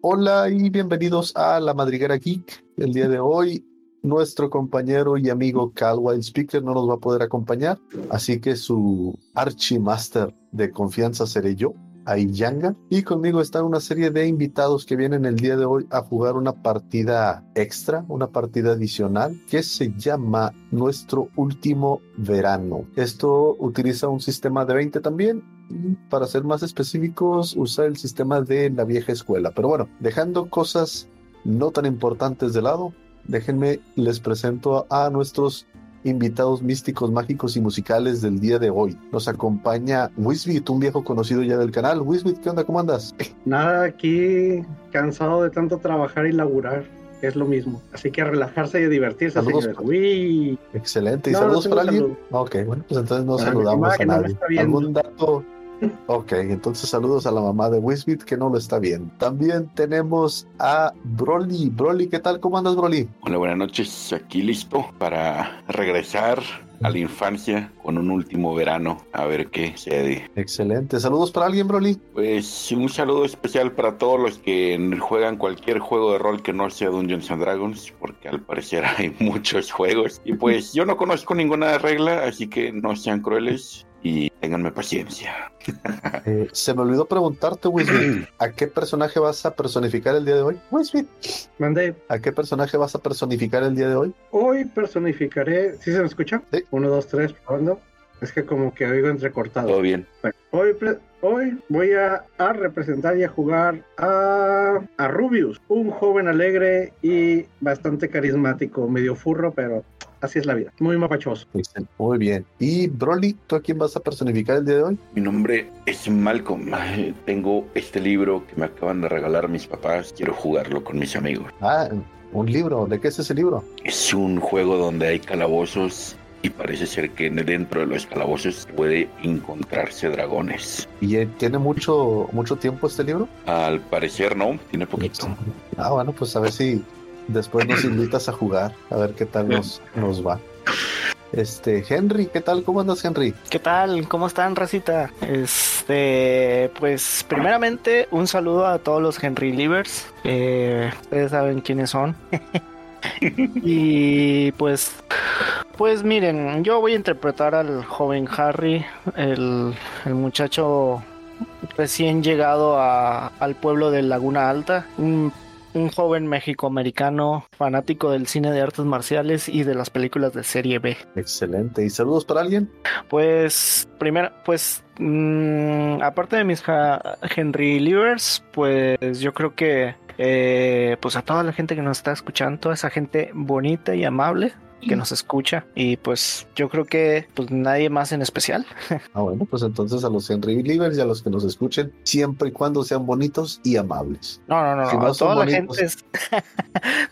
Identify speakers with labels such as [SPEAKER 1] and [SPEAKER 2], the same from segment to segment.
[SPEAKER 1] Hola y bienvenidos a La Madriguera Geek. El día de hoy, nuestro compañero y amigo Cal Wild Speaker no nos va a poder acompañar, así que su archimaster de confianza seré yo, Aiyanga. Y conmigo están una serie de invitados que vienen el día de hoy a jugar una partida extra, una partida adicional, que se llama Nuestro Último Verano. Esto utiliza un sistema de 20 también. y Para ser más específicos, usa el sistema de la vieja escuela. Pero bueno, dejando cosas no tan importantes de lado, déjenme les presento a nuestros invitados místicos, mágicos y musicales del día de hoy. Nos acompaña Wisbit, un viejo conocido ya del canal. Wisbit, ¿qué onda? ¿Cómo andas?
[SPEAKER 2] Nada, aquí cansado de tanto trabajar y laburar. Es lo mismo. Así que a relajarse y a divertirse,
[SPEAKER 1] Saludos.
[SPEAKER 2] señores. Uy.
[SPEAKER 1] Excelente. ¿Y
[SPEAKER 2] No,
[SPEAKER 1] saludos
[SPEAKER 2] no tengo
[SPEAKER 1] para alguien?
[SPEAKER 2] saludo.
[SPEAKER 1] Ok, bueno, pues entonces no
[SPEAKER 2] Para mi
[SPEAKER 1] saludamos
[SPEAKER 2] mamá,
[SPEAKER 1] a
[SPEAKER 2] que no me
[SPEAKER 1] nadie.
[SPEAKER 2] está viendo.
[SPEAKER 1] ¿Algún dato? Ok, entonces saludos a la mamá de Wisbit que no lo está bien. También tenemos a Broly. Broly, ¿qué tal? ¿Cómo andas, Broly?
[SPEAKER 3] Hola, buenas noches. Aquí listo para regresar a la infancia con un último verano. A ver qué se dé.
[SPEAKER 1] Excelente. Saludos para alguien, Broly.
[SPEAKER 3] Pues un saludo especial para todos los que juegan cualquier juego de rol que no sea Dungeons and Dragons, porque al parecer hay muchos juegos. Y pues yo no conozco ninguna regla, así que no sean crueles y ténganme paciencia.
[SPEAKER 1] Eh, se me olvidó preguntarte, Wisbit, ¿a qué personaje vas a personificar el día de hoy? Wisbit,
[SPEAKER 2] Mandé.
[SPEAKER 1] ¿a qué personaje vas a personificar el día de hoy?
[SPEAKER 2] Hoy personificaré. ¿Sí se me escucha?
[SPEAKER 1] Sí.
[SPEAKER 2] Uno, dos, tres, probando. Es que como que oigo entrecortado.
[SPEAKER 3] Todo bien.
[SPEAKER 2] Bueno, hoy, pre- hoy voy a, a representar y a jugar a, a Rubius, un joven alegre y bastante carismático, medio furro, pero así es la vida. Muy mapachoso.
[SPEAKER 1] Excelente. Muy bien. Y Broly, ¿tú a quién vas a personificar el día de hoy?
[SPEAKER 3] Mi nombre es Malcolm. Tengo este libro que me acaban de regalar mis papás. Quiero jugarlo con mis amigos.
[SPEAKER 1] Ah, un libro. ¿De qué es ese libro?
[SPEAKER 3] Es un juego donde hay calabozos y parece ser que dentro de los calabozos puede encontrarse dragones.
[SPEAKER 1] ¿Y eh, tiene mucho, mucho tiempo este libro?
[SPEAKER 3] Al parecer no, tiene poquito.
[SPEAKER 1] Ah, bueno, pues a ver si después nos invitas a jugar, a ver qué tal nos, nos va. Este, Henry, ¿qué tal? ¿Cómo andas, Henry?
[SPEAKER 4] ¿Qué tal? ¿Cómo están, racita? Este, pues primeramente un saludo a todos los Henry Livers. Eh, ustedes saben quiénes son. y pues, pues miren, yo voy a interpretar al joven Harry, el, el muchacho recién llegado a- al pueblo de Laguna Alta. Un, un joven mexicoamericano fanático del cine de artes marciales y de las películas de serie B.
[SPEAKER 1] Excelente. ¿Y saludos para alguien?
[SPEAKER 4] Pues, primero, pues, mm, aparte de mis ja- Henry Livers, pues yo creo que, eh, pues a toda la gente que nos está escuchando, toda esa gente bonita y amable que nos escucha, y pues yo creo que, pues nadie más en especial.
[SPEAKER 1] Ah, bueno, pues entonces a los Henry Livers y a los que nos escuchen, siempre y cuando sean bonitos y amables.
[SPEAKER 4] No, no, no,
[SPEAKER 1] Si
[SPEAKER 4] no,
[SPEAKER 1] no son
[SPEAKER 4] toda la
[SPEAKER 1] bonitos.
[SPEAKER 4] gente es,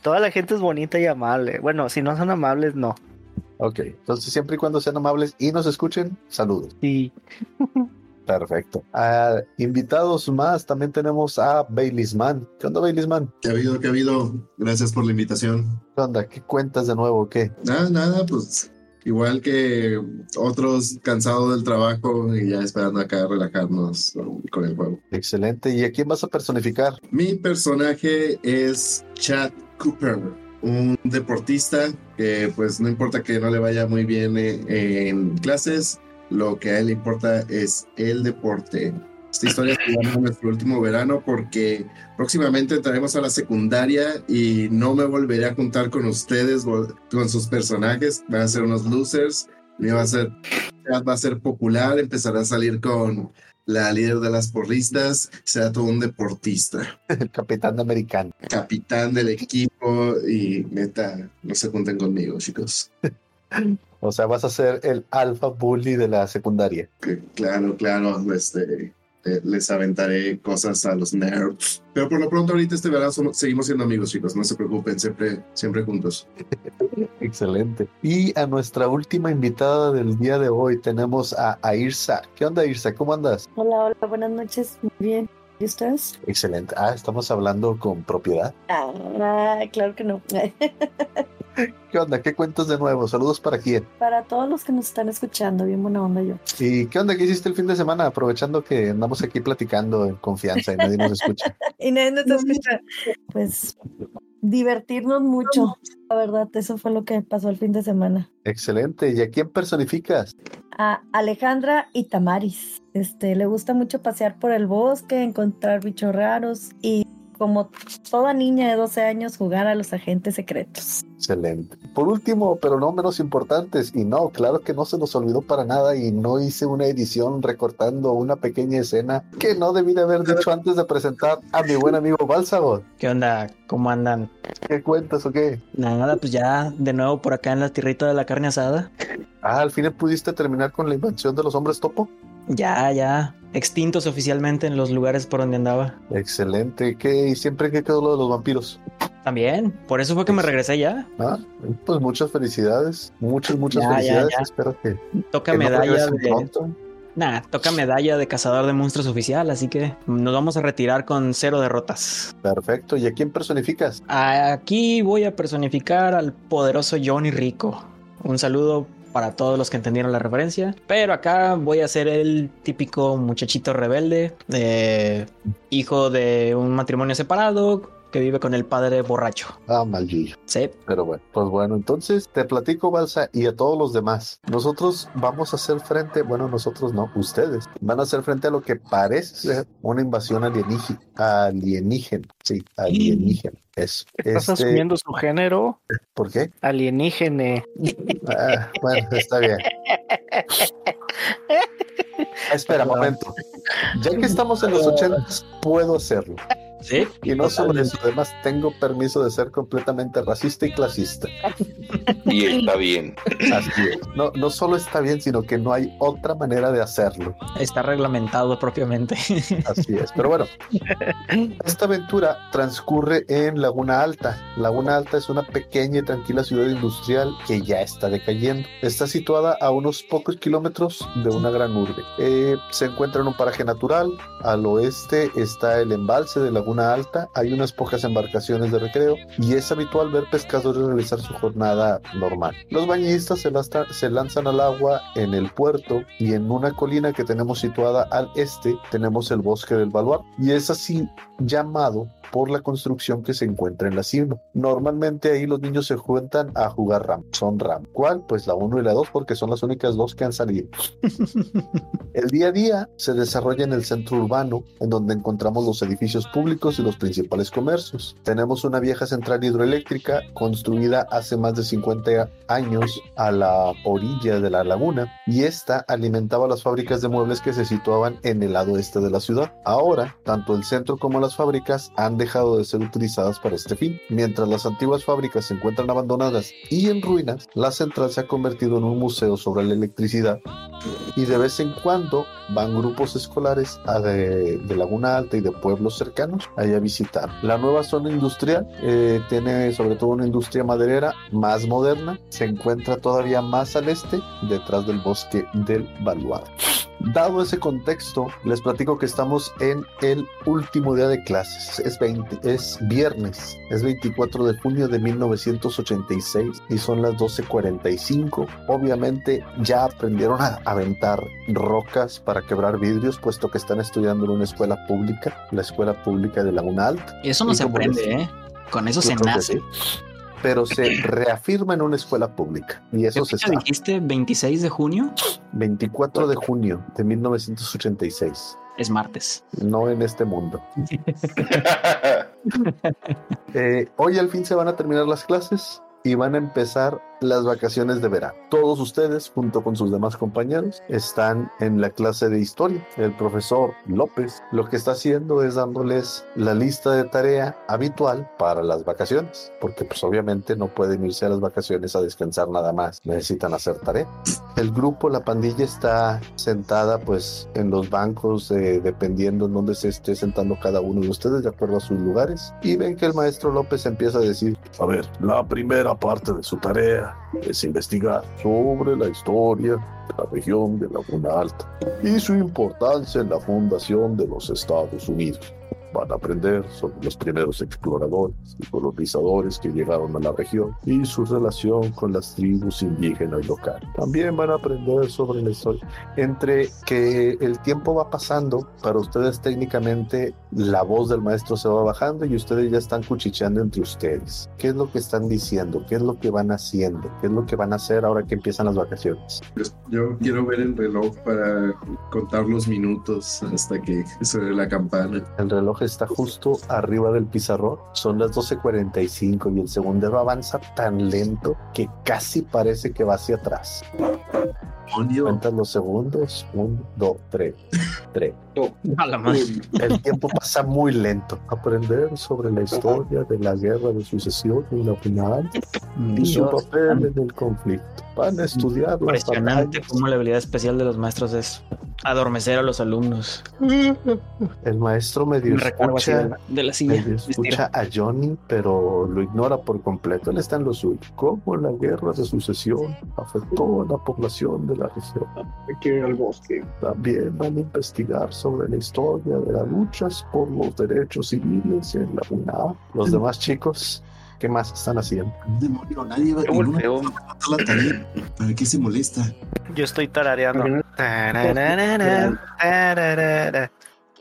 [SPEAKER 4] toda la gente es bonita y amable. Bueno, si no son amables, no.
[SPEAKER 1] Ok, entonces siempre y cuando sean amables y nos escuchen, saludos.
[SPEAKER 4] Y
[SPEAKER 1] Perfecto. Ah, invitados más, también tenemos a Baileys Man. ¿Qué onda, Baileys Man?
[SPEAKER 5] ¿Qué ha habido? ¿Qué ha habido? Gracias por la invitación.
[SPEAKER 1] ¿Qué onda? ¿Qué cuentas de nuevo? ¿Qué?
[SPEAKER 5] Nada, nada, pues igual que otros cansados del trabajo y ya esperando acá relajarnos con el juego.
[SPEAKER 1] Excelente. ¿Y a quién vas a personificar?
[SPEAKER 5] Mi personaje es Chad Cooper, un deportista que pues no importa que no le vaya muy bien eh, en clases, lo que a él le importa es el deporte. Esta historia se llama Nuestro Último Verano porque próximamente entraremos a la secundaria y no me volveré a juntar con ustedes, vol- con sus personajes, van a ser unos losers, me va a ser, Chad va a ser popular, empezará a salir con la líder de las porristas, sea todo un deportista,
[SPEAKER 1] El capitán americano.
[SPEAKER 5] capitán del equipo y neta, no se junten conmigo, chicos.
[SPEAKER 1] O sea, vas a ser el alfa bully de la secundaria.
[SPEAKER 5] Que, claro, claro, este, eh, les aventaré cosas a los nerds. Pero por lo pronto ahorita este verano somos- seguimos siendo amigos, chicos, no se preocupen, siempre, siempre juntos.
[SPEAKER 1] Excelente. Y a nuestra última invitada del día de hoy tenemos a, a Irsa. ¿Qué onda, Irsa? ¿Cómo andas?
[SPEAKER 6] Hola, hola, buenas noches. Muy bien. estás?
[SPEAKER 1] Excelente. Ah, estamos hablando con propiedad.
[SPEAKER 6] Ah, claro que no.
[SPEAKER 1] ¿Qué onda? ¿Qué cuentas de nuevo? Saludos para quién.
[SPEAKER 6] Para todos los que nos están escuchando, bien buena onda yo.
[SPEAKER 1] ¿Y qué onda? ¿Qué hiciste el fin de semana? Aprovechando que andamos aquí platicando en confianza y nadie nos escucha.
[SPEAKER 6] Y nadie nos escucha. Pues divertirnos mucho. La verdad, eso fue lo que pasó el fin de semana.
[SPEAKER 1] Excelente. ¿Y a quién personificas?
[SPEAKER 6] A Alejandra y Tamaris. Este, le gusta mucho pasear por el bosque, encontrar bichos raros y como toda niña de 12 años jugar a los agentes secretos.
[SPEAKER 1] Excelente. Por último, pero no menos importantes, y no, claro que no se nos olvidó para nada y no hice una edición recortando una pequeña escena que no debí de haber dicho antes de presentar a mi buen amigo Bálsamo.
[SPEAKER 7] ¿Qué onda? ¿Cómo andan?
[SPEAKER 1] ¿Qué cuentas o qué?
[SPEAKER 7] Nada, pues ya de nuevo por acá en la tierrita de la carne asada.
[SPEAKER 1] Ah, al fin pudiste terminar con la invención de los hombres topo.
[SPEAKER 7] Ya, ya. Extintos oficialmente en los lugares por donde andaba.
[SPEAKER 1] Excelente. ¿Qué? ¿Y siempre que quedó lo de los vampiros?
[SPEAKER 7] También. Por eso fue que me regresé ya.
[SPEAKER 1] Ah, pues muchas felicidades. Muchas, muchas
[SPEAKER 7] Ya, ya,
[SPEAKER 1] felicidades.
[SPEAKER 7] ya.
[SPEAKER 1] Espero que,
[SPEAKER 7] Toca
[SPEAKER 1] que no
[SPEAKER 7] medalla
[SPEAKER 1] regresen
[SPEAKER 7] de.
[SPEAKER 1] pronto.
[SPEAKER 7] Nah, toca medalla de cazador de monstruos oficial, así que nos vamos a retirar con cero derrotas.
[SPEAKER 1] Perfecto. ¿Y a quién personificas?
[SPEAKER 7] Aquí voy a personificar al poderoso Johnny Rico. Un saludo para todos los que entendieron la referencia. Pero acá voy a ser el típico muchachito rebelde, eh, hijo de un matrimonio separado que vive con el padre borracho.
[SPEAKER 1] Ah, maldillo.
[SPEAKER 7] Sí,
[SPEAKER 1] Pero bueno, pues bueno, entonces te platico, Balsa, y a todos los demás. Nosotros vamos a hacer frente, bueno, nosotros no, ustedes van a hacer frente a lo que parece ser una invasión alienígena. Alienígena, sí, alienígena. Eso.
[SPEAKER 4] Estás
[SPEAKER 1] Este,
[SPEAKER 4] asumiendo su género
[SPEAKER 1] ¿Por qué?
[SPEAKER 4] alienígene.
[SPEAKER 1] Ah, bueno, está bien. Espera, momento. Ya que estamos en los ochentas, puedo hacerlo.
[SPEAKER 7] sí.
[SPEAKER 1] Y no sobre eso, además tengo permiso de ser completamente racista y clasista.
[SPEAKER 3] Y está bien.
[SPEAKER 1] Así es. No, no solo está bien, sino que no hay otra manera de hacerlo.
[SPEAKER 7] Está reglamentado propiamente.
[SPEAKER 1] Así es. Pero bueno, esta aventura transcurre en Laguna Alta. Laguna Alta es una pequeña y tranquila ciudad industrial que ya está decayendo. Está situada a unos pocos kilómetros de una gran urbe. Eh, se encuentra en un paraje natural. Al oeste está el embalse de Laguna Alta. Hay unas pocas embarcaciones de recreo y es habitual ver pescadores realizar su jornada normal. Los bañistas se, lasta- se lanzan al agua en el puerto y en una colina que tenemos situada al este tenemos el bosque del Baluar y es así llamado por la construcción que se encuentra en la cima. Normalmente ahí los niños se juntan a jugar RAM, son RAM. ¿Cuál? Pues la 1 y la 2 porque son las únicas dos que han salido. El día a día se desarrolla en el centro urbano, en donde encontramos los edificios públicos y los principales comercios. Tenemos una vieja central hidroeléctrica construida hace más de 50 años a la orilla de la laguna, y esta alimentaba las fábricas de muebles que se situaban en el lado este de la ciudad. Ahora, tanto el centro como las fábricas han dejado de ser utilizadas para este fin. Mientras las antiguas fábricas se encuentran abandonadas y en ruinas, la central se ha convertido en un museo sobre la electricidad y de vez en cuando van grupos escolares a de, de Laguna Alta y de pueblos cercanos ahí a visitar. La nueva zona industrial eh, tiene sobre todo una industria maderera más moderna, se encuentra todavía más al este, detrás del bosque del Baluar. Dado ese contexto, les platico que estamos en el último día de clases. Es, 20 es viernes, es 24 de junio de 1986 y son las 12.45. Obviamente ya aprendieron a aventar rocas para quebrar vidrios, puesto que están estudiando en una escuela pública, la escuela pública de Laguna Alta.
[SPEAKER 7] Eso no
[SPEAKER 1] ¿Y
[SPEAKER 7] se
[SPEAKER 1] cómo
[SPEAKER 7] aprende,
[SPEAKER 1] ves?
[SPEAKER 7] ¿eh? Con eso
[SPEAKER 1] Yo
[SPEAKER 7] se
[SPEAKER 1] creo que
[SPEAKER 7] nace.
[SPEAKER 1] sí. Pero se reafirma en una escuela pública y
[SPEAKER 7] ¿Qué
[SPEAKER 1] eso se
[SPEAKER 7] fecha
[SPEAKER 1] sabe.
[SPEAKER 7] dijiste? ¿26 de junio?
[SPEAKER 1] 24 de junio de 1986,
[SPEAKER 7] Es martes.
[SPEAKER 1] no en este mundo. Eh, hoy al fin se van a terminar las clases y van a empezar las vacaciones de verano. Todos ustedes, junto con sus demás compañeros, están en la clase de historia. El profesor López lo que está haciendo es dándoles la lista de tarea habitual para las vacaciones, porque pues obviamente no pueden irse a las vacaciones a descansar nada más, necesitan hacer tarea. El grupo, la pandilla está sentada pues en los bancos, eh, dependiendo en dónde se esté sentando cada uno de ustedes, de acuerdo a sus lugares. Y ven que el maestro López empieza a decir, a ver, la primera será parte de su tarea, es investigar sobre la historia de la región de Laguna Alta y su importancia en la fundación de los Estados Unidos. Van a aprender sobre los primeros exploradores y colonizadores que llegaron a la región y su relación con las tribus indígenas locales. También van a aprender sobre la historia. Entre que el tiempo va pasando, para ustedes técnicamente la voz del maestro se va bajando y ustedes ya están cuchicheando entre ustedes. ¿Qué es lo que están diciendo? ¿Qué es lo que van haciendo? ¿Qué es lo que van a hacer ahora que empiezan las vacaciones?
[SPEAKER 5] Pues yo quiero ver el reloj para contar los minutos hasta que suene la campana.
[SPEAKER 1] El reloj está justo arriba del pizarrón. Son las 12.45 y el segundero avanza tan lento que casi parece que va hacia atrás.
[SPEAKER 5] Demonio.
[SPEAKER 1] Cuentan los segundos. Un, dos, tres, tres.
[SPEAKER 7] A la madre.
[SPEAKER 1] El tiempo pasa muy lento. Aprender sobre la historia de la guerra de sucesión y la final y su
[SPEAKER 7] Dios.
[SPEAKER 1] papel en el conflicto. Van a estudiar las
[SPEAKER 7] Impresionante
[SPEAKER 1] batallas.
[SPEAKER 7] cómo la habilidad especial de los maestros es adormecer a los alumnos.
[SPEAKER 1] El maestro medio
[SPEAKER 7] Me recargo así de
[SPEAKER 1] escucha,
[SPEAKER 7] la, de la silla.
[SPEAKER 1] medio
[SPEAKER 7] Estira.
[SPEAKER 1] escucha a Johnny, pero lo ignora por completo. Él está en lo suyo. ¿Cómo la guerra de sucesión afectó a la población de la región?
[SPEAKER 2] Me quiero ir al bosque.
[SPEAKER 1] También van a investigar sobre la historia de las luchas por los derechos civiles en la UNA. Los demás chicos, ¿qué más están haciendo?
[SPEAKER 5] Demonio, nadie va
[SPEAKER 3] Yo
[SPEAKER 5] ninguno
[SPEAKER 3] volteo.
[SPEAKER 5] va a matar la tarea. ¿Para qué se molesta?
[SPEAKER 4] Yo estoy tarareando. Tararara, tararara,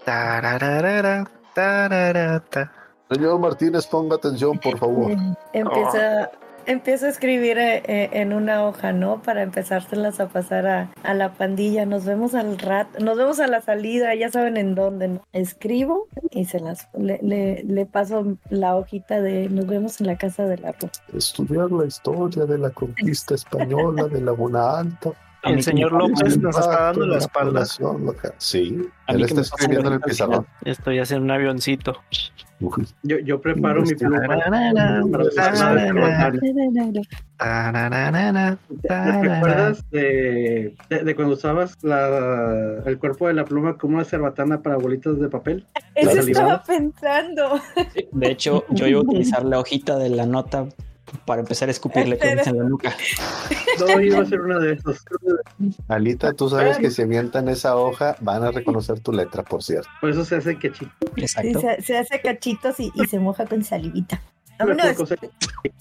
[SPEAKER 4] tararara, tararata.
[SPEAKER 1] Señor Martínez, ponga atención, por favor.
[SPEAKER 6] Em- Empieza, empieza a escribir eh, eh, en una hoja, ¿no? Para empezárselas a pasar a, a la pandilla. Nos vemos al rato, nos vemos a la salida, ya saben en dónde, ¿no? Escribo y se las le, le- le paso la hojita de nos vemos en la casa de la ropa.
[SPEAKER 1] Estudiar la historia de la conquista española de la Laguna Alta.
[SPEAKER 7] A mí
[SPEAKER 4] El señor
[SPEAKER 7] que me
[SPEAKER 4] López
[SPEAKER 7] pasen-
[SPEAKER 4] pues, nos está dando
[SPEAKER 1] Impacto en
[SPEAKER 4] la espalda.
[SPEAKER 1] población local. Sí,
[SPEAKER 7] a
[SPEAKER 1] él está
[SPEAKER 7] mí que me pasen la
[SPEAKER 1] escribiendo en el
[SPEAKER 7] hojita al
[SPEAKER 1] pizarrón.
[SPEAKER 7] final.
[SPEAKER 4] Estoy haciendo un avioncito.
[SPEAKER 1] Uy,
[SPEAKER 2] Yo, yo preparo mi pluma.
[SPEAKER 4] Tararara, tararara, tararara,
[SPEAKER 2] ¿Te
[SPEAKER 4] tararara.
[SPEAKER 2] acuerdas de, de- de cuando usabas la- el cuerpo de la pluma como una cerbatana para bolitas de papel?
[SPEAKER 6] Eso
[SPEAKER 2] Claro.
[SPEAKER 6] estaba pensando.
[SPEAKER 7] De hecho, yo iba a utilizar la hojita de la nota para empezar a escupirle cosas en la nuca.
[SPEAKER 2] No iba a ser una de esas.
[SPEAKER 1] Alita, tú sabes que si avientan esa hoja, van a reconocer tu letra, por cierto.
[SPEAKER 2] Por eso se hace quechito.
[SPEAKER 6] Y
[SPEAKER 7] Exacto.
[SPEAKER 6] se, se hace cachitos y, y se moja con salivita.
[SPEAKER 2] Una
[SPEAKER 6] Vámonos.
[SPEAKER 2] cosa-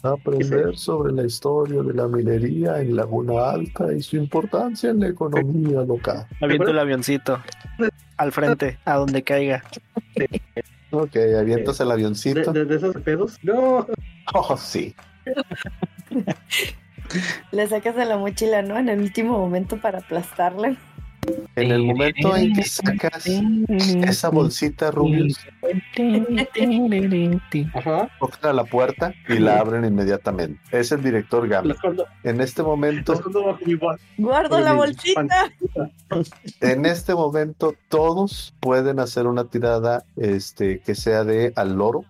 [SPEAKER 1] Aprender sobre la historia de la minería en Laguna Alta y su importancia en la economía local.
[SPEAKER 4] Aviento el avioncito. Al frente, a donde caiga.
[SPEAKER 1] Ok, avientas el
[SPEAKER 2] De,
[SPEAKER 1] avioncito.
[SPEAKER 2] de- de esos pedos. No,
[SPEAKER 1] Oh, sí.
[SPEAKER 6] Le sacas de la mochila, ¿no? En el último momento para aplastarla.
[SPEAKER 1] En el momento en que sacas esa bolsita, Rubius,
[SPEAKER 2] ajá.
[SPEAKER 1] tocan a la puerta y la abren inmediatamente. Es el director
[SPEAKER 2] La
[SPEAKER 1] Gama.
[SPEAKER 2] escondo,
[SPEAKER 1] En este
[SPEAKER 2] la
[SPEAKER 1] momento,
[SPEAKER 2] escondo bajo mi bol-
[SPEAKER 6] Guardo
[SPEAKER 2] Oye,
[SPEAKER 6] la
[SPEAKER 2] mi
[SPEAKER 6] bolsita.
[SPEAKER 1] en este momento, todos pueden hacer una tirada este, que sea de al loro.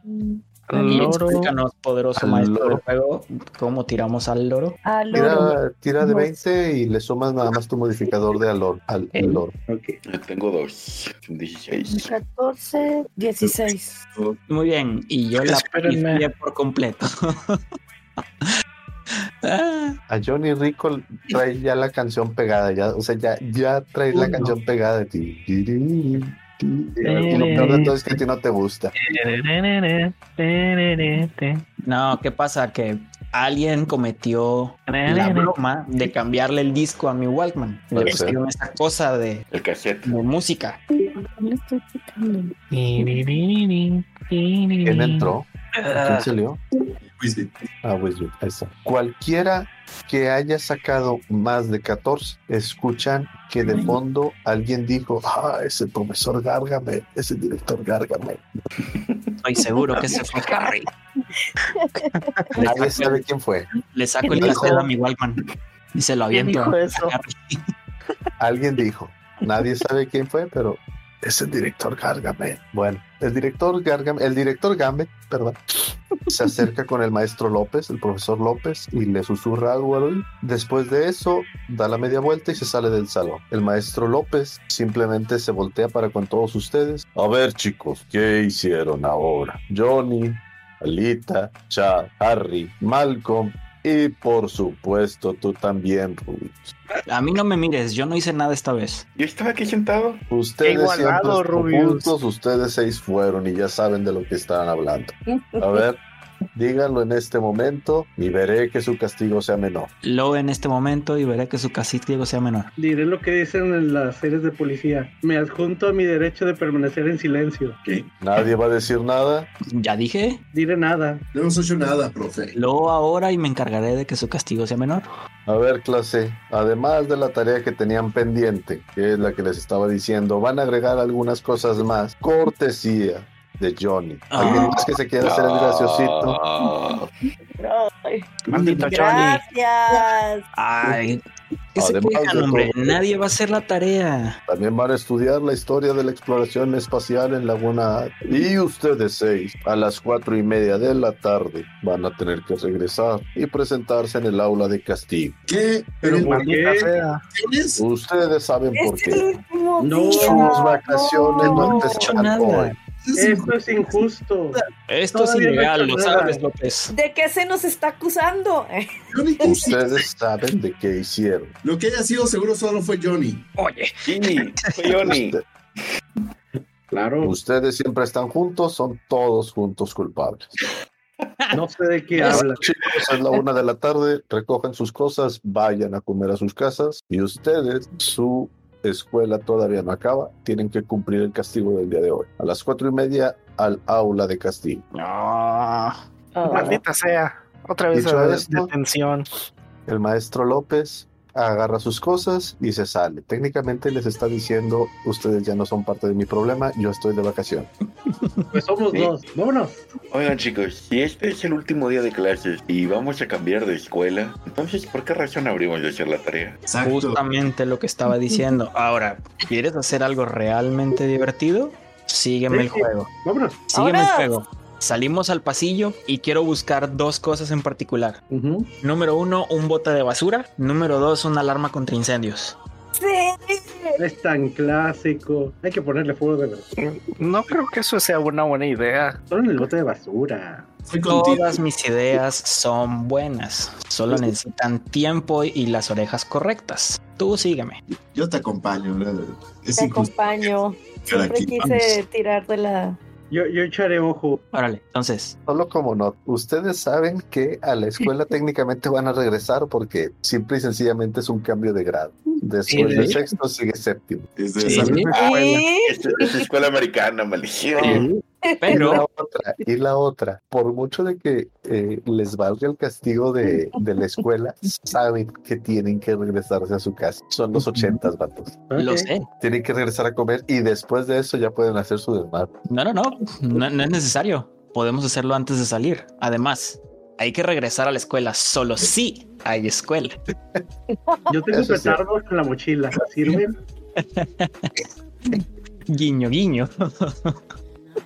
[SPEAKER 7] Y
[SPEAKER 4] Loro.
[SPEAKER 7] explícanos, poderoso
[SPEAKER 1] Al
[SPEAKER 7] maestro
[SPEAKER 1] loro.
[SPEAKER 7] del juego, cómo tiramos al loro.
[SPEAKER 6] Ah, loro.
[SPEAKER 1] Tira, tira de 20 y le sumas nada más tu modificador de al loro. Al, al loro.
[SPEAKER 2] Ok.
[SPEAKER 3] Yo Tengo dos. 16.
[SPEAKER 6] 14, 16.
[SPEAKER 7] Muy bien, y yo la
[SPEAKER 4] Espérenme.
[SPEAKER 7] pifié por completo. Ah,
[SPEAKER 1] A Johnny Rico trae ya la canción pegada, ya, o sea, ya, ya trae la
[SPEAKER 7] Uno.
[SPEAKER 1] canción pegada de ti. Tirirí, ti. Y lo peor de todo es que a ti no te gusta.
[SPEAKER 7] no, ¿qué pasa? Que alguien cometió la broma de cambiarle el disco a mi Walkman. Le
[SPEAKER 1] Puede ser.
[SPEAKER 7] pusieron esa cosa de,
[SPEAKER 3] El cassette.
[SPEAKER 7] de música.
[SPEAKER 6] No estoy picando.
[SPEAKER 1] ¿Quién
[SPEAKER 4] ¿Quién
[SPEAKER 1] entró?
[SPEAKER 7] Ah.
[SPEAKER 4] Ah.
[SPEAKER 1] ¿Quién salió?
[SPEAKER 5] Wisby.
[SPEAKER 1] Ah, Wisby, ahí está. Cualquiera que haya sacado más de 14, escuchan que de fondo alguien dijo, ah, ese profesor Gárgame, ese director Gárgame.
[SPEAKER 7] Estoy seguro que ese fue Harry. Le
[SPEAKER 1] Nadie
[SPEAKER 7] saco,
[SPEAKER 1] sabe
[SPEAKER 7] el,
[SPEAKER 1] quién fue.
[SPEAKER 7] le saco el
[SPEAKER 1] ¿Quién
[SPEAKER 7] castel
[SPEAKER 1] dijo?
[SPEAKER 7] a mi Walkman y se lo
[SPEAKER 4] ¿Quién
[SPEAKER 7] aviento.
[SPEAKER 4] dijo
[SPEAKER 7] a
[SPEAKER 4] eso?
[SPEAKER 7] Harry.
[SPEAKER 1] Alguien dijo, nadie sabe quién fue, pero es el director Gargamel. Bueno, el director Gargamel, el director Gambit, perdón, se acerca con el maestro López, el profesor López, y le susurra algo al oído. Después de eso, da la media vuelta y se sale del salón. El maestro López simplemente se voltea para con todos ustedes. A ver, chicos, ¿qué hicieron ahora? Johnny, Alita, Chad, Harry, Malcolm, Y por supuesto, tú también, Rubius.
[SPEAKER 7] A mí no me mires, yo no hice nada esta vez.
[SPEAKER 3] Yo estaba aquí sentado.
[SPEAKER 1] Ustedes
[SPEAKER 4] Igualado,
[SPEAKER 1] siempre
[SPEAKER 4] Rubius.
[SPEAKER 1] juntos, ustedes seis fueron y ya saben de lo que estaban hablando. A ver, díganlo en este momento y veré que su castigo sea menor.
[SPEAKER 7] Lo en este momento y veré que su castigo sea menor.
[SPEAKER 2] Diré lo que dicen en las series de policía. Me adjunto a mi derecho de permanecer en silencio.
[SPEAKER 1] Nadie va a decir nada.
[SPEAKER 7] Ya dije,
[SPEAKER 2] Diré nada.
[SPEAKER 5] No hemos hecho nada, profe.
[SPEAKER 7] lo ahora y me encargaré de que su castigo sea menor.
[SPEAKER 1] A ver, clase, además de la tarea que tenían pendiente, que es la que les estaba diciendo, van a agregar algunas cosas más. Cortesía de Johnny. ¿Alguien
[SPEAKER 7] Ah.
[SPEAKER 1] más que se quiera hacer el graciosito?
[SPEAKER 3] Ah,
[SPEAKER 6] Ay,
[SPEAKER 7] Maldito Johnny.
[SPEAKER 6] gracias.
[SPEAKER 7] Ay, que se
[SPEAKER 1] Además
[SPEAKER 7] quejan,
[SPEAKER 1] de
[SPEAKER 7] hombre.
[SPEAKER 1] todo.
[SPEAKER 7] Nadie va a hacer la tarea.
[SPEAKER 1] También van a estudiar la historia de la exploración espacial en Laguna A. Y ustedes seis, a las cuatro y media de la tarde, van a tener que regresar y presentarse en el aula de castigo.
[SPEAKER 5] ¿Qué? ¿Pero
[SPEAKER 2] ¿por qué?
[SPEAKER 4] Maldita sea.
[SPEAKER 5] tienes?
[SPEAKER 1] Ustedes saben por
[SPEAKER 6] Este es el
[SPEAKER 1] qué.
[SPEAKER 6] último
[SPEAKER 2] No,
[SPEAKER 6] día.
[SPEAKER 1] Sus vacaciones
[SPEAKER 6] no.
[SPEAKER 1] no
[SPEAKER 7] No he hecho
[SPEAKER 1] empezaron
[SPEAKER 7] nada.
[SPEAKER 1] hoy.
[SPEAKER 2] Esto es injusto.
[SPEAKER 7] Esto es
[SPEAKER 2] Todavía no he
[SPEAKER 7] ilegal,
[SPEAKER 2] hecho
[SPEAKER 7] lo
[SPEAKER 2] nada.
[SPEAKER 7] sabes, López.
[SPEAKER 6] ¿De qué se nos está acusando?
[SPEAKER 5] Johnny, ¿qué hiciste?
[SPEAKER 1] Ustedes saben de qué hicieron.
[SPEAKER 5] Lo que haya sido seguro solo fue Johnny.
[SPEAKER 7] Oye,
[SPEAKER 3] sí, soy Johnny.
[SPEAKER 1] Usted-
[SPEAKER 2] Claro.
[SPEAKER 1] ustedes siempre están juntos, son todos juntos culpables.
[SPEAKER 2] No sé de qué habla.
[SPEAKER 1] Chicos, es la una de la tarde, recogen sus cosas, vayan a comer a sus casas y ustedes, su escuela todavía no acaba, tienen que cumplir el castigo del día de hoy. A las cuatro y media al aula de castigo.
[SPEAKER 7] no.
[SPEAKER 4] Maldita sea. Otra vez
[SPEAKER 1] Dicho
[SPEAKER 4] a
[SPEAKER 1] esto-
[SPEAKER 4] detención.
[SPEAKER 1] El maestro López agarra sus cosas y se sale. Técnicamente les está diciendo, ustedes ya no son parte de mi problema, yo estoy de vacación.
[SPEAKER 2] Pues somos
[SPEAKER 3] Sí.
[SPEAKER 2] dos. Vámonos.
[SPEAKER 3] Oigan chicos, si este es el último día de clases y vamos a cambiar de escuela, entonces ¿por qué razón habríamos de hacer la tarea?
[SPEAKER 5] Exacto.
[SPEAKER 7] Justamente lo que estaba diciendo. Ahora, ¿quieres hacer algo realmente divertido? Sígueme el
[SPEAKER 2] Sí.
[SPEAKER 7] juego.
[SPEAKER 2] Vámonos.
[SPEAKER 7] Sígueme el
[SPEAKER 6] Ahora.
[SPEAKER 7] juego. Salimos al pasillo y quiero buscar dos cosas en particular. Número uno, un bote de basura. Número dos, una alarma contra incendios.
[SPEAKER 6] Sí.
[SPEAKER 2] Es tan clásico. Hay que ponerle fuego de verdad.
[SPEAKER 4] No creo que eso sea una buena idea.
[SPEAKER 2] Solo en el bote de basura.
[SPEAKER 5] Estoy contigo.
[SPEAKER 7] Todas mis ideas son buenas. Solo necesitan tiempo y las orejas correctas. Tú sígueme.
[SPEAKER 5] Yo te acompaño. ¿verdad? Es
[SPEAKER 6] Te
[SPEAKER 5] injusto.
[SPEAKER 6] acompaño. Siempre
[SPEAKER 5] aquí,
[SPEAKER 6] quise tirar de la.
[SPEAKER 2] Yo, yo echaré ojo.
[SPEAKER 7] Órale, entonces,
[SPEAKER 1] Solo como no, ustedes saben que a la escuela técnicamente van a regresar porque simple y sencillamente es un cambio de grado. Después
[SPEAKER 7] Sí.
[SPEAKER 1] de sexto sigue séptimo.
[SPEAKER 5] Es de
[SPEAKER 7] Sí.
[SPEAKER 5] esas-
[SPEAKER 6] Sí.
[SPEAKER 3] Es, es escuela americana, maldición.
[SPEAKER 1] Y la
[SPEAKER 7] pero
[SPEAKER 1] otra, y la otra, por mucho de que eh, les valga el castigo de, de la escuela, saben que tienen que regresarse a su casa. Son los ochentas, vatos.
[SPEAKER 7] lo
[SPEAKER 2] Ok.
[SPEAKER 7] sé.
[SPEAKER 1] Tienen que regresar a comer y después de eso ya pueden hacer su desmadre.
[SPEAKER 7] No, no, no, no, no es necesario. Podemos hacerlo antes de salir. Además, hay que regresar a la escuela solo si hay escuela.
[SPEAKER 2] Yo tengo
[SPEAKER 1] Eso sí.
[SPEAKER 2] petardos en la mochila. ¿Sirven?
[SPEAKER 7] Guiño, guiño.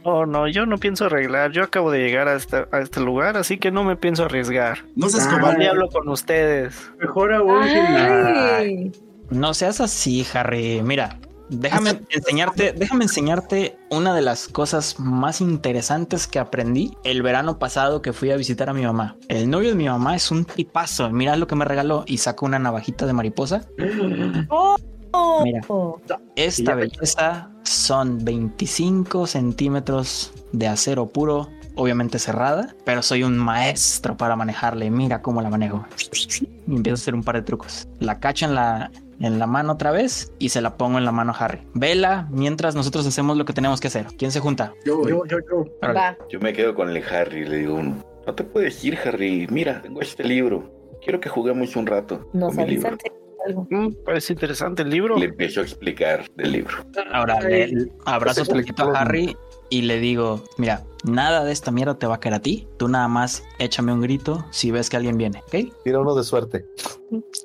[SPEAKER 4] Oh, no, yo no pienso arreglar. Yo acabo de llegar a este, a este lugar, así que no me pienso arriesgar.
[SPEAKER 5] No seas
[SPEAKER 2] Ah.
[SPEAKER 4] Más
[SPEAKER 5] cobarde.
[SPEAKER 4] hablo con ustedes.
[SPEAKER 2] Mejor aún sin nada.
[SPEAKER 6] Ay.
[SPEAKER 7] No seas así, Harry. Mira, déjame enseñarte, déjame enseñarte una de las cosas más interesantes que aprendí el verano pasado que fui a visitar a mi mamá. El novio de mi mamá es un tipazo. Mira lo que me regaló y saco una navajita de mariposa.
[SPEAKER 6] Oh.
[SPEAKER 7] Mira. Esta belleza son 25 centímetros de acero puro, obviamente cerrada, pero soy un maestro para manejarla y mira cómo la manejo. Y empiezo a hacer un par de trucos. La cacho en la, en la mano otra vez y se la pongo en la mano a Harry. Vela mientras nosotros hacemos lo que tenemos que hacer. ¿Quién se junta?
[SPEAKER 5] Yo voy.
[SPEAKER 2] Yo, yo, yo.
[SPEAKER 7] Órale.
[SPEAKER 6] Va.
[SPEAKER 3] Yo me quedo con el Harry y le digo, no te puedes ir Harry, mira, tengo este libro, quiero que juguemos un rato
[SPEAKER 6] Nos
[SPEAKER 3] con mi libro.
[SPEAKER 6] avisan si hay algo.
[SPEAKER 4] Mm, parece interesante el libro.
[SPEAKER 3] Le empiezo a explicar del libro.
[SPEAKER 7] Ahora le
[SPEAKER 2] Ay,
[SPEAKER 7] le abrazo
[SPEAKER 1] Pues
[SPEAKER 7] poquito
[SPEAKER 1] explícalo.
[SPEAKER 7] a Harry y le digo, mira, nada de esta mierda te va a caer a ti. Tú nada más échame un grito si ves que alguien viene, ¿ok?
[SPEAKER 1] Tira uno de suerte,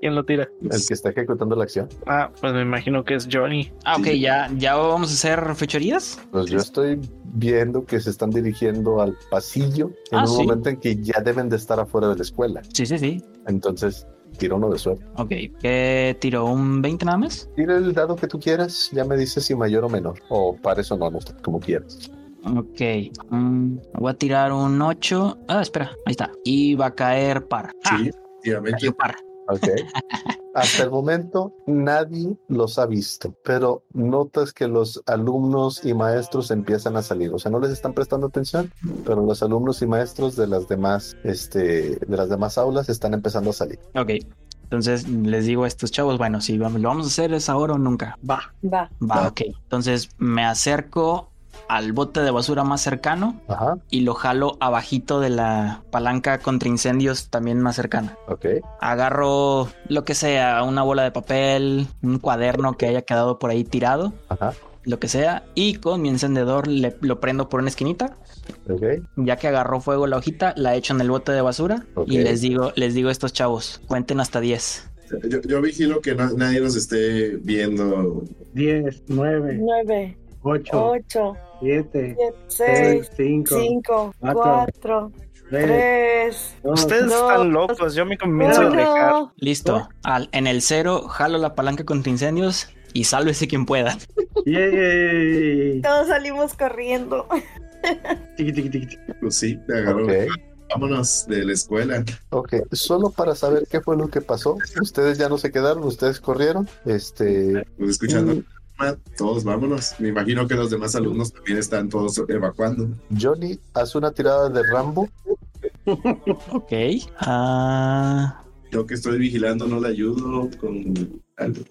[SPEAKER 4] ¿Quién lo tira?
[SPEAKER 1] el que está ejecutando la acción.
[SPEAKER 4] Ah, pues me imagino que es Johnny.
[SPEAKER 7] Ah, ok, ya, ya vamos a hacer fechorías.
[SPEAKER 1] Pues yo estoy viendo que se están dirigiendo al pasillo en
[SPEAKER 7] Ah,
[SPEAKER 1] un
[SPEAKER 7] sí.
[SPEAKER 1] momento en que ya deben de estar afuera de la escuela.
[SPEAKER 7] Sí, sí, sí.
[SPEAKER 1] Entonces, tira uno de suerte.
[SPEAKER 7] Ok, ¿qué tiro? ¿Un 20 nada más?
[SPEAKER 1] Tira el dado que tú quieras, ya me dices si mayor o menor, o pares o no, no sé, como quieras.
[SPEAKER 7] Ok. mm, voy a tirar un 8. Ah, espera, ahí está. Y va a caer par. Ah,
[SPEAKER 5] Sí, efectivamente.
[SPEAKER 7] cayó par.
[SPEAKER 1] Ok. Hasta el momento nadie los ha visto, pero notas que los alumnos y maestros empiezan a salir. O sea, no les están prestando atención, pero los alumnos y maestros de las demás, este, de las demás aulas están empezando a salir.
[SPEAKER 7] Ok. Entonces les digo a estos chavos, bueno, si vamos- lo vamos a hacer es ahora o nunca. Va.
[SPEAKER 6] Va.
[SPEAKER 7] Va,
[SPEAKER 5] Va.
[SPEAKER 7] ok. Entonces me acerco al bote de basura más cercano
[SPEAKER 1] Ajá.
[SPEAKER 7] y lo jalo abajito de la palanca contra incendios también más cercana.
[SPEAKER 1] Ok.
[SPEAKER 7] Agarro lo que sea, una bola de papel, un cuaderno que haya quedado por ahí tirado,
[SPEAKER 1] Ajá.
[SPEAKER 7] lo que sea, y con mi encendedor le- lo prendo por una esquinita.
[SPEAKER 1] Ok.
[SPEAKER 7] Ya que agarró fuego la hojita, la echo en el bote de basura
[SPEAKER 1] Ok.
[SPEAKER 7] y les digo, les digo a estos chavos, cuenten hasta 10.
[SPEAKER 5] Yo, yo vigilo que no- nadie nos esté viendo.
[SPEAKER 2] 10, 9,
[SPEAKER 6] 9,
[SPEAKER 2] 8,
[SPEAKER 6] 8,
[SPEAKER 2] 7, 6,
[SPEAKER 6] 6,
[SPEAKER 2] 5,
[SPEAKER 6] 5,
[SPEAKER 2] cuatro,
[SPEAKER 6] 4,
[SPEAKER 2] 3,
[SPEAKER 6] 3,
[SPEAKER 4] Ustedes
[SPEAKER 6] No.
[SPEAKER 4] están locos, yo me comienzo a alejar.
[SPEAKER 6] 1.
[SPEAKER 7] Listo. Al, en el cero, jalo la palanca contra incendios y sálvese quien pueda.
[SPEAKER 2] Yay.
[SPEAKER 6] Todos salimos corriendo.
[SPEAKER 2] Tiqui, tiqui, tiqui, tiqui.
[SPEAKER 5] Pues sí, te agarró.
[SPEAKER 1] Ok.
[SPEAKER 5] Vámonos de la escuela.
[SPEAKER 1] Ok, solo para saber qué fue lo que pasó. Ustedes ya no se quedaron, ustedes corrieron. Este,
[SPEAKER 5] Pues escuchando.
[SPEAKER 7] Mm.
[SPEAKER 5] Todos vámonos. Me imagino que los demás alumnos también están todos evacuando.
[SPEAKER 1] Johnny hace una tirada de Rambo.
[SPEAKER 7] Ok. Ah,
[SPEAKER 5] Yo que estoy vigilando no le ayudo con algo.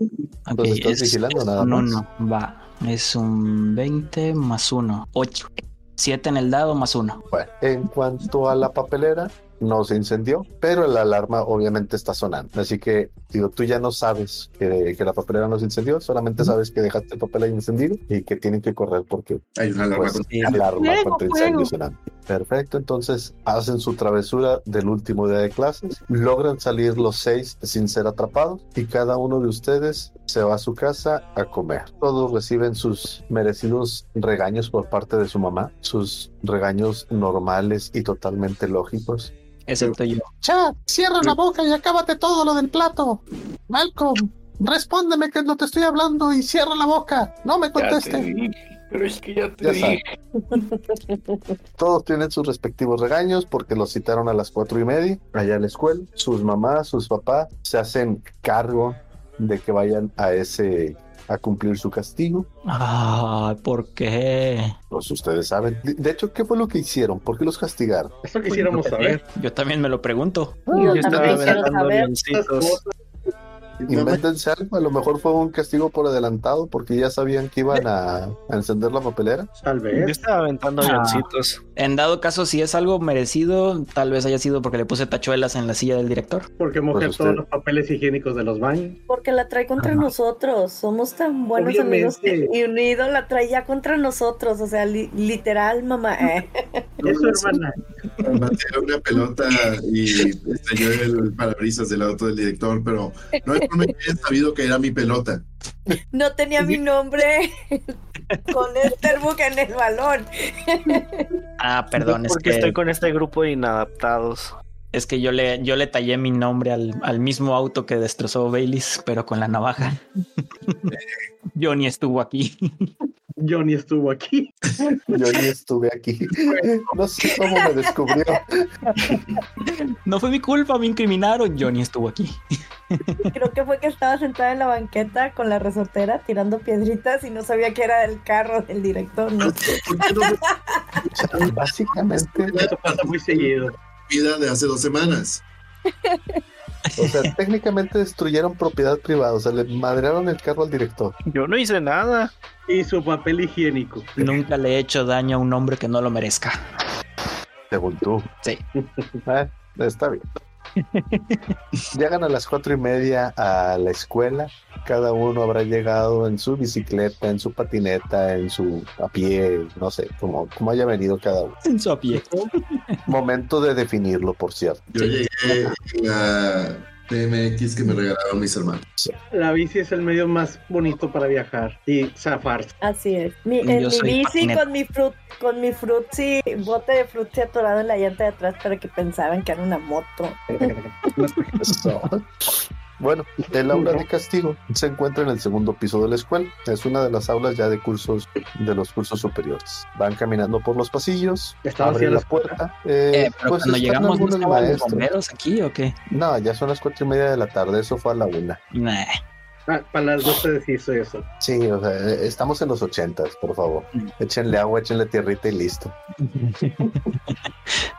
[SPEAKER 7] ok,
[SPEAKER 1] Los estás vigilando nada
[SPEAKER 7] un
[SPEAKER 1] más.
[SPEAKER 7] uno, Va. Es un 20 más 1. 8. 7 en el dado más 1.
[SPEAKER 1] Bueno, en cuanto a la papelera, no se incendió, pero la alarma obviamente está sonando. Así que, digo, tú ya no sabes que, que la papelera no se incendió, solamente sabes que dejaste el papel ahí encendido y que tienen que correr porque
[SPEAKER 5] Hay una alarma
[SPEAKER 1] pues,
[SPEAKER 5] con-
[SPEAKER 1] alarma
[SPEAKER 6] Fuego,
[SPEAKER 1] contra
[SPEAKER 6] fuego.
[SPEAKER 1] incendios sonando. Perfecto, entonces hacen su travesura del último día de clases, logran salir los seis sin ser atrapados y cada uno de ustedes se va a su casa a comer. Todos reciben sus merecidos regaños por parte de su mamá, sus regaños normales y totalmente lógicos.
[SPEAKER 7] Excepto yo.
[SPEAKER 1] Chat, cierra la boca y acábate todo lo del plato. Malcolm, respóndeme que no te estoy hablando y cierra la boca. No me
[SPEAKER 3] Ya te dije, pero es que ya te
[SPEAKER 1] Ya
[SPEAKER 3] dije.
[SPEAKER 1] Todos tienen sus respectivos regaños porque los citaron a las cuatro y media allá en la escuela. Sus mamás, sus papás se hacen cargo de que vayan a ese a cumplir su castigo.
[SPEAKER 7] Ah, ¿por qué?
[SPEAKER 1] Pues ustedes saben. De- De hecho, ¿qué fue lo que hicieron? ¿Por qué los castigaron?
[SPEAKER 2] Eso quisiéramos saber.
[SPEAKER 7] Pues, Yo también me lo pregunto.
[SPEAKER 6] Yo también quiero
[SPEAKER 7] aventando
[SPEAKER 6] saber. Pues,
[SPEAKER 7] avioncitos.
[SPEAKER 1] Invéntense algo. A lo mejor fue un castigo por adelantado porque ya sabían que iban a, a encender la papelera.
[SPEAKER 2] Tal
[SPEAKER 4] Yo
[SPEAKER 2] vez.
[SPEAKER 4] estaba aventando
[SPEAKER 7] Ah.
[SPEAKER 4] avioncitos.
[SPEAKER 7] En dado caso, si es algo merecido, tal vez haya sido porque le puse tachuelas en la silla del director.
[SPEAKER 2] Porque mojé
[SPEAKER 1] Pues usted-
[SPEAKER 2] todos los papeles higiénicos de los baños.
[SPEAKER 6] Porque la trae contra
[SPEAKER 7] Ajá.
[SPEAKER 6] nosotros. Somos tan buenos
[SPEAKER 2] Obviamente.
[SPEAKER 6] amigos. Y unido la trae ya contra nosotros. O sea, li- literal, mamá. eh.
[SPEAKER 2] Eso, hermana.
[SPEAKER 5] Pateé una pelota y estalló el parabrisas del auto del director, pero no es como que haya sabido que era mi pelota.
[SPEAKER 6] No tenía mi nombre con el termo en el balón.
[SPEAKER 7] Ah, perdón, es
[SPEAKER 4] Porque
[SPEAKER 7] que,
[SPEAKER 4] estoy con este grupo de inadaptados.
[SPEAKER 7] es que yo le, yo le tallé mi nombre al, al mismo auto que destrozó Baileys, pero con la navaja. Johnny estuvo aquí.
[SPEAKER 2] Johnny estuvo aquí.
[SPEAKER 1] Yo ni estuve aquí. No sé cómo me descubrió.
[SPEAKER 7] No fue mi culpa, me incriminaron. Johnny estuvo aquí.
[SPEAKER 6] Creo que fue que estaba sentada en la banqueta con la resortera tirando piedritas y no sabía que era el carro del director. ¿no?
[SPEAKER 5] ¿Por qué no me
[SPEAKER 1] O sea, básicamente
[SPEAKER 2] Eso pasa muy seguido.
[SPEAKER 5] vida de hace dos semanas?
[SPEAKER 1] O sea, técnicamente destruyeron propiedad privada, o sea, le madrearon el carro al director.
[SPEAKER 4] Yo no hice nada.
[SPEAKER 2] Y su papel higiénico.
[SPEAKER 7] Nunca le he hecho daño a un hombre que no lo merezca.
[SPEAKER 1] Según tú.
[SPEAKER 7] Sí.
[SPEAKER 1] Eh, está bien. Llegan a las cuatro y media a la escuela. Cada uno habrá llegado en su bicicleta, en su patineta, en su a pie, no sé, como, como haya venido cada uno.
[SPEAKER 7] En su pie.
[SPEAKER 1] Momento de definirlo, por cierto.
[SPEAKER 5] Yo llegué en la TMX que me regalaron mis hermanos.
[SPEAKER 2] La bici es el medio más bonito para viajar y zafarse.
[SPEAKER 6] Así es. Mi,
[SPEAKER 7] Yo
[SPEAKER 6] en mi
[SPEAKER 7] soy
[SPEAKER 6] bici
[SPEAKER 7] patineta.
[SPEAKER 6] con mi frut, con mi frutzi, bote de frutzi atorado en la llanta de atrás para que pensaban que era una moto.
[SPEAKER 1] Eso. Bueno, el aula de castigo se encuentra en el segundo piso de la escuela. Es una de las aulas ya de cursos de los cursos superiores. Van caminando por los pasillos,
[SPEAKER 2] Estaba
[SPEAKER 1] abren la
[SPEAKER 2] haciendo la escuela.
[SPEAKER 1] puerta. eh,
[SPEAKER 7] Eh, pero
[SPEAKER 1] pues
[SPEAKER 7] cuando
[SPEAKER 1] están
[SPEAKER 7] llegamos, ¿no
[SPEAKER 1] algunos
[SPEAKER 7] estaban los
[SPEAKER 1] maestros.
[SPEAKER 7] bomberos aquí o qué?
[SPEAKER 1] No, ya son las cuatro y media de la tarde. Eso fue a la una.
[SPEAKER 7] Nah.
[SPEAKER 2] Ah, para las 12 deshizo eso.
[SPEAKER 1] Sí, o sea, eh, estamos en los ochentas, por favor.
[SPEAKER 7] Mm.
[SPEAKER 1] Échenle agua, échenle tierrita y listo.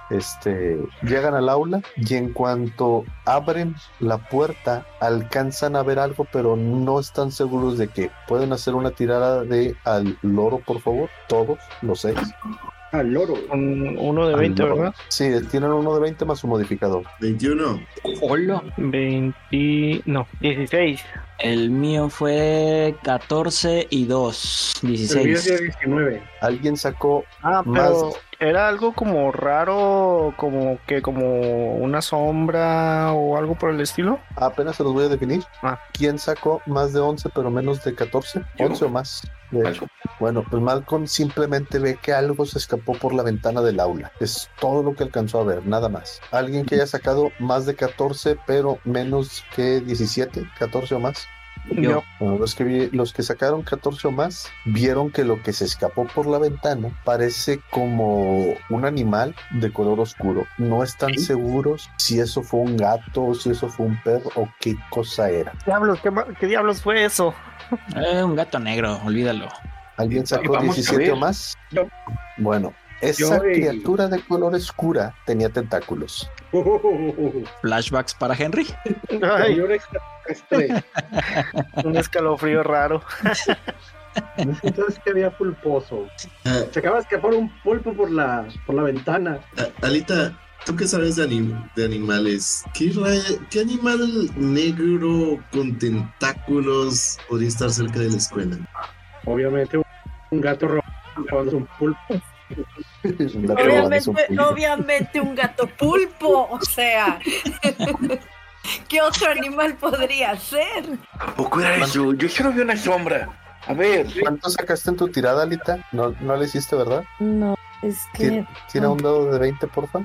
[SPEAKER 1] Este, llegan al aula y en cuanto abren la puerta alcanzan a ver algo, pero no están seguros de qué. Pueden hacer una tirada de al loro, por favor, todos los seis.
[SPEAKER 2] Al Ah, loro.
[SPEAKER 4] Un- uno de 20,
[SPEAKER 1] Al loro.
[SPEAKER 4] ¿verdad?
[SPEAKER 1] Sí, eh, tienen uno de 20 más su modificador.
[SPEAKER 5] 21.
[SPEAKER 7] Hola.
[SPEAKER 4] 20. No, 16.
[SPEAKER 7] El mío fue 14 y 2.
[SPEAKER 2] El mío
[SPEAKER 7] 16.
[SPEAKER 2] es día 19.
[SPEAKER 1] Alguien sacó
[SPEAKER 4] Ah,
[SPEAKER 1] Más-
[SPEAKER 4] pero era algo como raro, como que como una sombra o algo por el estilo.
[SPEAKER 1] Apenas se los voy a definir.
[SPEAKER 4] Ah.
[SPEAKER 1] ¿Quién sacó más de 11 pero menos de 14?
[SPEAKER 3] Yo.
[SPEAKER 1] 11 o más. de hecho. Bueno, pues Malcolm simplemente ve que algo se escapó por la ventana del aula. Es todo lo que alcanzó a ver, nada más. Alguien que haya sacado más de 14 pero menos que 17, 14 o más.
[SPEAKER 7] Yo.
[SPEAKER 1] Bueno, los que, vi- los que sacaron 14 o más vieron que lo que se escapó por la ventana parece como un animal de color oscuro. No están seguros si eso fue un gato o si eso fue un perro o qué cosa era.
[SPEAKER 4] Diablos, ¿qué, ma- qué diablos fue eso?
[SPEAKER 7] Eh, un gato negro, olvídalo.
[SPEAKER 1] ¿Alguien sacó
[SPEAKER 3] Vamos a
[SPEAKER 1] 17
[SPEAKER 3] ver. eh,
[SPEAKER 1] o más?
[SPEAKER 2] Yo.
[SPEAKER 1] Bueno, esa
[SPEAKER 2] Yo y-
[SPEAKER 1] criatura de color oscura tenía tentáculos.
[SPEAKER 2] Oh,
[SPEAKER 7] Flashbacks para Henry.
[SPEAKER 4] Ay,
[SPEAKER 2] Señor extraterrestre.
[SPEAKER 4] un escalofrío raro.
[SPEAKER 2] Entonces que había pulposo.
[SPEAKER 5] Ah,
[SPEAKER 2] Se acaba de escapar un pulpo por la, por la ventana.
[SPEAKER 5] a- Alita, ¿tú qué sabes de, anim- de animales? ¿Qué, ra- qué animal negro con tentáculos podría estar cerca de la escuela?
[SPEAKER 2] Obviamente un, un gato rojo robándose un pulpo.
[SPEAKER 1] La probada es
[SPEAKER 6] Obviamente,
[SPEAKER 1] un pulpo.
[SPEAKER 6] obviamente un gato pulpo, o sea. ¿Qué otro animal podría ser?
[SPEAKER 3] ¿A poco era eso? Yo solo vi una sombra. A ver,
[SPEAKER 1] ¿Cuánto sacaste en tu tirada, Alita? No, no le hiciste, ¿verdad?
[SPEAKER 6] No, es que
[SPEAKER 1] Tira un dado de 20, porfa.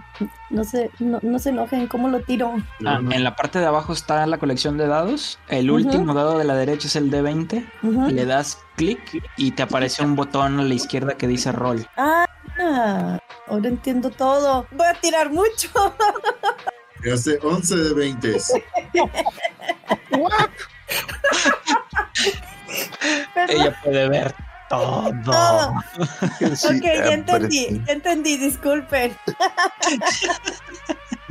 [SPEAKER 6] no se, no, no se enojen, ¿cómo lo tiro?
[SPEAKER 5] No,
[SPEAKER 7] Ah,
[SPEAKER 5] no.
[SPEAKER 7] En la parte de abajo está la colección de dados. El
[SPEAKER 6] Ujú.
[SPEAKER 7] último dado de la derecha es el de 20.
[SPEAKER 6] Ujú.
[SPEAKER 7] Le das clic y te aparece un botón a la izquierda que dice roll.
[SPEAKER 6] Ah, ahora entiendo todo. Voy a tirar mucho.
[SPEAKER 5] Hace 11 de 20.
[SPEAKER 6] Perdón.
[SPEAKER 7] Ella puede ver todo.
[SPEAKER 6] Todo.
[SPEAKER 1] Sí,
[SPEAKER 6] ok, ya
[SPEAKER 7] ah,
[SPEAKER 1] eh,
[SPEAKER 6] entendí,
[SPEAKER 1] parece-
[SPEAKER 6] ya entendí, disculpen.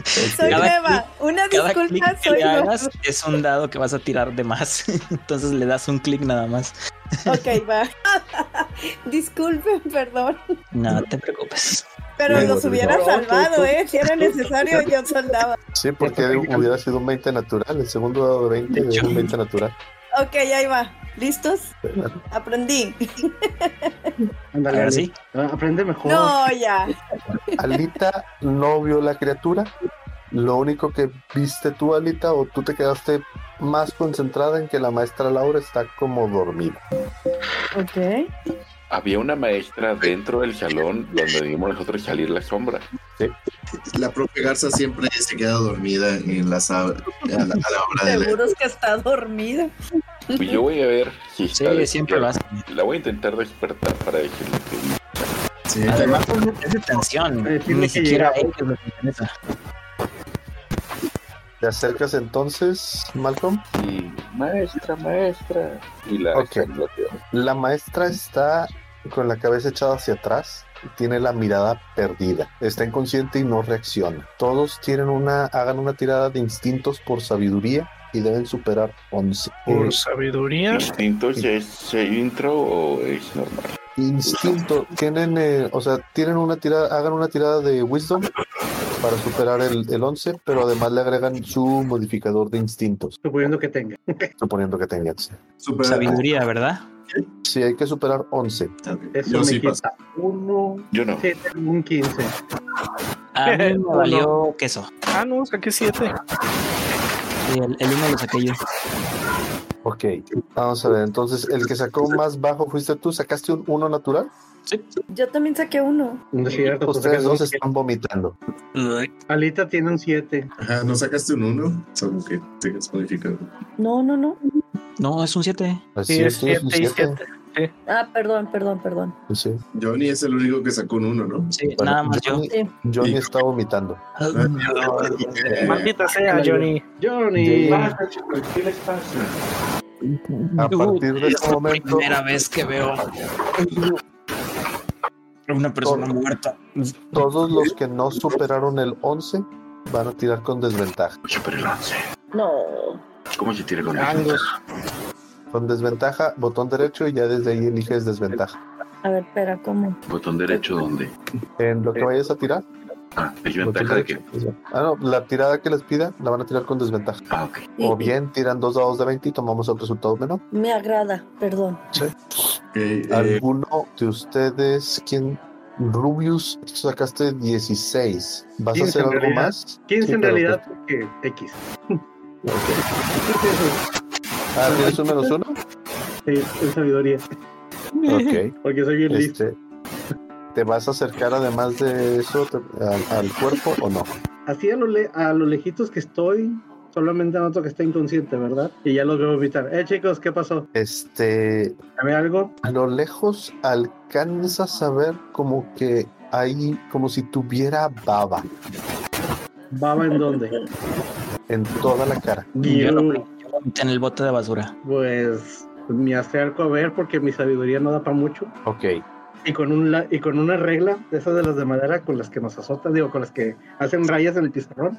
[SPEAKER 6] Soy
[SPEAKER 7] Cada
[SPEAKER 6] nueva. Una
[SPEAKER 7] Cada clic
[SPEAKER 6] disculpa,
[SPEAKER 7] que
[SPEAKER 6] soy
[SPEAKER 7] le
[SPEAKER 6] nueva.
[SPEAKER 7] hagas es un dado que vas a tirar de más. Entonces le das un clic nada más.
[SPEAKER 6] Ok, va. disculpen, perdón.
[SPEAKER 7] No te preocupes.
[SPEAKER 6] Pero
[SPEAKER 1] Bueno,
[SPEAKER 6] los hubiera
[SPEAKER 2] no, tú-
[SPEAKER 6] salvado,
[SPEAKER 2] tú-
[SPEAKER 6] ¿eh? Si era necesario, yo soldaba.
[SPEAKER 1] Sí, porque hubiera sido un 20 natural. El segundo dado de 20
[SPEAKER 7] De hecho.
[SPEAKER 1] es un 20 natural.
[SPEAKER 6] Ok, ahí va. ¿Listos? Aprendí.
[SPEAKER 2] Ándale,
[SPEAKER 7] Ahora
[SPEAKER 2] Ale.
[SPEAKER 7] sí.
[SPEAKER 2] Ah, Aprende mejor.
[SPEAKER 6] No, ya.
[SPEAKER 1] Alita no vio la criatura. Lo único que viste tú, Alita, o tú te quedaste más concentrada en que la maestra Laura está como dormida.
[SPEAKER 6] Ok.
[SPEAKER 3] había una maestra dentro del salón donde vimos nosotros salir la sombra.
[SPEAKER 5] La propia Garza siempre se queda dormida en las hab- a, la, a la hora de la...
[SPEAKER 6] Seguro es que está dormida.
[SPEAKER 3] Pues yo voy a ver si está
[SPEAKER 7] Sí,
[SPEAKER 3] despierta.
[SPEAKER 7] siempre lo hace.
[SPEAKER 3] La voy a intentar despertar para decirle que
[SPEAKER 5] Sí,
[SPEAKER 7] Además, es de tensión.
[SPEAKER 2] A decirle
[SPEAKER 7] Ni
[SPEAKER 2] que
[SPEAKER 7] siquiera a
[SPEAKER 2] llegaba.
[SPEAKER 7] ellos les interesa.
[SPEAKER 1] ¿Te acercas entonces, Malcolm?
[SPEAKER 3] sí, maestra, maestra. Y la
[SPEAKER 1] Ok.
[SPEAKER 3] bloqueó.
[SPEAKER 1] La maestra está con la cabeza echada hacia atrás y tiene la mirada perdida. Está inconsciente y no reacciona. Todos tienen una, hagan una tirada de instintos por sabiduría y deben superar Eh, 11.
[SPEAKER 4] Por sabiduría.
[SPEAKER 3] Instintos es eh, intro o es normal.
[SPEAKER 1] Instinto, tienen, eh, o sea, tienen una tirada, hagan una tirada de Wisdom para superar el, el 11, pero además le agregan su modificador de instintos,
[SPEAKER 2] Suponiendo que tenga.
[SPEAKER 1] suponiendo que tengan.
[SPEAKER 5] super-
[SPEAKER 7] Sabiduría, ¿verdad?
[SPEAKER 1] Sí, hay que superar 11.
[SPEAKER 2] Eso
[SPEAKER 5] Yo
[SPEAKER 2] me
[SPEAKER 5] sí
[SPEAKER 2] quita
[SPEAKER 5] paso.
[SPEAKER 2] uno.
[SPEAKER 3] Yo no.
[SPEAKER 2] Sí, tengo un 15.
[SPEAKER 7] A mí me
[SPEAKER 4] Uno.
[SPEAKER 7] valió queso.
[SPEAKER 4] Ah, no, saqué 7.
[SPEAKER 7] Sí, el, el uno lo saqué yo.
[SPEAKER 1] Ok, vamos a ver, entonces el que sacó más bajo fuiste tú, ¿sacaste un 1 natural?
[SPEAKER 6] Yo también saqué uno.
[SPEAKER 2] No es cierto, pues
[SPEAKER 1] Ustedes
[SPEAKER 2] sacas un
[SPEAKER 1] dos
[SPEAKER 2] siete.
[SPEAKER 1] están vomitando.
[SPEAKER 2] Alita tiene un 7.
[SPEAKER 5] Ajá, ¿no sacaste un 1? Solo que sigas modificando.
[SPEAKER 6] No, no, no.
[SPEAKER 7] No, es un 7.
[SPEAKER 1] Así
[SPEAKER 4] Sí,
[SPEAKER 1] es,
[SPEAKER 4] es
[SPEAKER 1] es un
[SPEAKER 4] 7 y
[SPEAKER 1] siete.
[SPEAKER 4] 7.
[SPEAKER 6] Ah, perdón, perdón, perdón.
[SPEAKER 1] Pues sí.
[SPEAKER 5] Johnny es el único que sacó un 1, ¿no?
[SPEAKER 7] Sí,
[SPEAKER 1] Bueno,
[SPEAKER 7] nada más yo.
[SPEAKER 1] Johnny,
[SPEAKER 6] Sí.
[SPEAKER 1] Johnny está vomitando.
[SPEAKER 5] Eh,
[SPEAKER 4] Maldita sea, Johnny.
[SPEAKER 2] Johnny.
[SPEAKER 1] Johnny.
[SPEAKER 3] ¿Qué les pasa?
[SPEAKER 1] A
[SPEAKER 7] Uh,
[SPEAKER 1] partir de
[SPEAKER 7] es
[SPEAKER 1] este
[SPEAKER 7] la
[SPEAKER 1] momento,
[SPEAKER 7] primera vez que veo a una persona muerta.
[SPEAKER 1] todos los que no superaron el 11 van a tirar con desventaja.
[SPEAKER 3] Super el 11.
[SPEAKER 6] No.
[SPEAKER 3] ¿Cómo se tira con
[SPEAKER 1] Ah,
[SPEAKER 3] eso?
[SPEAKER 4] Angus.
[SPEAKER 1] Con desventaja, botón derecho y ya desde ahí eliges desventaja.
[SPEAKER 6] A ver, espera, ¿cómo?
[SPEAKER 3] Botón derecho, ¿dónde?
[SPEAKER 1] En lo que vayas a tirar,
[SPEAKER 3] Ah, es
[SPEAKER 1] botón
[SPEAKER 3] ventaja de que.
[SPEAKER 1] derecho. Ah, no, la tirada que les pida la van a tirar con desventaja.
[SPEAKER 3] Ah, ok.
[SPEAKER 6] Y-
[SPEAKER 1] O bien tiran dos dados de 20 y tomamos el resultado menor.
[SPEAKER 6] Me agrada, perdón.
[SPEAKER 5] ok, eh,
[SPEAKER 1] ¿Alguno de ustedes? ¿Quién? Rubius, tú sacaste 16. ¿Vas a
[SPEAKER 2] Quince,
[SPEAKER 1] hacer
[SPEAKER 2] en
[SPEAKER 1] algo
[SPEAKER 2] realidad.
[SPEAKER 1] más?
[SPEAKER 2] 15
[SPEAKER 1] Sí,
[SPEAKER 2] en
[SPEAKER 1] pero-
[SPEAKER 2] realidad porque X.
[SPEAKER 1] Ah, ¿tienes un menos uno?
[SPEAKER 2] Sí, es sabiduría.
[SPEAKER 1] Ok.
[SPEAKER 2] Porque soy bien listo.
[SPEAKER 1] Este, ¿Te vas a acercar además de eso te- al, al cuerpo o no?
[SPEAKER 2] Así a lo, le- a lo lejitos que estoy, solamente noto que está inconsciente, ¿verdad? Y ya los veo evitar. Eh, chicos, ¿qué pasó?
[SPEAKER 1] Este,
[SPEAKER 2] ¿Sabe algo?
[SPEAKER 1] a lo lejos alcanzas a ver como que hay, como si tuviera baba
[SPEAKER 2] ¿Baba en dónde?
[SPEAKER 1] en toda la cara.
[SPEAKER 7] Yo lo-
[SPEAKER 2] Iu,
[SPEAKER 7] yo vomité en el bote de basura.
[SPEAKER 2] Pues me acerco a ver porque mi sabiduría no da para mucho.
[SPEAKER 1] Ok.
[SPEAKER 2] Y con, un la- y con una regla de esas de las de madera con las que nos azotan, digo, con las que hacen rayas en el pizarrón.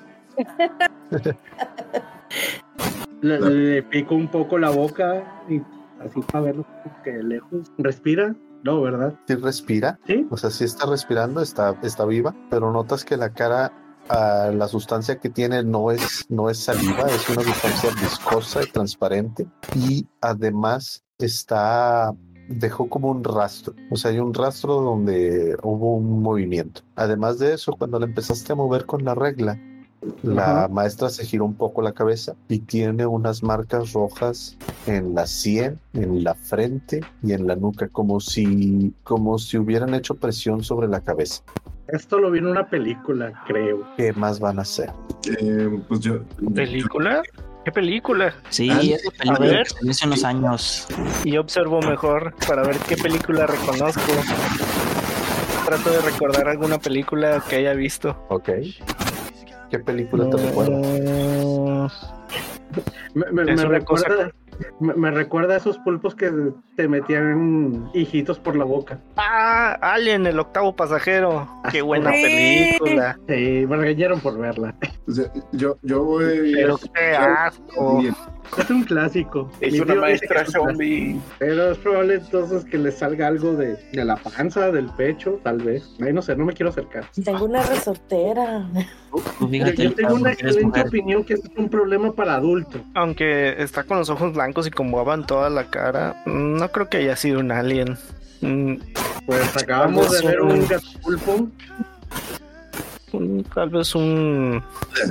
[SPEAKER 2] le, le pico un poco la boca y así para verlo como que de lejos. ¿Respira? No, ¿verdad?
[SPEAKER 1] Sí respira,
[SPEAKER 2] Sí.
[SPEAKER 1] o sea, sí está respirando, está, está viva, pero notas que la cara, ah, la sustancia que tiene no es, no es saliva, es una sustancia viscosa y transparente y además está dejó como un rastro, o sea, hay un rastro donde hubo un movimiento. Además de eso, cuando la empezaste a mover con la regla, la
[SPEAKER 2] Ajá.
[SPEAKER 1] maestra se giró un poco la cabeza y tiene unas marcas rojas en la sien, en la frente y en la nuca, como si, como si hubieran hecho presión sobre la cabeza.
[SPEAKER 2] Esto lo vi en una película, creo.
[SPEAKER 1] ¿Qué más van a hacer?
[SPEAKER 5] eh, pues yo.
[SPEAKER 4] ¿Película? ¿Qué película?
[SPEAKER 7] Sí,
[SPEAKER 5] Ah,
[SPEAKER 7] es una película
[SPEAKER 4] ver.
[SPEAKER 7] que salió hace unos años.
[SPEAKER 4] Y observo mejor para ver qué película reconozco. Trato de recordar alguna película que haya visto.
[SPEAKER 1] Ok. ¿Qué película te recuerda?
[SPEAKER 4] Mm.
[SPEAKER 2] Me, me-
[SPEAKER 4] Es
[SPEAKER 2] me
[SPEAKER 4] una cosa
[SPEAKER 2] recuerda, me, me recuerda a esos pulpos que te metían hijitos por la boca.
[SPEAKER 4] Ah, Alien, el octavo pasajero.
[SPEAKER 7] Ah,
[SPEAKER 4] Qué buena
[SPEAKER 6] Sí.
[SPEAKER 4] película.
[SPEAKER 2] Sí, me regañaron por verla.
[SPEAKER 5] pues yo- yo, yo voy.
[SPEAKER 4] Pero qué asco.
[SPEAKER 5] Bien.
[SPEAKER 2] Es un clásico.
[SPEAKER 3] Es
[SPEAKER 2] Mi
[SPEAKER 3] una
[SPEAKER 2] tío dice que
[SPEAKER 3] maestra
[SPEAKER 2] es un clásico.
[SPEAKER 3] zombie.
[SPEAKER 2] Pero es probable entonces que le salga algo de, de la panza, del pecho, tal vez. Ay, no sé, no me quiero acercar.
[SPEAKER 6] Tengo una resortera.
[SPEAKER 7] Tú
[SPEAKER 2] Yo,
[SPEAKER 7] fíjate,
[SPEAKER 2] yo tengo una
[SPEAKER 7] porque eres
[SPEAKER 2] excelente
[SPEAKER 7] mujer.
[SPEAKER 2] opinión que es un problema para adultos.
[SPEAKER 4] Aunque está con los ojos blancos y con baba en toda la cara, mm, no creo que haya sido un alien. Mm,
[SPEAKER 2] Pues acabamos de ver un gatulpo.
[SPEAKER 4] un- tal vez un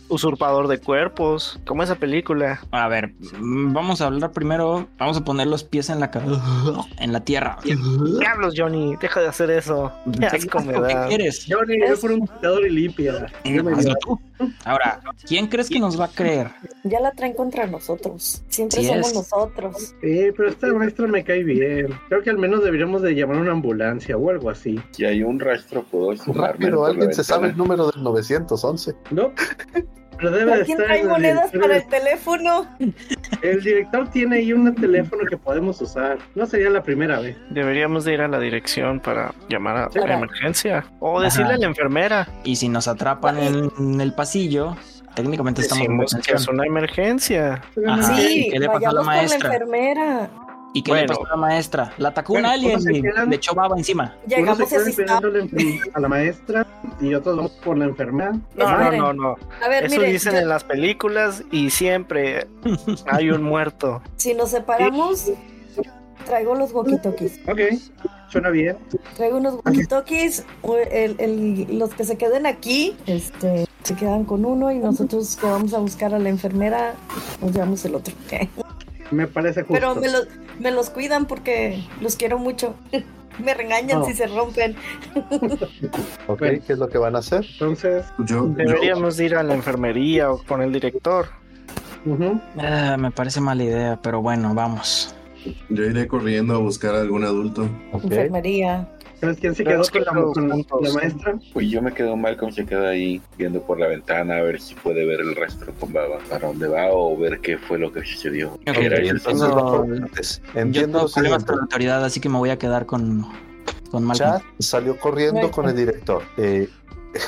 [SPEAKER 4] usurpador de cuerpos, como esa película.
[SPEAKER 7] A ver, mm, vamos a hablar primero. Vamos a poner los pies en la ca- en la tierra.
[SPEAKER 4] Diablos, Johnny, deja de hacer eso. Qué asco me
[SPEAKER 7] ¿Qué
[SPEAKER 4] da.
[SPEAKER 7] quieres?
[SPEAKER 2] Yo ni yo por un dictador y limpia. Yo me
[SPEAKER 7] Hazlo
[SPEAKER 2] digo,
[SPEAKER 7] tú. Ahora, ¿quién crees que nos va a creer?
[SPEAKER 6] Ya la traen contra nosotros. Siempre
[SPEAKER 7] Sí
[SPEAKER 6] somos
[SPEAKER 7] es.
[SPEAKER 6] nosotros.
[SPEAKER 2] eh, pero esta maestra me cae bien. Creo que al menos deberíamos de llamar a una ambulancia o algo así.
[SPEAKER 3] Si hay un rastro, puedo
[SPEAKER 1] Rápido, alguien se sabe el número del 911.
[SPEAKER 2] ¿No? Pero debe de
[SPEAKER 6] ¿Quién
[SPEAKER 2] estar.
[SPEAKER 6] trae
[SPEAKER 2] en el
[SPEAKER 6] monedas
[SPEAKER 2] directorio
[SPEAKER 6] para
[SPEAKER 2] de-
[SPEAKER 6] el teléfono?
[SPEAKER 2] El director tiene ahí un teléfono que podemos usar. No sería la primera vez.
[SPEAKER 4] Deberíamos de ir a la dirección para llamar a
[SPEAKER 6] Claro.
[SPEAKER 4] emergencia. O decirle
[SPEAKER 7] Ajá.
[SPEAKER 4] a la enfermera.
[SPEAKER 7] Y si nos atrapan en, en el pasillo, técnicamente estamos en
[SPEAKER 4] Decimos que es
[SPEAKER 7] detención.
[SPEAKER 4] una emergencia.
[SPEAKER 7] Ajá.
[SPEAKER 6] sí,
[SPEAKER 7] Ah, ¿y qué le pasó a la
[SPEAKER 6] vayamos con la
[SPEAKER 7] maestra?
[SPEAKER 6] enfermera.
[SPEAKER 7] ¿Y qué le
[SPEAKER 4] Bueno.
[SPEAKER 7] pasó a la maestra? La atacó un
[SPEAKER 2] Bueno,
[SPEAKER 7] alien
[SPEAKER 2] unos se
[SPEAKER 7] y
[SPEAKER 2] quedan-
[SPEAKER 7] le echó baba encima.
[SPEAKER 2] Unos se
[SPEAKER 6] Llegamos
[SPEAKER 2] quedan
[SPEAKER 6] así.
[SPEAKER 2] esperando a la enfer- a la maestra y otros vamos por la enfermera. Ah,
[SPEAKER 4] No, no,
[SPEAKER 6] Esperen.
[SPEAKER 4] no, no.
[SPEAKER 6] A ver,
[SPEAKER 4] Eso
[SPEAKER 6] miren,
[SPEAKER 4] dicen
[SPEAKER 6] yo-
[SPEAKER 4] en las películas y siempre hay un muerto.
[SPEAKER 6] si nos separamos, traigo los walkie-talkies.
[SPEAKER 2] Ok, suena bien.
[SPEAKER 6] Traigo unos walkie-talkies. o el- el- los que se queden aquí este, se quedan con uno y nosotros que vamos a buscar a la enfermera nos llevamos el otro.
[SPEAKER 2] Me parece justo.
[SPEAKER 6] Pero me los, me los cuidan porque los quiero mucho. Me regañan
[SPEAKER 4] No.
[SPEAKER 6] si se rompen.
[SPEAKER 1] Ok,
[SPEAKER 2] Bueno.
[SPEAKER 1] ¿qué es lo que van a hacer?
[SPEAKER 2] Entonces,
[SPEAKER 5] Yo, yo,
[SPEAKER 4] Deberíamos ir a la enfermería o con el director.
[SPEAKER 2] ujú.
[SPEAKER 7] Ah, me parece mala idea, pero bueno, vamos.
[SPEAKER 5] yo iré corriendo a buscar a algún adulto.
[SPEAKER 1] Ok,
[SPEAKER 6] Enfermería.
[SPEAKER 2] ¿sabes quién se quedó
[SPEAKER 4] Pero es
[SPEAKER 2] con
[SPEAKER 4] que
[SPEAKER 2] la,
[SPEAKER 4] los
[SPEAKER 2] con la
[SPEAKER 4] puntos-
[SPEAKER 2] maestra?
[SPEAKER 3] Pues yo me quedo mal como se queda ahí viendo por la ventana a ver si puede ver el rastro con baba para dónde va o ver qué fue lo que sucedió. Era ahí entonces.
[SPEAKER 7] No, yo
[SPEAKER 1] entiendo
[SPEAKER 7] tengo
[SPEAKER 1] lo
[SPEAKER 7] problemas
[SPEAKER 1] siguiente.
[SPEAKER 7] con la autoridad, así que me voy a quedar con, con Malcolm.
[SPEAKER 1] Chad salió corriendo con el director. Eh,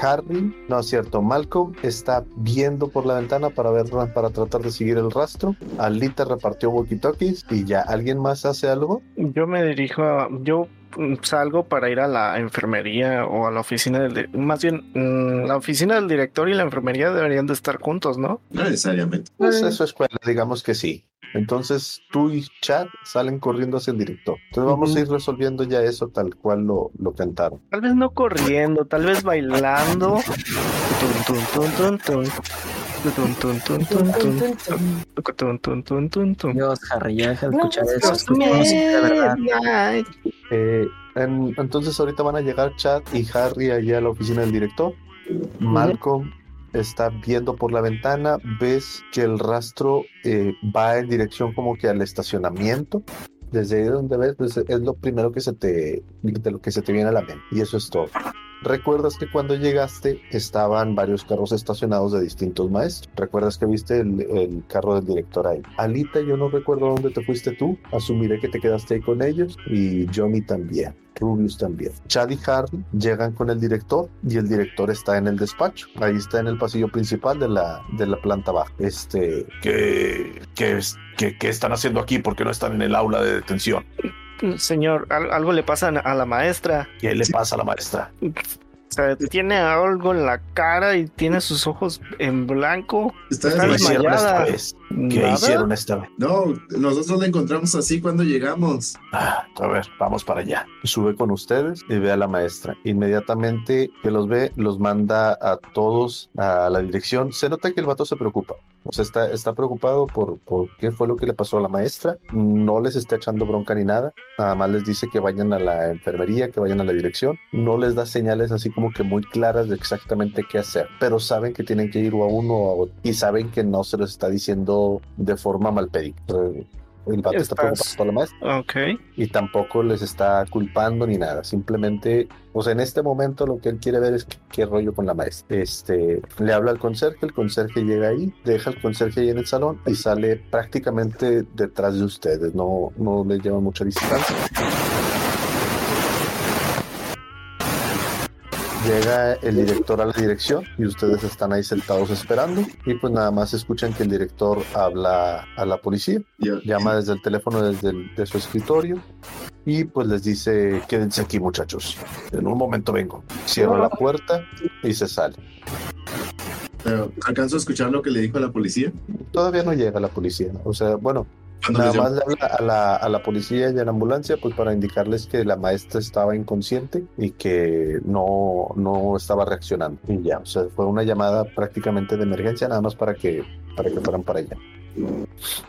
[SPEAKER 1] Harry, no es cierto, Malcolm está viendo por la ventana para ver para tratar de seguir el rastro. Alita repartió walkie-talkies y ya. ¿Alguien más hace algo?
[SPEAKER 4] Yo me dirijo a. Yo mm, salgo para ir a la enfermería o a la oficina del. di- Más bien, mm, la oficina del director y la enfermería deberían de estar juntos, ¿no?
[SPEAKER 5] No necesariamente.
[SPEAKER 1] Pues
[SPEAKER 4] Eh.
[SPEAKER 1] es su escuela, digamos que sí. Entonces tú y Chad salen corriendo hacia el director. Entonces vamos
[SPEAKER 4] Ujú.
[SPEAKER 1] a ir resolviendo ya eso tal cual lo, lo cantaron.
[SPEAKER 4] Tal vez no corriendo, tal vez bailando. Tun, tun, tun, tun, tun. Tun, tun, tun,
[SPEAKER 6] Tum,
[SPEAKER 4] tun, tun.
[SPEAKER 6] tum, tum, tum.
[SPEAKER 4] Tun, tun, tun, tun, tun.
[SPEAKER 7] Dios, Harry, ya deja de
[SPEAKER 6] No,
[SPEAKER 7] escuchar
[SPEAKER 6] no,
[SPEAKER 7] eso.
[SPEAKER 6] no,
[SPEAKER 7] es tu música, de verdad.
[SPEAKER 1] Eh, en- entonces ahorita van a llegar Chad y Harry allá a la oficina del director. Malcolm está viendo por la ventana, ves que el rastro eh, va en dirección como que al estacionamiento. Desde ahí donde ves, pues, es lo primero que se te, de lo que se te viene a la mente. Y eso es todo. Recuerdas que cuando llegaste estaban varios carros estacionados de distintos maestros. Recuerdas que viste el, el carro del director ahí. Alita, yo no recuerdo dónde te fuiste tú. Asumiré que te quedaste ahí con ellos y Johnny también. Rubius también. Chad y Harry llegan con el director y el director está en el despacho. Ahí está en el pasillo principal de la, de la planta baja. Este,
[SPEAKER 8] ¿Qué, qué, es- qué- qué están haciendo aquí? ¿Por qué no están en el aula de detención?
[SPEAKER 4] Señor, al- algo le pasa a la maestra.
[SPEAKER 8] ¿Qué le pasa a la maestra?
[SPEAKER 4] O sea, tiene algo en la cara y tiene sus ojos en blanco.
[SPEAKER 5] Está
[SPEAKER 4] Está
[SPEAKER 8] ¿Qué
[SPEAKER 5] desmayado.
[SPEAKER 8] hicieron esta
[SPEAKER 4] desmayada.
[SPEAKER 8] vez? ¿Qué
[SPEAKER 4] Nada.
[SPEAKER 8] hicieron esta vez?
[SPEAKER 5] No, nosotros la encontramos así cuando llegamos.
[SPEAKER 8] Ah, a ver, vamos para allá.
[SPEAKER 1] sube con ustedes y ve a la maestra. Inmediatamente que los ve, los manda a todos a la dirección. Se nota que el vato se preocupa. O sea, está, está preocupado por, por qué fue lo que le pasó a la maestra. No les está echando bronca ni nada. Nada más les dice que vayan a la enfermería, que vayan a la dirección. No les da señales así como que muy claras de exactamente qué hacer. Pero saben que tienen que ir o a uno o a otro. Y saben que no se los está diciendo de forma malpedida. El vato está
[SPEAKER 4] Estás-
[SPEAKER 1] preocupado por la maestra
[SPEAKER 4] Ok.
[SPEAKER 1] y tampoco les está culpando ni nada. Simplemente, o sea, en este momento lo que él quiere ver es qué, qué rollo con la maestra. Este, le habla al conserje, el conserje llega ahí, deja al conserje ahí en el salón y sale prácticamente detrás de ustedes. No, no le lleva mucha distancia. Llega el director a la dirección y ustedes están ahí sentados esperando y pues nada más escuchan que el director habla a la policía
[SPEAKER 5] Yo-
[SPEAKER 1] llama desde el teléfono desde el- de su escritorio y pues les dice quédense aquí muchachos
[SPEAKER 8] En un momento vengo.
[SPEAKER 1] cierra la puerta y se sale
[SPEAKER 5] pero, ¿Alcanzo a escuchar lo que le dijo a la policía?
[SPEAKER 1] todavía no llega la policía o sea bueno
[SPEAKER 5] Cuando
[SPEAKER 1] nada
[SPEAKER 5] les llamó.
[SPEAKER 1] más le habla a la, a la policía y a la ambulancia pues para indicarles que la maestra estaba inconsciente y que no no estaba reaccionando y ya o sea fue una llamada prácticamente de emergencia nada más para que para que fueran para allá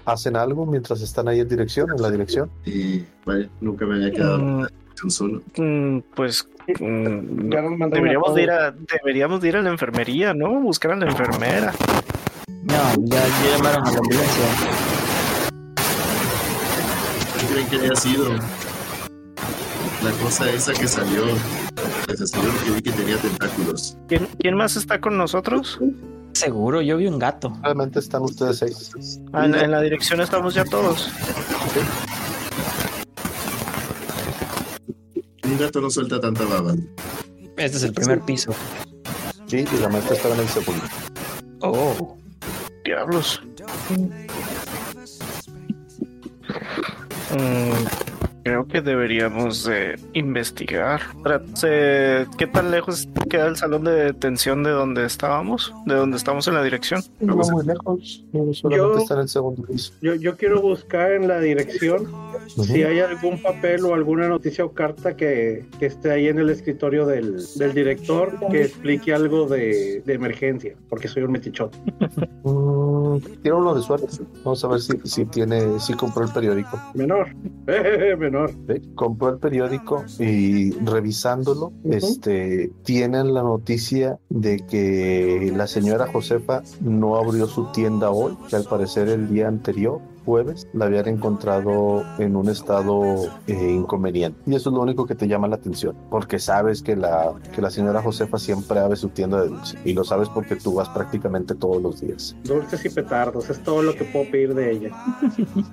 [SPEAKER 1] hacen algo mientras están ahí en dirección en la dirección
[SPEAKER 5] Y vaya, nunca me había quedado
[SPEAKER 4] Mm,
[SPEAKER 5] tan solo.
[SPEAKER 4] mm, pues mm,
[SPEAKER 2] Ya nos mandaron a
[SPEAKER 4] deberíamos
[SPEAKER 2] todos.
[SPEAKER 4] de ir a deberíamos de ir a la enfermería, ¿no? Buscar a la enfermera.
[SPEAKER 7] No, ya, ya llamaron a la ambulancia.
[SPEAKER 5] ¿Qué creen que haya sido? La cosa esa que salió. Les aseguro que vi que tenía tentáculos.
[SPEAKER 4] ¿Quién, quién más está con nosotros?
[SPEAKER 7] Seguro, yo vi un gato.
[SPEAKER 1] realmente están ustedes seis
[SPEAKER 4] Ah, En, en la dirección estamos ya todos.
[SPEAKER 5] Un gato no suelta tanta baba.
[SPEAKER 7] Este es el primer piso.
[SPEAKER 1] sí y la maestra estaba en el segundo
[SPEAKER 7] Oh,
[SPEAKER 4] Diablos. Mm, creo que deberíamos de investigar. Tra- se- ¿Qué tan lejos queda el salón de detención de donde estábamos? De donde estamos en la dirección.
[SPEAKER 1] No
[SPEAKER 5] Vamos a-
[SPEAKER 1] muy lejos, no, solamente
[SPEAKER 2] Yo-
[SPEAKER 1] está en el segundo piso.
[SPEAKER 2] Yo, yo quiero buscar en la dirección si
[SPEAKER 1] ¿Eh?
[SPEAKER 2] hay algún papel o alguna noticia o carta que, que esté ahí en el escritorio del, del director que explique algo de, de emergencia, porque soy un metichón.
[SPEAKER 1] Mm, Mm, tira uno de suerte. Vamos a ver si, si tiene, si compró el periódico.
[SPEAKER 2] Menor. Eh, menor.
[SPEAKER 1] ¿Ve? Compró el periódico y revisándolo,
[SPEAKER 2] Ujú.
[SPEAKER 1] este, tienen la noticia de que la señora Josefa no abrió su tienda hoy, que al parecer el día anterior jueves la habían encontrado en un estado eh, inconveniente y eso es lo único que te llama la atención porque sabes que la que la señora Josefa siempre abre su tienda de dulce y lo sabes porque tú vas prácticamente todos los días
[SPEAKER 2] Dulces y petardos, es todo lo que puedo pedir de ella.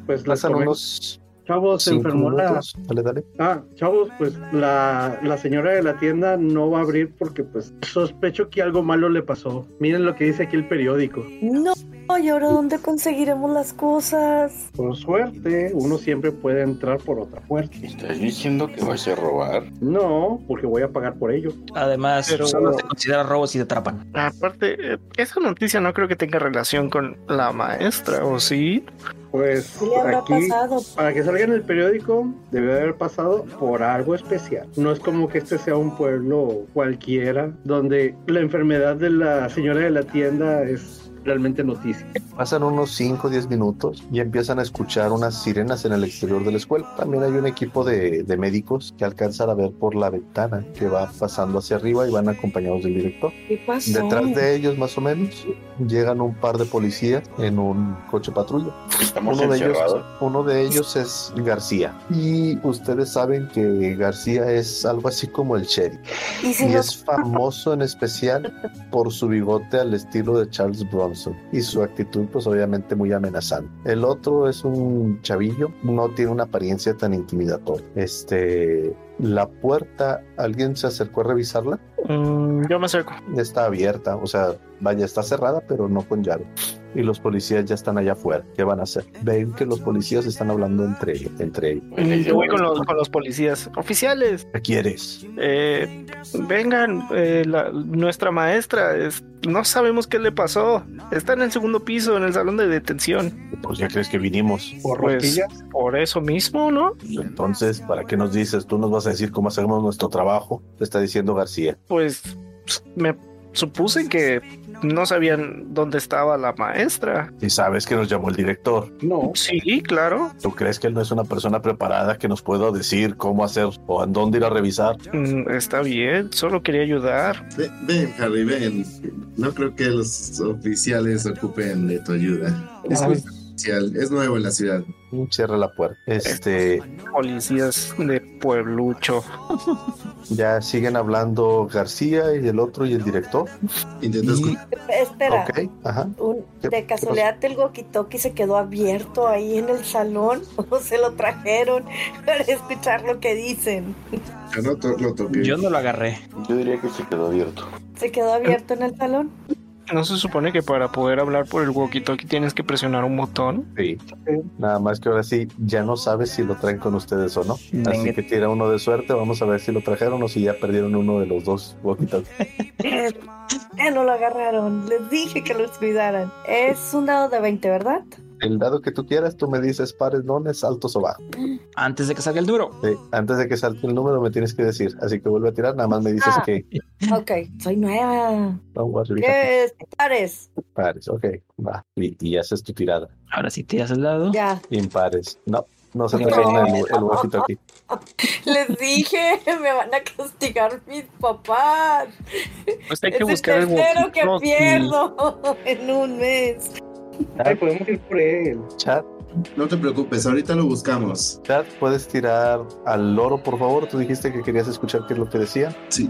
[SPEAKER 2] Pues las
[SPEAKER 1] pasan
[SPEAKER 2] come-
[SPEAKER 1] unos
[SPEAKER 2] Chavos, se
[SPEAKER 1] cinco
[SPEAKER 2] enfermó la,
[SPEAKER 1] minutos. Dale, dale.
[SPEAKER 2] Ah, chavos, pues la, la señora de la tienda no va a abrir porque pues sospecho que algo malo le pasó. Miren lo que dice aquí el periódico.
[SPEAKER 6] No, ¿y ahora dónde conseguiremos las cosas?
[SPEAKER 2] Por suerte, uno siempre puede entrar por otra puerta.
[SPEAKER 3] ¿Estás diciendo que vas a robar?
[SPEAKER 2] No, porque voy a pagar por ello.
[SPEAKER 7] Además,
[SPEAKER 4] Pero-
[SPEAKER 7] solo se considera robo si te atrapan.
[SPEAKER 4] Aparte, eh, esa noticia no creo que tenga relación con la maestra, ¿o sí?
[SPEAKER 2] Pues
[SPEAKER 6] ¿Qué le habrá
[SPEAKER 2] aquí,
[SPEAKER 6] pasado?
[SPEAKER 2] para que salga en el periódico, debe haber pasado por algo especial. No es como que este sea un pueblo cualquiera donde la enfermedad de la señora de la tienda es realmente noticia.
[SPEAKER 1] Pasan unos 5 o 10 minutos y empiezan a escuchar unas sirenas en el exterior de la escuela. También hay un equipo de, de médicos que alcanzan a ver por la ventana que va pasando hacia arriba y van acompañados del director.
[SPEAKER 6] ¿Qué pasó?
[SPEAKER 1] Detrás de ellos, más o menos, llegan un par de policías en un coche patrulla.
[SPEAKER 3] Estamos
[SPEAKER 1] Uno de, ellos,
[SPEAKER 3] encerrados.
[SPEAKER 1] uno de ellos es García. Y ustedes saben que García es algo así como el sheriff.
[SPEAKER 6] ¿Y si
[SPEAKER 1] Y
[SPEAKER 6] nos-
[SPEAKER 1] es famoso en especial por su bigote al estilo de Charles Bronson y su actitud pues obviamente muy amenazante. El otro es un chavillo, no tiene una apariencia tan intimidatoria. Este, la puerta, alguien se acercó a revisarla,
[SPEAKER 4] Mm, yo me acerco.
[SPEAKER 1] está abierta, o sea, vaya, está cerrada pero no con llave. Y los policías ya están allá afuera. ¿Qué van a hacer? Ven que los policías están hablando entre ellos. Entre ellos.
[SPEAKER 3] Pues,
[SPEAKER 4] Mm,
[SPEAKER 3] le
[SPEAKER 4] Yo voy
[SPEAKER 3] llevo-
[SPEAKER 4] con los, con los policías. Oficiales,
[SPEAKER 1] ¿Qué quieres?
[SPEAKER 4] eh, vengan, eh, la- nuestra maestra, es- no sabemos qué le pasó. Está en el segundo piso, en el salón de detención.
[SPEAKER 8] Pues ya crees que vinimos.
[SPEAKER 2] Por
[SPEAKER 4] Pues,
[SPEAKER 2] rodillas.
[SPEAKER 4] Por eso mismo, ¿no?
[SPEAKER 1] Pues Entonces, ¿para qué nos dices? Tú nos vas a decir cómo hacemos nuestro trabajo, te está diciendo García.
[SPEAKER 4] Pues me supuse que no sabían dónde estaba la maestra.
[SPEAKER 8] Si sabes que nos llamó el director,
[SPEAKER 2] No.
[SPEAKER 4] Sí, claro.
[SPEAKER 8] ¿tú crees que él no es una persona preparada que nos pueda decir cómo hacer o a dónde ir a revisar?
[SPEAKER 4] Mm, Está bien, solo quería ayudar.
[SPEAKER 5] Ve- Ven, Harry, ven. No creo que los oficiales ocupen de tu ayuda. Es un oficial, es nuevo en la ciudad.
[SPEAKER 1] Cierra la puerta. Este,
[SPEAKER 4] Policías de pueblucho.
[SPEAKER 1] ya siguen hablando García y el otro y el director.
[SPEAKER 5] Intento
[SPEAKER 1] Y,
[SPEAKER 5] escuchar.
[SPEAKER 6] Espera,
[SPEAKER 1] ok, ajá.
[SPEAKER 6] un-
[SPEAKER 1] ¿Qué-
[SPEAKER 6] de
[SPEAKER 1] qué pasó?
[SPEAKER 6] casualidad el walkie-talkie se quedó abierto ahí en el salón o se lo trajeron para escuchar lo que dicen.
[SPEAKER 5] No to- lo toqué.
[SPEAKER 7] Yo no lo agarré.
[SPEAKER 3] Yo diría que se quedó abierto.
[SPEAKER 6] ¿Se quedó abierto en el salón?
[SPEAKER 4] ¿No se supone que para poder hablar por el walkie-talkie tienes que presionar un botón?
[SPEAKER 1] Sí. Nada más que ahora sí, ya no sabes si lo traen con ustedes o no. Así
[SPEAKER 7] Venga.
[SPEAKER 1] que tira uno de suerte, vamos a ver si lo trajeron o si ya perdieron uno de los dos boquitas.
[SPEAKER 6] Eh, eh, no lo agarraron. Les dije que los cuidaran. Es un dado de 20, ¿verdad?
[SPEAKER 1] El dado que tú quieras, tú me dices pares, dones, altos o bajos.
[SPEAKER 7] Antes de que salga el duro.
[SPEAKER 1] Sí, Antes de que salte el número me tienes que decir. Así que vuelve a tirar, nada más me dices
[SPEAKER 6] Ah.
[SPEAKER 1] que...
[SPEAKER 6] Ok, soy nueva.
[SPEAKER 1] No, Warrior,
[SPEAKER 6] ¿Qué es? Pares.
[SPEAKER 1] Pares, ok, va. Y, y haces tu tirada.
[SPEAKER 7] Ahora sí tiras el lado.
[SPEAKER 6] Ya.
[SPEAKER 1] Impares. No, no se te
[SPEAKER 7] No.
[SPEAKER 1] reina el, el walkie-talkie.
[SPEAKER 6] Les dije, me van a castigar mis papás.
[SPEAKER 4] Pues hay
[SPEAKER 6] es
[SPEAKER 4] que buscar
[SPEAKER 6] el
[SPEAKER 4] el
[SPEAKER 6] tercero que
[SPEAKER 4] walkie-talkie.
[SPEAKER 6] pierdo en un mes.
[SPEAKER 2] Ay, podemos ir por él.
[SPEAKER 1] Chat,
[SPEAKER 5] No te preocupes, ahorita lo buscamos.
[SPEAKER 1] chat, ¿puedes tirar al loro, por favor? Tú dijiste que querías escuchar qué es lo que decía.
[SPEAKER 5] Sí.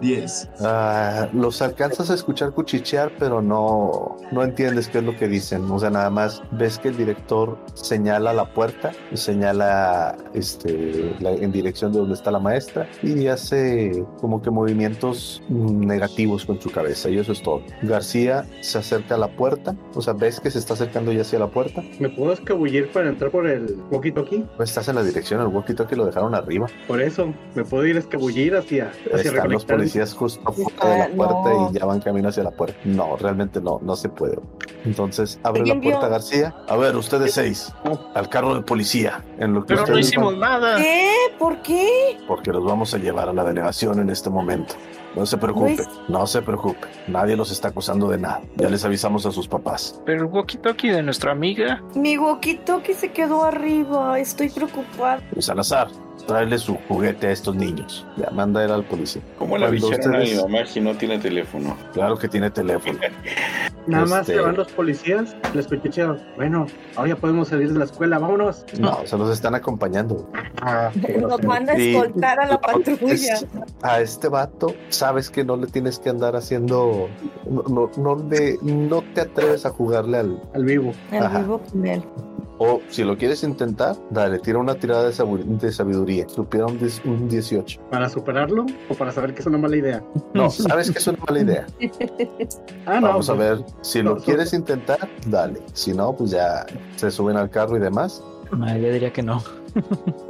[SPEAKER 5] 10.
[SPEAKER 1] Ah, los alcanzas a escuchar cuchichear, pero no, no entiendes qué es lo que dicen. O sea, nada más ves que el director señala la puerta, y señala este, la- en dirección de donde está la maestra y hace como que movimientos mm, negativos con su cabeza. Y eso es todo. García se acerca a la puerta, o sea, ves que se está acercando ya hacia la puerta.
[SPEAKER 2] ¿Me puedo escabullir para entrar por el walkie-talkie?
[SPEAKER 1] No estás en la dirección, el walkie-talkie lo dejaron arriba.
[SPEAKER 2] Por eso, me puedo ir a escabullir hacia, hacia
[SPEAKER 1] Están los
[SPEAKER 2] recolectar.
[SPEAKER 1] policías justo afuera de
[SPEAKER 6] Ah,
[SPEAKER 1] la puerta
[SPEAKER 6] no.
[SPEAKER 1] y ya van camino hacia la puerta. No, realmente no, no se puede. Entonces abre la
[SPEAKER 6] ¿Alguien vio?
[SPEAKER 1] puerta García.
[SPEAKER 8] A ver, ustedes seis, al carro de policía,
[SPEAKER 1] En lo que
[SPEAKER 4] Pero no
[SPEAKER 1] ustedes van-
[SPEAKER 4] Ah. hicimos nada.
[SPEAKER 6] ¿Qué? ¿Por qué?
[SPEAKER 8] porque los vamos a llevar a la delegación en este momento.
[SPEAKER 1] No se preocupe,
[SPEAKER 6] Luis.
[SPEAKER 1] no se preocupe. Nadie los está acusando de nada. Ya les avisamos a sus papás.
[SPEAKER 4] Pero el walkie-talkie de nuestra amiga.
[SPEAKER 6] Mi walkie-talkie se quedó arriba. Estoy preocupada.
[SPEAKER 1] Pues Salazar, tráele su juguete a estos niños. Ya manda él al policía.
[SPEAKER 3] ¿Cómo la
[SPEAKER 1] Cuando
[SPEAKER 3] avisaron a mi
[SPEAKER 1] ustedes-
[SPEAKER 3] mamá si no tiene teléfono?
[SPEAKER 1] Claro que tiene teléfono.
[SPEAKER 2] Nada más
[SPEAKER 1] Este-
[SPEAKER 2] se van los policías, les escucharon. Bueno, ahora ya podemos salir de la escuela, vámonos.
[SPEAKER 1] No, se los están acompañando.
[SPEAKER 2] Ah, qué
[SPEAKER 6] Nos
[SPEAKER 2] grosero.
[SPEAKER 6] van a
[SPEAKER 1] Sí.
[SPEAKER 6] escoltar a la patrulla.
[SPEAKER 1] Es- a este vato, sabes que no le tienes que andar haciendo. No, no, no le- no te atreves a jugarle al.
[SPEAKER 2] Al vivo.
[SPEAKER 6] El
[SPEAKER 1] Ajá.
[SPEAKER 6] vivo con él.
[SPEAKER 1] O si lo quieres intentar, dale, tira una tirada de, sabu- de sabiduría. Supiera un, diez- un 18.
[SPEAKER 2] ¿Para superarlo o para saber que es una mala idea?
[SPEAKER 1] No, sabes que es una mala idea.
[SPEAKER 2] Ah, Mm. no.
[SPEAKER 1] Vamos a
[SPEAKER 2] pues,
[SPEAKER 1] ver. Si lo
[SPEAKER 2] No, no.
[SPEAKER 1] quieres intentar, dale. Si no, pues ya se suben al carro y demás.
[SPEAKER 7] Ah, Yo diría que no.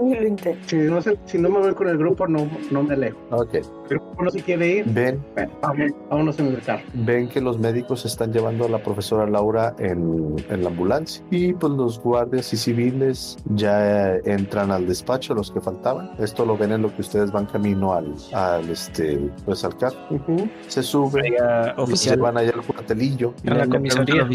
[SPEAKER 6] Y lo intenté.
[SPEAKER 2] Si no, se- si no me voy con el grupo, no, no me alejo.
[SPEAKER 1] Ok.
[SPEAKER 2] El grupo no se quiere ir.
[SPEAKER 1] Ven
[SPEAKER 2] Bueno, vamos, vámonos en el carro.
[SPEAKER 1] ven que los médicos están llevando a la profesora Laura en, en la ambulancia y pues los guardias y civiles ya eh, entran al despacho los que faltaban esto lo ven en lo que ustedes van camino al, al este pues al carro
[SPEAKER 2] Ujú.
[SPEAKER 1] se suben
[SPEAKER 7] Oiga,
[SPEAKER 1] se
[SPEAKER 7] Ah, oficial.
[SPEAKER 1] van allá al cuartelillo
[SPEAKER 7] A la comisaría.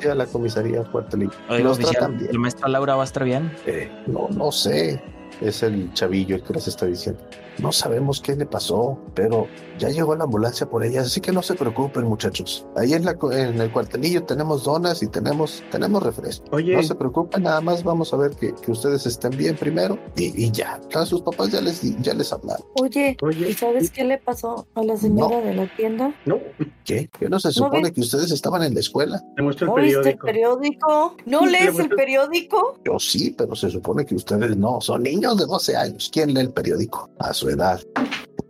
[SPEAKER 1] y a la comisaría cuartelillo
[SPEAKER 7] Oiga,
[SPEAKER 1] los tratan
[SPEAKER 7] oficial.
[SPEAKER 1] bien
[SPEAKER 7] La maestra Laura va a estar bien.
[SPEAKER 1] Eh, no no sé es el chavillo el que les está diciendo no sabemos qué le pasó pero ya llegó la ambulancia por ellas, así que no se preocupen, muchachos. Ahí en, la, co- en el cuartelillo tenemos donas y tenemos, tenemos refresco.
[SPEAKER 2] Oye.
[SPEAKER 1] No se preocupen, nada más vamos a ver que, que ustedes estén bien primero y, y ya. A sus papás ya les, di- ya les hablaron.
[SPEAKER 6] Oye,
[SPEAKER 2] Oye,
[SPEAKER 6] ¿y sabes qué le pasó a la señora de la tienda?
[SPEAKER 2] no,
[SPEAKER 1] ¿Qué? ¿Que no se
[SPEAKER 6] No
[SPEAKER 1] supone
[SPEAKER 6] ves.
[SPEAKER 1] que ustedes estaban en la escuela?
[SPEAKER 2] te muestro el
[SPEAKER 6] ¿No este viste el
[SPEAKER 2] periódico.
[SPEAKER 6] periódico? ¿No
[SPEAKER 2] Sí,
[SPEAKER 6] lees
[SPEAKER 2] le-
[SPEAKER 6] el periódico?
[SPEAKER 1] Yo sí, pero se supone que ustedes no. Son niños de 12 años. ¿Quién lee el periódico? A su edad.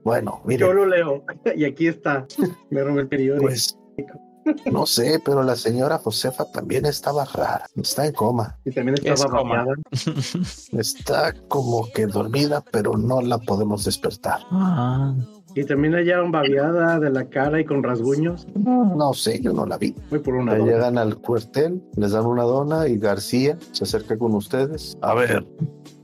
[SPEAKER 1] Bueno,
[SPEAKER 2] Yo
[SPEAKER 1] miren,
[SPEAKER 2] lo leo. Y aquí está. Me robé el periódico.
[SPEAKER 1] pues... No sé, pero la señora Josefa también estaba rara. Está en coma.
[SPEAKER 2] y también
[SPEAKER 7] es
[SPEAKER 2] estaba
[SPEAKER 7] coma.
[SPEAKER 2] babeada.
[SPEAKER 1] Está como que dormida, pero no la podemos despertar.
[SPEAKER 7] Ah,
[SPEAKER 2] Y también hallaron babeada de la cara y con rasguños.
[SPEAKER 1] No sé, yo no la vi.
[SPEAKER 2] Voy por una
[SPEAKER 1] Ahí
[SPEAKER 2] dona.
[SPEAKER 1] llegan al cuartel, les dan una dona y García se acerca con ustedes.
[SPEAKER 8] A ver,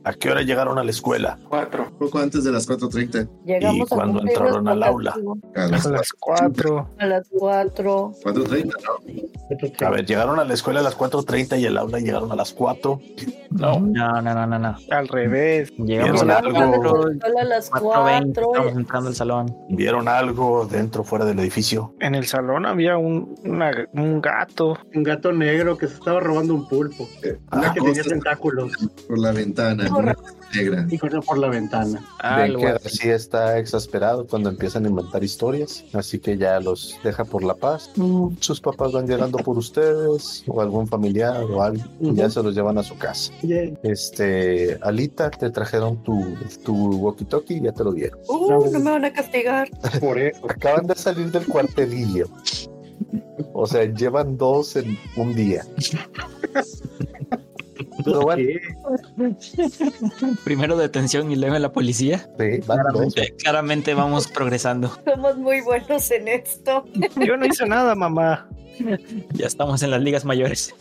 [SPEAKER 8] ¿a qué hora llegaron a la escuela?
[SPEAKER 3] Cuatro.
[SPEAKER 5] poco antes de las 4.30.
[SPEAKER 6] Llegamos a
[SPEAKER 8] cuando
[SPEAKER 6] cumplir
[SPEAKER 8] entraron al
[SPEAKER 6] nuestro
[SPEAKER 8] aula?
[SPEAKER 6] castigo
[SPEAKER 5] A las
[SPEAKER 4] A las cuatro.
[SPEAKER 6] A las 4.
[SPEAKER 5] 4.30,
[SPEAKER 1] A ver, llegaron a la escuela a las 4.30 y el aula llegaron a las 4.
[SPEAKER 7] no. No, no, no, no, no.
[SPEAKER 4] Al revés.
[SPEAKER 7] Llegamos a
[SPEAKER 1] Vieron
[SPEAKER 7] las
[SPEAKER 1] algo,
[SPEAKER 7] cuatro,
[SPEAKER 6] A las
[SPEAKER 7] 4:20,
[SPEAKER 6] 4.
[SPEAKER 7] Estamos entrando al salón.
[SPEAKER 1] vieron algo dentro, fuera del edificio.
[SPEAKER 4] En el salón había un, una- un gato.
[SPEAKER 2] Un gato negro que se estaba robando un pulpo.
[SPEAKER 5] eh,
[SPEAKER 2] Una
[SPEAKER 1] Ah,
[SPEAKER 5] una
[SPEAKER 2] Ah, que tenía
[SPEAKER 5] cosa
[SPEAKER 2] tentáculos
[SPEAKER 5] por la ventana, una cosa negra.
[SPEAKER 2] y corrió por la ventana.
[SPEAKER 1] Ven
[SPEAKER 7] Algo
[SPEAKER 1] que
[SPEAKER 7] así.
[SPEAKER 1] García está exasperado cuando empiezan a inventar historias, así que ya los deja por la paz. Mm, Sus papás van llegando por ustedes o algún familiar o algo, y ya se los llevan a su casa.
[SPEAKER 2] Oye,
[SPEAKER 1] Este, Alita, te trajeron tu, tu walkie-talkie, ya te lo dieron.
[SPEAKER 6] Uh, no me van a castigar.
[SPEAKER 2] por eso.
[SPEAKER 1] Acaban de salir del cuartelillo. O sea, llevan dos en un día. Pero bueno,
[SPEAKER 2] ¿Qué?
[SPEAKER 7] Primero detención y luego la policía.
[SPEAKER 1] sí, van dos.
[SPEAKER 7] Eh, Claramente vamos progresando.
[SPEAKER 6] Somos muy buenos en esto.
[SPEAKER 4] Yo no hice nada, mamá.
[SPEAKER 7] Ya estamos en las ligas mayores.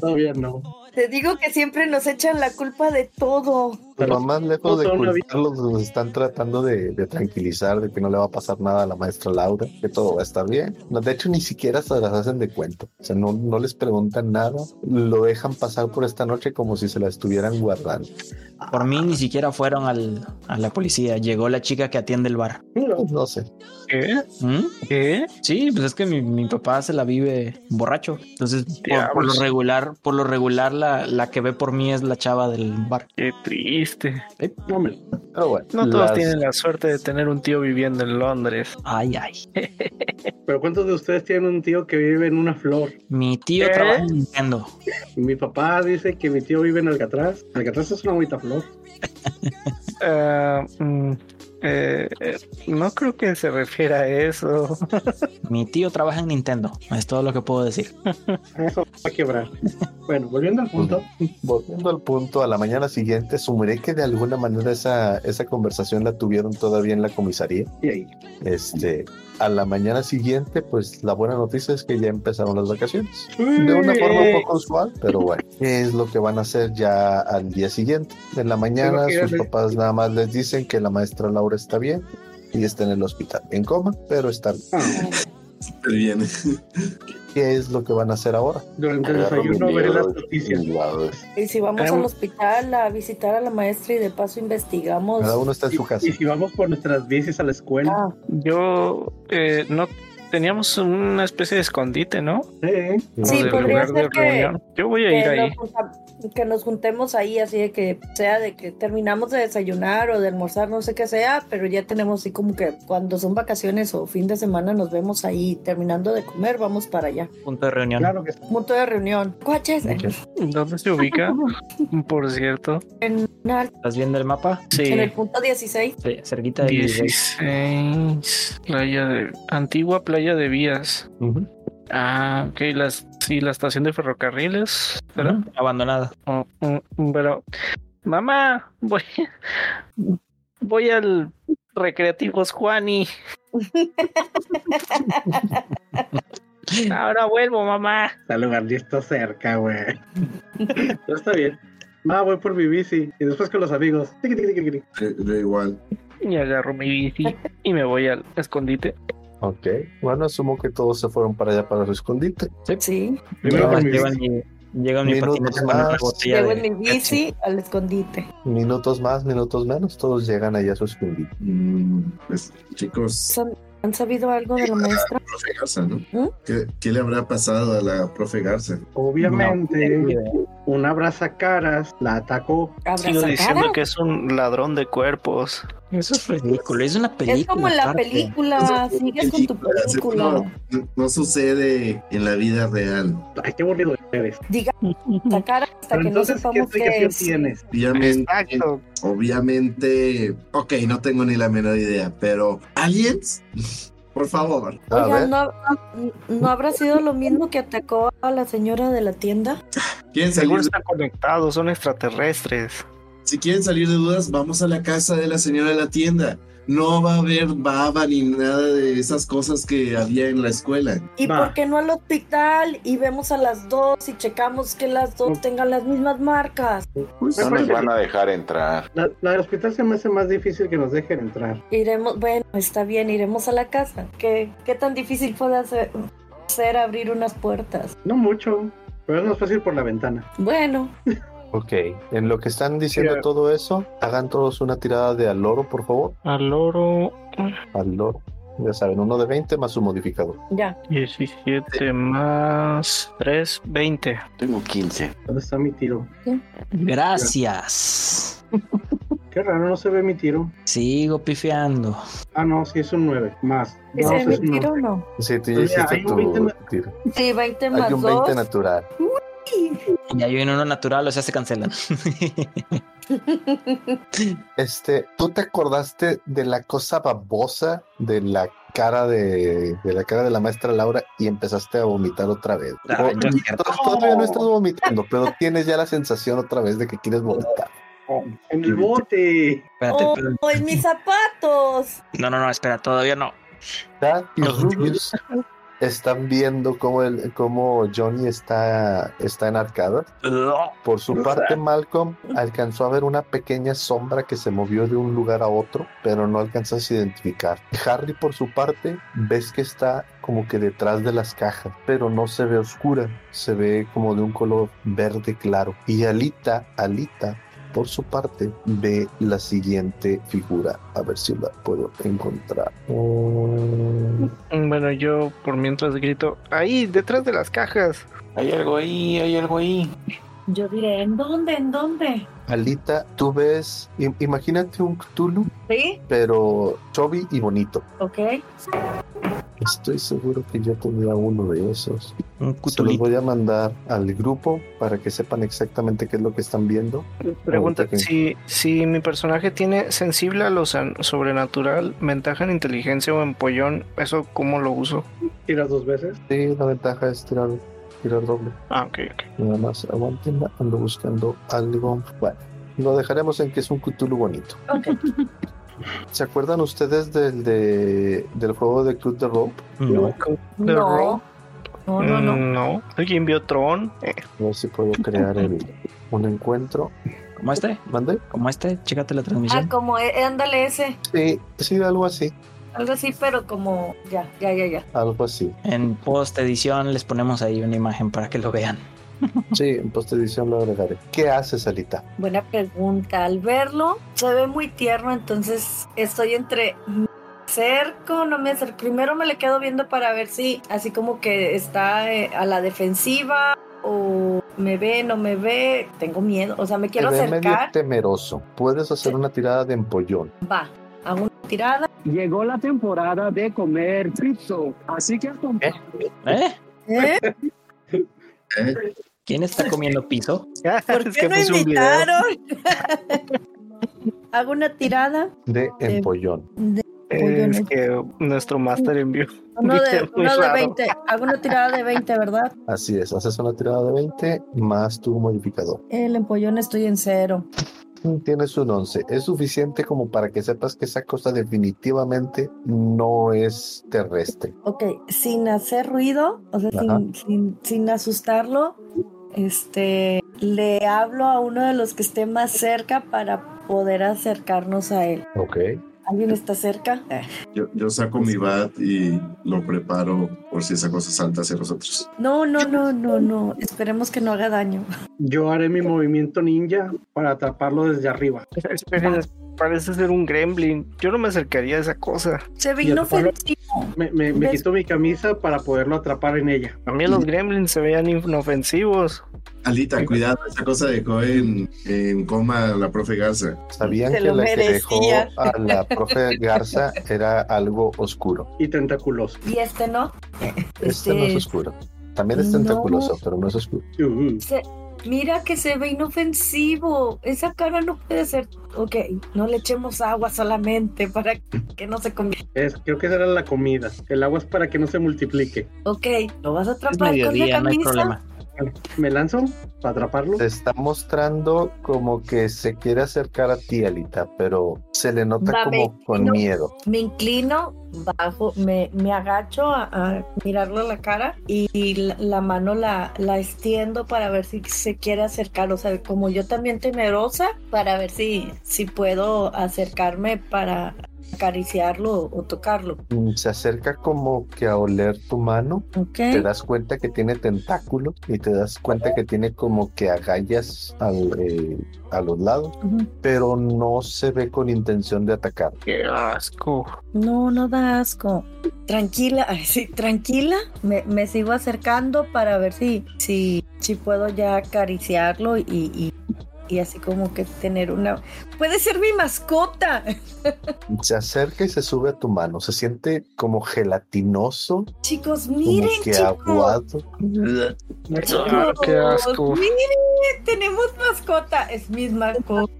[SPEAKER 2] Todavía no.
[SPEAKER 6] Te digo que siempre nos echan la culpa de todo.
[SPEAKER 1] Pero más lejos de
[SPEAKER 2] Toda una vida.
[SPEAKER 1] culparlos, los están tratando de, de tranquilizar, de que no le va a pasar nada a la maestra Laura, que todo va a estar bien. No, De hecho, ni siquiera se las hacen de cuento. O sea, no, no les preguntan nada. Lo dejan pasar por esta noche como si se la estuvieran guardando.
[SPEAKER 7] Por mí ni siquiera fueron al, a la policía. Llegó la chica que atiende el bar.
[SPEAKER 1] Pues, No sé.
[SPEAKER 4] ¿Qué?
[SPEAKER 7] ¿Mm?
[SPEAKER 4] ¿Qué?
[SPEAKER 7] Sí, pues es que mi, mi papá se la vive borracho. Entonces, por, por lo
[SPEAKER 4] Diablos.
[SPEAKER 7] regular, por lo regular, la, la que ve por mí es la chava del bar.
[SPEAKER 4] Qué triste.
[SPEAKER 2] No, hombre.
[SPEAKER 1] Pero bueno,
[SPEAKER 4] No todos
[SPEAKER 1] las-
[SPEAKER 4] tienen la suerte de tener un tío viviendo en Londres.
[SPEAKER 7] Ay, ay.
[SPEAKER 2] Pero ¿cuántos de ustedes tienen un tío que vive en una flor?
[SPEAKER 7] Mi tío
[SPEAKER 4] ¿Qué?
[SPEAKER 7] trabaja en Nintendo.
[SPEAKER 2] Mi papá dice que mi tío vive en Alcatraz. Alcatraz es una bonita flor.
[SPEAKER 4] Ah, mm, eh, eh, no creo que se refiera a eso.
[SPEAKER 7] Mi tío trabaja en Nintendo. Es todo lo que puedo decir.
[SPEAKER 2] Eso va a quebrar. Bueno, volviendo al punto.
[SPEAKER 1] Volviendo al punto, a la mañana siguiente, sumiré que de alguna manera esa, esa conversación la tuvieron todavía en la comisaría.
[SPEAKER 2] Y ahí.
[SPEAKER 1] Este, a la mañana siguiente, pues la buena noticia es que ya empezaron las vacaciones. De una forma un poco usual, pero bueno, ¿qué es lo que van a hacer ya al día siguiente? En la mañana
[SPEAKER 2] Tengo que ir a
[SPEAKER 1] sus
[SPEAKER 2] la-
[SPEAKER 1] papás nada más les dicen que la maestra Laura está bien y está en el hospital, en coma, pero está bien.
[SPEAKER 2] Ah,
[SPEAKER 8] Ah.
[SPEAKER 5] Súper bien.
[SPEAKER 1] ¿Qué es lo que van a hacer ahora?
[SPEAKER 2] Durante el
[SPEAKER 3] Agarro mi
[SPEAKER 2] desayuno veré
[SPEAKER 3] libro
[SPEAKER 2] las noticias.
[SPEAKER 3] y lo abro.
[SPEAKER 6] Y si vamos
[SPEAKER 2] Tenemos-
[SPEAKER 6] al hospital a visitar a la maestra y de paso
[SPEAKER 2] Pues,
[SPEAKER 6] investigamos.
[SPEAKER 1] Cada uno está en su casa.
[SPEAKER 2] Y, y si vamos por nuestras bicis a la escuela.
[SPEAKER 6] Ah,
[SPEAKER 4] Yo eh, no teníamos una especie de escondite, ¿no?
[SPEAKER 2] Eh,
[SPEAKER 6] Sí,
[SPEAKER 4] de
[SPEAKER 6] podría
[SPEAKER 4] lugar de
[SPEAKER 6] ser que-
[SPEAKER 4] reunión. Yo voy a ir
[SPEAKER 6] que,
[SPEAKER 4] ahí.
[SPEAKER 6] nos junta- que nos juntemos ahí, así de que sea de que terminamos de desayunar o de almorzar, no sé qué sea, pero ya tenemos así como que cuando son vacaciones o fin de semana nos vemos ahí terminando de comer, vamos para allá.
[SPEAKER 7] Punto de reunión.
[SPEAKER 2] claro que sí.
[SPEAKER 6] Punto de reunión. Guaches, eh,
[SPEAKER 4] ¿Dónde se ubica? Por cierto.
[SPEAKER 6] en, una-
[SPEAKER 7] ¿Estás viendo el mapa?
[SPEAKER 4] Sí.
[SPEAKER 6] en el punto 16.
[SPEAKER 7] Sí, cerquita de
[SPEAKER 4] 16. Playa de. Antigua playa de vías. Ah, ok. Las, sí, la estación de ferrocarriles. ¿verdad?
[SPEAKER 7] Abandonada.
[SPEAKER 4] Oh, mm, pero. Mamá, voy. Voy al Recreativos Juani. Ahora vuelvo, mamá.
[SPEAKER 2] Está lugar ya está cerca, güey. Pero está bien. Va, voy por mi bici. Y después con los amigos. Tiqui, tiqui, tiqui, tiqui.
[SPEAKER 5] Yo, yo igual.
[SPEAKER 4] Y agarro mi bici y me voy al escondite.
[SPEAKER 1] Ok. Bueno, asumo que todos se fueron para allá, para su escondite.
[SPEAKER 6] Sí,
[SPEAKER 2] Primero por mi
[SPEAKER 7] Llego en
[SPEAKER 2] bici.
[SPEAKER 7] mi, llego en mi
[SPEAKER 1] Minutos
[SPEAKER 7] patineta con una
[SPEAKER 1] más.
[SPEAKER 7] botella
[SPEAKER 6] llego
[SPEAKER 7] de
[SPEAKER 6] en mi bici al escondite.
[SPEAKER 1] Minutos más, minutos menos, todos llegan allá a su escondite.
[SPEAKER 5] Mm, pues, chicos,
[SPEAKER 6] ¿Son- ¿Han sabido algo de la maestra?
[SPEAKER 5] profe Garza, ¿no?
[SPEAKER 6] ¿Mm?
[SPEAKER 5] ¿Qué, qué le habrá pasado a la profe Garza?
[SPEAKER 2] Obviamente,
[SPEAKER 7] ketchup.
[SPEAKER 2] una brasa caras la atacó.
[SPEAKER 6] ¿Habrá
[SPEAKER 4] Sigo
[SPEAKER 6] sacada?
[SPEAKER 4] diciendo que es un ladrón de cuerpos.
[SPEAKER 7] Eso es ridículo. Es una película.
[SPEAKER 6] Es como la
[SPEAKER 7] aparte.
[SPEAKER 6] película, Ah, sigues con tu
[SPEAKER 5] Películas, eso
[SPEAKER 6] película.
[SPEAKER 5] No, no- no sucede en la vida real.
[SPEAKER 2] Ay, qué aburrido eres.
[SPEAKER 6] Diga, sacar hasta
[SPEAKER 2] Pero
[SPEAKER 6] que no
[SPEAKER 2] entonces, ¿qué
[SPEAKER 6] sepamos qué
[SPEAKER 2] explicación
[SPEAKER 6] es.
[SPEAKER 2] tienes?
[SPEAKER 5] Obviamente,
[SPEAKER 4] Exacto.
[SPEAKER 5] obviamente, ok, no tengo ni la menor idea, pero ¿aliens? Por favor.
[SPEAKER 1] A ver,
[SPEAKER 6] Oigan, ¿no, ¿no habrá sido lo mismo que atacó a la señora de la tienda?
[SPEAKER 5] ¿Quieren salir
[SPEAKER 4] Seguro
[SPEAKER 5] de-
[SPEAKER 4] están conectados, son extraterrestres.
[SPEAKER 5] si quieren salir de dudas, vamos a la casa de la señora de la tienda. No va a haber baba ni nada de esas cosas que había en la escuela.
[SPEAKER 6] ¿Y
[SPEAKER 2] Va.
[SPEAKER 6] por qué no al hospital? Y vemos a las dos y checamos que las dos tengan las mismas marcas.
[SPEAKER 5] Pues,
[SPEAKER 3] No nos van a dejar entrar.
[SPEAKER 2] La, la del hospital se me hace más difícil que nos dejen entrar.
[SPEAKER 6] Iremos, bueno, está bien, iremos a la casa. ¿Qué, qué tan difícil puede hacer, ser abrir unas puertas?
[SPEAKER 2] No mucho, pero es más fácil por la ventana.
[SPEAKER 6] Bueno,
[SPEAKER 1] ok. En lo que están diciendo
[SPEAKER 2] Mira.
[SPEAKER 1] todo eso, hagan todos una tirada de al loro, por favor.
[SPEAKER 4] Al oro
[SPEAKER 1] Al loro. Ya saben, uno de 20 más su modificador.
[SPEAKER 6] ya.
[SPEAKER 4] 17 más 3, 20.
[SPEAKER 3] Tengo 15.
[SPEAKER 2] ¿Dónde está mi tiro?
[SPEAKER 7] Gracias.
[SPEAKER 2] Qué raro, no se ve mi tiro.
[SPEAKER 7] Sigo pifiando.
[SPEAKER 2] Ah, no, sí es un 9. Más.
[SPEAKER 6] ¿Ese
[SPEAKER 2] No,
[SPEAKER 6] es
[SPEAKER 2] sí
[SPEAKER 6] mi
[SPEAKER 2] un
[SPEAKER 6] tiro o
[SPEAKER 2] nueve.
[SPEAKER 6] no?
[SPEAKER 1] Sí, tú ya
[SPEAKER 2] Mira,
[SPEAKER 1] hiciste
[SPEAKER 2] hay un
[SPEAKER 1] tu
[SPEAKER 2] 20 na-
[SPEAKER 1] tiro.
[SPEAKER 6] Sí, 20
[SPEAKER 1] Hay
[SPEAKER 6] más
[SPEAKER 1] un
[SPEAKER 6] 2.
[SPEAKER 1] 20 natural.
[SPEAKER 7] Y hay uno natural, o sea, se cancelan.
[SPEAKER 1] Este, ¿tú te acordaste de la cosa babosa de la cara de, de la cara de la maestra Laura y empezaste a vomitar otra vez?
[SPEAKER 7] Ah,
[SPEAKER 1] O-
[SPEAKER 7] yo
[SPEAKER 1] to- Todavía no estás vomitando, pero tienes ya la sensación otra vez de que quieres vomitar.
[SPEAKER 2] En el bote.
[SPEAKER 7] Espérate,
[SPEAKER 6] ¡Oh,
[SPEAKER 7] pero-
[SPEAKER 6] en mis zapatos!
[SPEAKER 7] No, no, no, espera, todavía no.
[SPEAKER 1] Chad y Rubius están viendo cómo, el, cómo Johnny está, está enarcado. Por su parte, Malcolm alcanzó a ver una pequeña sombra que se movió de un lugar a otro, pero no alcanzas a identificar. Harry, por su parte, ves que está como que detrás de las cajas, pero no se ve oscura, se ve como de un color verde claro. Y Alita, Alita, por su parte, ve la siguiente figura. A ver si la puedo encontrar. Mm,
[SPEAKER 4] Bueno, yo por mientras grito, ahí, detrás de las cajas.
[SPEAKER 3] Hay algo ahí, hay algo ahí.
[SPEAKER 6] Yo diré, ¿en dónde? ¿En dónde?
[SPEAKER 1] Alita, tú ves, im- imagínate un Cthulhu,
[SPEAKER 6] ¿Sí?
[SPEAKER 1] pero chubby y bonito.
[SPEAKER 6] ¿Ok?
[SPEAKER 1] Estoy seguro que yo tendría uno de esos.
[SPEAKER 7] Un
[SPEAKER 1] Se los
[SPEAKER 7] cutulito.
[SPEAKER 1] voy a mandar al grupo para que sepan exactamente qué es lo que están viendo.
[SPEAKER 4] Pregunta,
[SPEAKER 1] Ahorita que-
[SPEAKER 4] si, si mi personaje tiene sensible a lo san- sobrenatural, ventaja en inteligencia o empollón, ¿eso cómo lo uso?
[SPEAKER 2] Tiras dos veces.
[SPEAKER 1] Sí, la ventaja es tirar, tirar doble.
[SPEAKER 4] Ah, ok, ok.
[SPEAKER 1] Nada más, aguántenla, ando buscando algo. Bueno, lo dejaremos en que es un Cthulhu bonito.
[SPEAKER 6] Ok.
[SPEAKER 1] ¿Se acuerdan ustedes del, de- del juego de Club de Rope?
[SPEAKER 7] No.
[SPEAKER 4] The Row.
[SPEAKER 6] No. No, no,
[SPEAKER 1] Mm,
[SPEAKER 6] no.
[SPEAKER 4] Mm, ¿Alguien vio Tron? Eh,
[SPEAKER 1] A ver si puedo crear el- un encuentro.
[SPEAKER 7] Como este,
[SPEAKER 1] ¿Mandé?
[SPEAKER 7] como este, chécate la
[SPEAKER 6] Ah,
[SPEAKER 7] transmisión.
[SPEAKER 6] como, eh, ándale ese.
[SPEAKER 1] Sí, sí, algo así.
[SPEAKER 6] Algo así, pero como, ya, ya, ya, ya.
[SPEAKER 1] Algo así.
[SPEAKER 7] En post edición les ponemos ahí una imagen para que lo vean.
[SPEAKER 1] Sí, en postedición lo agregaré. ¿Qué hace Salita?
[SPEAKER 6] Buena pregunta. Al verlo, se ve muy tierno, entonces estoy entre me acerco, no me acerco. Primero me le quedo viendo para ver si así como que está eh, a la defensiva o me ve, no me ve. Tengo miedo, o sea, me quiero
[SPEAKER 1] Te ve medio
[SPEAKER 6] acercar.
[SPEAKER 1] temeroso. Puedes hacer una tirada de empollón.
[SPEAKER 6] Va, hago una tirada.
[SPEAKER 9] Llegó la temporada de comer frito, así que acompáñame.
[SPEAKER 7] ¿Eh?
[SPEAKER 6] ¿Eh?
[SPEAKER 7] ¿Quién está comiendo piso?
[SPEAKER 6] ¿Por
[SPEAKER 4] Es
[SPEAKER 6] qué no
[SPEAKER 4] puse un video.
[SPEAKER 6] invitaron? hago una tirada.
[SPEAKER 1] De empollón.
[SPEAKER 6] de-
[SPEAKER 4] Es que nuestro máster envió.
[SPEAKER 6] uno de,
[SPEAKER 4] Video muy
[SPEAKER 6] uno de
[SPEAKER 4] raro.
[SPEAKER 6] 20. Hago una tirada de 20, ¿verdad?
[SPEAKER 1] Así es. Haces una tirada de 20 más tu modificador.
[SPEAKER 6] El empollón estoy en cero.
[SPEAKER 1] Tienes un 11. Es suficiente como para que sepas que esa cosa definitivamente no es terrestre.
[SPEAKER 6] Ok, sin hacer ruido, o sea,
[SPEAKER 1] Ajá.
[SPEAKER 6] sin, sin, sin asustarlo, este, le hablo a uno de los que esté más cerca para poder acercarnos a él.
[SPEAKER 1] Ok.
[SPEAKER 6] ¿Alguien está cerca? Eh.
[SPEAKER 5] Yo, yo saco mi bat y lo preparo por si esa cosa salta hacia nosotros.
[SPEAKER 6] No, no, no, no, no. Esperemos que no haga daño.
[SPEAKER 2] Yo haré mi movimiento ninja para atraparlo desde arriba.
[SPEAKER 10] Esperen, parece ser un gremlin. Yo no me acercaría a esa cosa.
[SPEAKER 6] Se ve
[SPEAKER 2] Y el polo-
[SPEAKER 6] inofensivo.
[SPEAKER 2] Me, me, me
[SPEAKER 6] ¿Ves?
[SPEAKER 2] quito mi camisa para poderlo atrapar en ella.
[SPEAKER 10] A mí los gremlins se veían inofensivos.
[SPEAKER 5] Alita, cuidado, esa cosa dejó en, en coma a la profe Garza.
[SPEAKER 1] Sabían
[SPEAKER 6] Se
[SPEAKER 1] que
[SPEAKER 6] lo
[SPEAKER 1] la que dejó
[SPEAKER 6] merecía.
[SPEAKER 1] a la profe Garza era algo oscuro.
[SPEAKER 2] Y tentaculoso.
[SPEAKER 6] Y este no.
[SPEAKER 1] Este no es
[SPEAKER 6] Este-
[SPEAKER 1] oscuro. También es
[SPEAKER 6] No.
[SPEAKER 1] tentaculoso, pero no es oscuro.
[SPEAKER 2] Uh,
[SPEAKER 6] Se- mira que se ve inofensivo. Esa cara no puede ser. Ok, no le echemos agua solamente para que no se convierta.
[SPEAKER 2] es- creo que esa era la comida. El agua es para que no se multiplique.
[SPEAKER 6] Ok, lo vas a
[SPEAKER 7] Es
[SPEAKER 6] atrapar con la
[SPEAKER 7] mediodía, no hay
[SPEAKER 6] camisa.
[SPEAKER 7] problema.
[SPEAKER 2] Me lanzo para atraparlo.
[SPEAKER 1] Te está mostrando como que se quiere acercar a ti, Alita, pero se le nota
[SPEAKER 6] Mame,
[SPEAKER 1] como con
[SPEAKER 6] no.
[SPEAKER 1] miedo.
[SPEAKER 6] Me inclino, bajo, me, me agacho a, a mirarlo a la cara y, y la, la mano la, la extiendo para ver si se quiere acercar. O sea, como yo también temerosa, para ver si, si puedo acercarme para acariciarlo o tocarlo.
[SPEAKER 1] Mm, Se acerca como que a oler tu mano,
[SPEAKER 6] Ok.
[SPEAKER 1] te das cuenta que tiene tentáculos y te das cuenta que tiene como que agallas al, eh, a los lados,
[SPEAKER 6] Ujú.
[SPEAKER 1] pero no se ve con intención de atacar.
[SPEAKER 10] Qué asco.
[SPEAKER 6] No, no da asco. Tranquila, ay, sí, tranquila. Me, me sigo acercando para ver si, si, si puedo ya acariciarlo y, y- y así como que tener una... Puede ser mi mascota.
[SPEAKER 1] Se acerca y se sube a tu mano, se siente como gelatinoso,
[SPEAKER 6] Chicos,
[SPEAKER 1] como
[SPEAKER 6] miren,
[SPEAKER 1] que
[SPEAKER 6] chicos.
[SPEAKER 1] aguado.
[SPEAKER 10] Ah, qué asco.
[SPEAKER 6] Chicos, miren, tenemos mascota. Es mi mascota.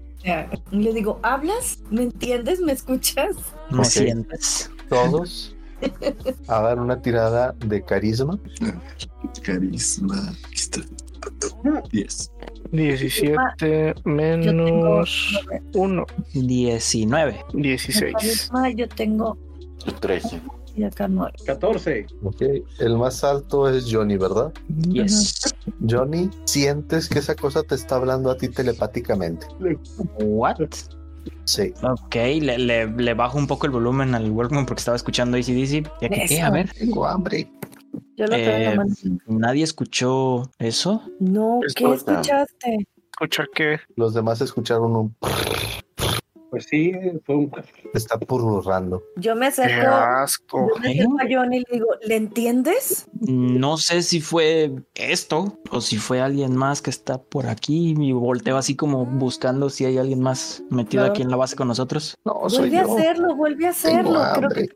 [SPEAKER 6] Y Le digo, ¿hablas? ¿Me entiendes? ¿Me escuchas?
[SPEAKER 7] Me
[SPEAKER 1] Ok.
[SPEAKER 7] sientes.
[SPEAKER 1] Todos hagan una tirada de carisma.
[SPEAKER 5] Carisma. Aquí está. 10.
[SPEAKER 10] 17 menos 1,
[SPEAKER 7] 19.
[SPEAKER 10] 16.
[SPEAKER 6] Ay, yo tengo...
[SPEAKER 3] 13.
[SPEAKER 6] Y acá no hay.
[SPEAKER 2] 14.
[SPEAKER 1] Ok, El más alto es Johnny, ¿verdad?
[SPEAKER 7] Yes.
[SPEAKER 1] Johnny, sientes que esa cosa te está hablando a ti telepáticamente.
[SPEAKER 7] What?
[SPEAKER 1] Sí.
[SPEAKER 7] Ok, le, le- le bajo un poco el volumen al Walkman porque estaba escuchando ACDC. Ya que, ¿qué? A
[SPEAKER 6] Eso.
[SPEAKER 7] ver,
[SPEAKER 1] Tengo hambre.
[SPEAKER 6] Yo lo tengo en la
[SPEAKER 7] Eh,
[SPEAKER 6] mano.
[SPEAKER 7] nadie escuchó eso.
[SPEAKER 6] No, ¿qué
[SPEAKER 3] Escucha.
[SPEAKER 6] escuchaste?
[SPEAKER 10] ¿Escuchar qué?
[SPEAKER 1] Los demás escucharon un...
[SPEAKER 2] Pues sí, fue un.
[SPEAKER 1] Te está purrurrando.
[SPEAKER 6] Yo me
[SPEAKER 10] Qué
[SPEAKER 6] acerco,
[SPEAKER 10] asco.
[SPEAKER 6] yo me acerco a Johnny y le digo, ¿le entiendes?
[SPEAKER 7] No sé si fue esto o si fue alguien más que está por aquí y volteo así como buscando si hay alguien más metido
[SPEAKER 6] Claro.
[SPEAKER 7] aquí en la base con nosotros.
[SPEAKER 1] No, soy
[SPEAKER 6] Vuelve a
[SPEAKER 1] yo.
[SPEAKER 6] hacerlo, vuelve a
[SPEAKER 1] Tengo
[SPEAKER 6] hacerlo. Creo
[SPEAKER 1] hambre.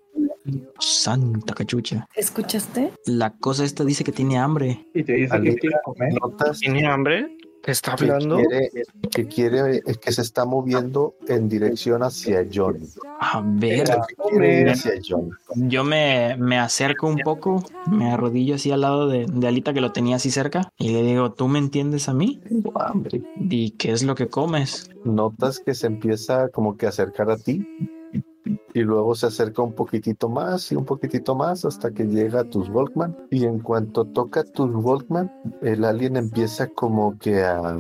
[SPEAKER 6] que...
[SPEAKER 7] Santa cachucha.
[SPEAKER 6] ¿Escuchaste?
[SPEAKER 7] La cosa esta dice que tiene hambre.
[SPEAKER 2] Y te dice que
[SPEAKER 1] Alita,
[SPEAKER 2] quiere comer.
[SPEAKER 1] Notas
[SPEAKER 10] ¿Tiene hambre? ¿Te está
[SPEAKER 1] que
[SPEAKER 10] hablando?
[SPEAKER 1] quiere, que quiere, eh, que se está moviendo en dirección hacia Johnny.
[SPEAKER 7] A ver,
[SPEAKER 1] Ella quiere ir hacia Johnny.
[SPEAKER 7] yo me, me acerco un poco, me arrodillo así al lado de, de Alita que lo tenía así cerca y le digo, ¿tú me entiendes a mí?
[SPEAKER 1] Tengo hambre.
[SPEAKER 7] ¿Y qué es lo que comes?
[SPEAKER 1] Notas que se empieza como que a acercar a ti y luego se acerca un poquitito más y un poquitito más hasta que llega a tus Walkman y en cuanto toca tus Walkman el alien empieza como que a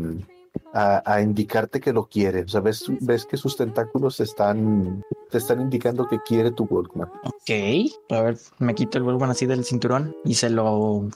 [SPEAKER 1] a, a indicarte que lo quiere. O sea, ves, ves que sus tentáculos están, te están indicando que quiere tu Walkman.
[SPEAKER 7] Ok. A ver, me quito el Walkman así del cinturón y se lo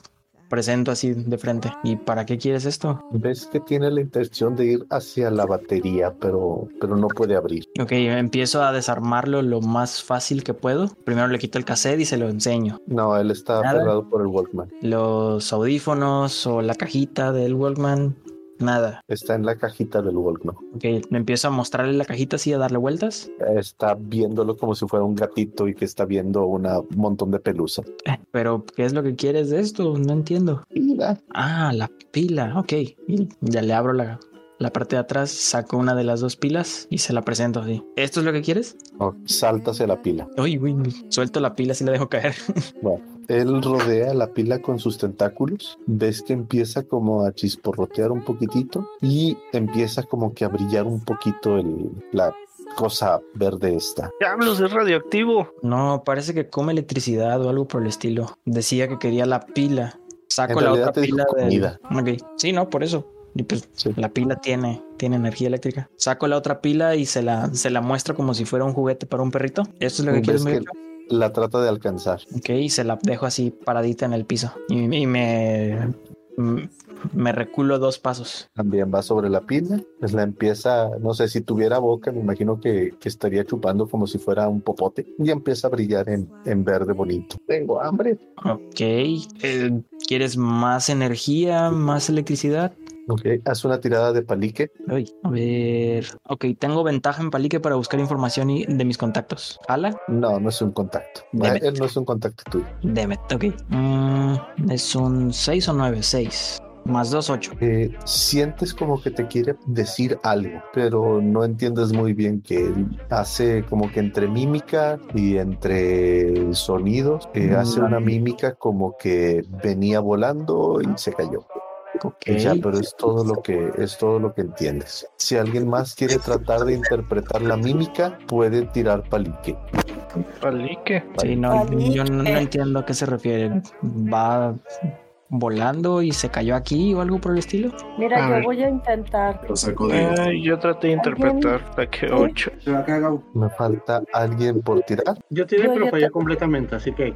[SPEAKER 7] presento así de frente. ¿Y para qué quieres esto?
[SPEAKER 1] Ves que tiene la intención de ir hacia la batería, pero, pero no puede abrir.
[SPEAKER 7] Ok, empiezo a desarmarlo lo más fácil que puedo. Primero le quito el cassette y se lo enseño.
[SPEAKER 1] No, él está
[SPEAKER 7] Nada.
[SPEAKER 1] aferrado por el Walkman.
[SPEAKER 7] Los audífonos o la cajita del Walkman, nada.
[SPEAKER 1] Está en la cajita del Walkman.
[SPEAKER 7] Ok, me empiezo a mostrarle la cajita así, a darle vueltas.
[SPEAKER 1] Está viéndolo como si fuera un gatito y que está viendo una- un montón de pelusa.
[SPEAKER 7] Pero, ¿qué es lo que quieres de esto? No entiendo.
[SPEAKER 1] Mira,
[SPEAKER 7] Ah, la pila, ok. Y ya le abro la, la parte de atrás, saco una de las dos pilas y se la presento así. ¿Esto es lo que quieres?
[SPEAKER 1] no, Oh, salta hacia la pila.
[SPEAKER 7] Uy, uy, uy. suelto la pila, así la dejo caer.
[SPEAKER 1] Él rodea la pila con sus tentáculos. Ves que empieza como a chisporrotear un poquitito y empieza como que a brillar un poquito el, la cosa verde esta.
[SPEAKER 10] Diablos, es radioactivo.
[SPEAKER 7] No, parece que come electricidad o algo por el estilo. Decía que quería la pila. Saco
[SPEAKER 1] En
[SPEAKER 7] la
[SPEAKER 1] realidad te
[SPEAKER 7] otra
[SPEAKER 1] dijo
[SPEAKER 7] pila de
[SPEAKER 1] comida.
[SPEAKER 7] Ok. Sí, no, por eso. Y pues
[SPEAKER 1] Sí.
[SPEAKER 7] la pila tiene, tiene energía eléctrica. Saco la otra pila y se la, se la muestro como si fuera un juguete para un perrito. ¿Esto es lo que
[SPEAKER 1] ¿Ves
[SPEAKER 7] quieres,
[SPEAKER 1] que
[SPEAKER 7] mi gallo?
[SPEAKER 1] la trata de alcanzar.
[SPEAKER 7] Ok, y se la dejo así paradita en el piso. Y, y me, m- me reculo dos pasos.
[SPEAKER 1] También va sobre la pila, pues la empieza, no sé, si tuviera boca, me imagino que, que estaría chupando como si fuera un popote y empieza a brillar en, en verde bonito. Tengo hambre.
[SPEAKER 7] Ok, eh, ¿quieres más energía, más electricidad?
[SPEAKER 1] Ok, haz una tirada de palique.
[SPEAKER 7] Ay, a ver. Ok, tengo ventaja en Palique para buscar información y- de mis contactos. ¿Ala?
[SPEAKER 1] No, no es un contacto.
[SPEAKER 7] Deme.
[SPEAKER 1] Él no es un contacto tuyo.
[SPEAKER 7] Demet, ok. Mm, es un 6 o 9, 6. Más 2, 8.
[SPEAKER 1] Eh, sientes como que te quiere decir algo, pero no entiendes muy bien que él hace como que entre mímica y entre sonidos, eh, hace una mímica como que venía volando y se cayó.
[SPEAKER 7] Ok.
[SPEAKER 1] Y Ya, pues, pero es todo lo que es todo lo que entiendes. Si alguien más quiere tratar de interpretar la mímica, puede tirar palique.
[SPEAKER 10] Palique.
[SPEAKER 7] Sí, no, yo no, no entiendo a qué se refiere. ¿Va volando y se cayó aquí o algo por el estilo?
[SPEAKER 6] Mira,
[SPEAKER 2] A
[SPEAKER 6] yo
[SPEAKER 2] ver.
[SPEAKER 6] voy a intentar.
[SPEAKER 5] Lo saco de.
[SPEAKER 1] Pues,
[SPEAKER 10] Ay, yo traté de interpretar la que 8.
[SPEAKER 2] Se la caga.
[SPEAKER 1] Me falta alguien por tirar.
[SPEAKER 2] Yo tiré,
[SPEAKER 6] Yo-
[SPEAKER 2] pero
[SPEAKER 6] yo
[SPEAKER 2] fallé
[SPEAKER 6] te-
[SPEAKER 2] completamente, así que.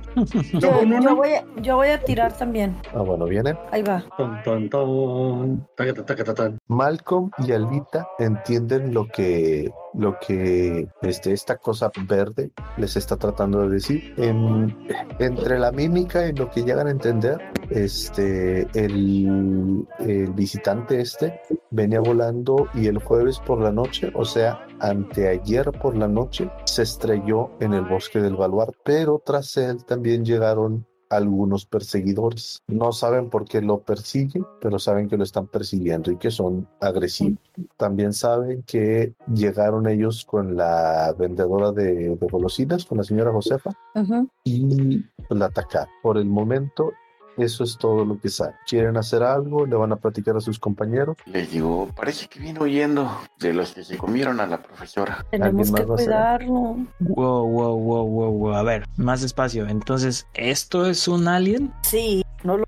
[SPEAKER 6] Yo,
[SPEAKER 2] No, no,
[SPEAKER 6] yo
[SPEAKER 2] no.
[SPEAKER 6] voy a, yo voy a tirar también.
[SPEAKER 1] Ah, bueno, viene
[SPEAKER 6] Ahí va.
[SPEAKER 2] Ton, ton, ton. Tacata, tacata, tan.
[SPEAKER 1] Malcolm y Alvita entienden lo que lo que este, esta cosa verde les está tratando de decir. En- entre la mímica y lo que llegan a entender, este el, el visitante este venía volando y el jueves por la noche, o sea, anteayer por la noche, se estrelló en el bosque del Baluar, pero tras él también llegaron algunos perseguidores. No saben por qué lo persiguen, pero saben que lo están persiguiendo y que son agresivos. También saben que llegaron ellos con la vendedora de, de golosinas, con la señora Josefa,
[SPEAKER 6] Ujú.
[SPEAKER 1] y la atacaron. Por el momento, eso es todo lo que saben. Quieren hacer algo, le van a platicar a sus compañeros.
[SPEAKER 3] Les digo, parece que viene huyendo de los que se comieron a la profesora.
[SPEAKER 6] Tenemos
[SPEAKER 1] más
[SPEAKER 6] que
[SPEAKER 1] va a hacer?
[SPEAKER 6] cuidarlo.
[SPEAKER 7] Wow, wow, wow, wow, wow. A ver, más despacio. Entonces, ¿esto es un alien?
[SPEAKER 6] Sí, no lo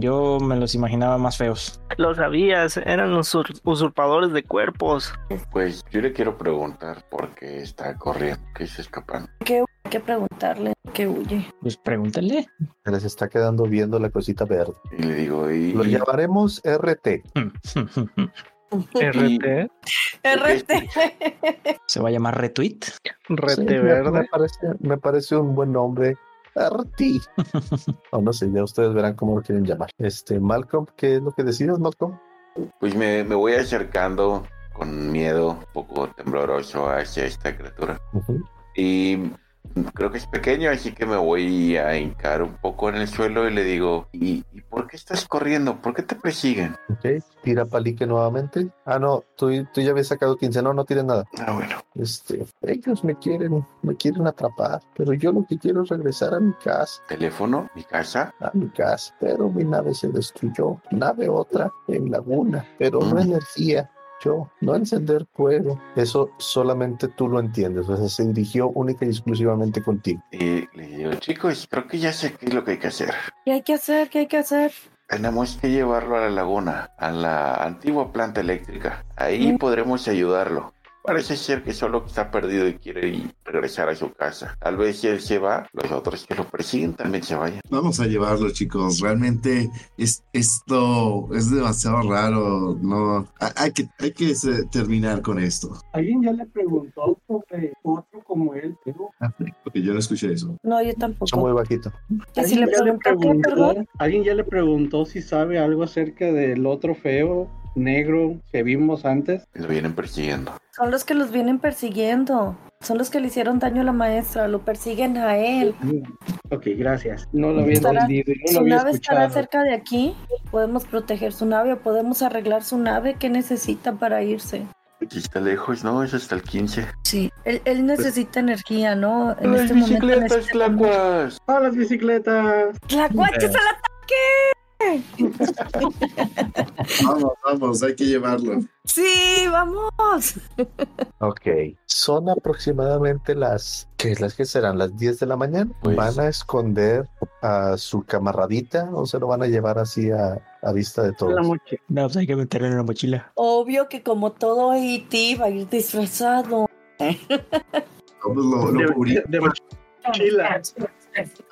[SPEAKER 7] Yo me los imaginaba más feos.
[SPEAKER 4] Lo sabías, eran usur- usurpadores de cuerpos.
[SPEAKER 3] Pues yo le quiero preguntar por qué está corriendo, que se escapan.
[SPEAKER 6] hay que preguntarle que huye.
[SPEAKER 7] Pues pregúntale.
[SPEAKER 1] Se les está quedando viendo la cosita verde.
[SPEAKER 3] Y le digo, y,
[SPEAKER 1] Lo
[SPEAKER 3] y-
[SPEAKER 1] llamaremos RT.
[SPEAKER 10] RT.
[SPEAKER 6] RT.
[SPEAKER 7] Se va a llamar retweet.
[SPEAKER 1] Sí,
[SPEAKER 10] Rete
[SPEAKER 1] me- Me
[SPEAKER 10] verde.
[SPEAKER 1] parece, me parece un buen nombre. Arti. o no sé, ya ustedes verán cómo lo quieren llamar. Este, Malcolm, ¿qué es lo que decides, Malcolm?
[SPEAKER 3] pues me, me voy acercando con miedo, un poco tembloroso hacia esta criatura.
[SPEAKER 1] Ujú.
[SPEAKER 3] Y creo que es pequeño, así que me voy a hincar un poco en el suelo y le digo, ¿y, y por qué estás corriendo? ¿Por qué te persiguen?
[SPEAKER 1] Ok, tira palique nuevamente. Ah, no, tú, tú ya habías sacado 15. No, no tires nada.
[SPEAKER 3] Ah, bueno.
[SPEAKER 1] Este, ellos me quieren, me quieren atrapar, pero yo lo que quiero es regresar a mi casa,
[SPEAKER 3] Teléfono, mi casa.
[SPEAKER 1] a mi casa. Pero mi nave se destruyó. Nave otra en laguna, pero no
[SPEAKER 3] Mm.
[SPEAKER 1] energía. Yo, no encender fuego. Eso solamente tú lo entiendes. O sea, se dirigió única y exclusivamente contigo.
[SPEAKER 3] Y le digo, chicos, creo que ya sé qué es lo que hay que hacer.
[SPEAKER 6] ¿Qué hay que hacer? ¿Qué hay que hacer?
[SPEAKER 3] Tenemos que llevarlo a la laguna, a la antigua planta eléctrica. Ahí podremos ayudarlo. Parece ser que solo está perdido y quiere ir- regresar a su casa. Tal vez si él se va, los otros que lo persiguen también se vayan.
[SPEAKER 5] Vamos a llevarlo, chicos. Realmente es, esto es demasiado raro. No, Ha- hay que, hay que se- terminar con esto.
[SPEAKER 11] Alguien ya le preguntó sobre otro como él, pero
[SPEAKER 5] Ah, Porque yo no escuché eso.
[SPEAKER 6] No, yo
[SPEAKER 1] Son muy
[SPEAKER 6] tampoco.
[SPEAKER 1] bajito.
[SPEAKER 6] ¿Que si le
[SPEAKER 2] ¿Alguien ya le
[SPEAKER 6] preguntó qué, perdón?
[SPEAKER 2] preguntó- Alguien ya le preguntó si sabe algo acerca del otro feo negro que vimos antes.
[SPEAKER 3] Lo vienen persiguiendo.
[SPEAKER 6] Son los que los vienen persiguiendo. Son los que le hicieron daño a la maestra. Lo persiguen a él.
[SPEAKER 11] Mm.
[SPEAKER 2] Ok, gracias. No lo había
[SPEAKER 6] Estará-
[SPEAKER 2] entendido, y no lo
[SPEAKER 6] Su
[SPEAKER 2] había
[SPEAKER 6] nave estará
[SPEAKER 2] escuchado.
[SPEAKER 6] cerca de aquí. Podemos proteger su nave. Podemos arreglar su nave. ¿Qué necesita para irse?
[SPEAKER 3] Si está lejos, no, es hasta el 15.
[SPEAKER 6] Sí, él, él necesita energía, ¿no? En
[SPEAKER 3] Las
[SPEAKER 6] este momento
[SPEAKER 3] bicicletas,
[SPEAKER 6] necesita...
[SPEAKER 3] tlacuas.
[SPEAKER 2] ¡A las bicicletas!
[SPEAKER 6] ¡Tlacuaches al ataque!
[SPEAKER 5] Vamos, vamos, hay que llevarlo.
[SPEAKER 6] ¡Sí, vamos!
[SPEAKER 1] Ok. Son aproximadamente las, ¿qué, las que serán? Las 10 de la mañana.
[SPEAKER 3] Pues-
[SPEAKER 1] Van a esconder a su camaradita o se lo van a llevar así a, a vista de todos.
[SPEAKER 2] La mochila.
[SPEAKER 7] No, pues hay que meterlo en la mochila.
[SPEAKER 6] Obvio que como todo E.T. va a ir disfrazado.
[SPEAKER 5] Vamos, pues lo, lo cubrí.
[SPEAKER 2] De, de mochila.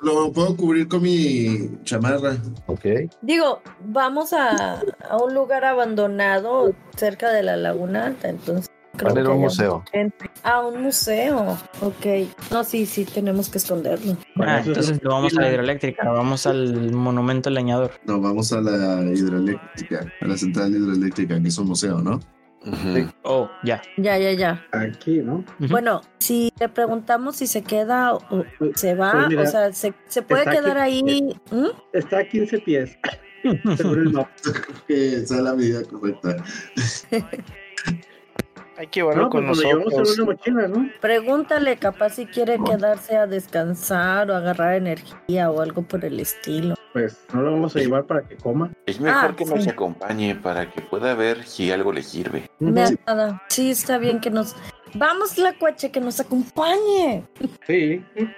[SPEAKER 5] Lo puedo cubrir con mi chamarra.
[SPEAKER 1] Ok.
[SPEAKER 6] Digo, vamos a, a un lugar abandonado cerca de la laguna alta, entonces... creo
[SPEAKER 1] Van a ir a
[SPEAKER 6] que
[SPEAKER 1] un
[SPEAKER 6] haya
[SPEAKER 1] museo.
[SPEAKER 6] mucha gente. A un museo, ok. No, sí, sí, tenemos que esconderlo.
[SPEAKER 7] Ah,
[SPEAKER 2] eso es
[SPEAKER 7] entonces no vamos a la
[SPEAKER 2] mochila.
[SPEAKER 7] hidroeléctrica, vamos al monumento leñador.
[SPEAKER 5] No, vamos a la hidroeléctrica, a la central hidroeléctrica, que es un museo, ¿no?
[SPEAKER 3] Ujú.
[SPEAKER 7] Oh, ya.
[SPEAKER 6] Ya, ya, ya.
[SPEAKER 2] Aquí, ¿no?
[SPEAKER 7] Ujú.
[SPEAKER 6] Bueno, si le preguntamos si se queda o o se va,
[SPEAKER 2] Pues mira,
[SPEAKER 6] o sea, se, se puede
[SPEAKER 2] está aquí.
[SPEAKER 6] quedar ahí... ¿Mm?
[SPEAKER 2] Está a 15 pies. Seguro el mapa.
[SPEAKER 5] Que esa es la medida correcta.
[SPEAKER 4] Hay que llevarlo
[SPEAKER 2] No, pues
[SPEAKER 4] con
[SPEAKER 2] nos lo llevamos en
[SPEAKER 4] nosotros.
[SPEAKER 2] una mochila, ¿no?
[SPEAKER 6] Pregúntale, capaz si quiere quedarse a descansar o agarrar energía o algo por el estilo.
[SPEAKER 2] Pues no lo vamos a llevar para que coma.
[SPEAKER 3] Es mejor
[SPEAKER 6] Ah,
[SPEAKER 3] que nos
[SPEAKER 6] sí.
[SPEAKER 3] acompañe para que pueda ver si algo le sirve.
[SPEAKER 6] Me
[SPEAKER 2] Sí,
[SPEAKER 6] agrada. Sí, está bien que nos. Vamos, la cuache, que nos acompañe.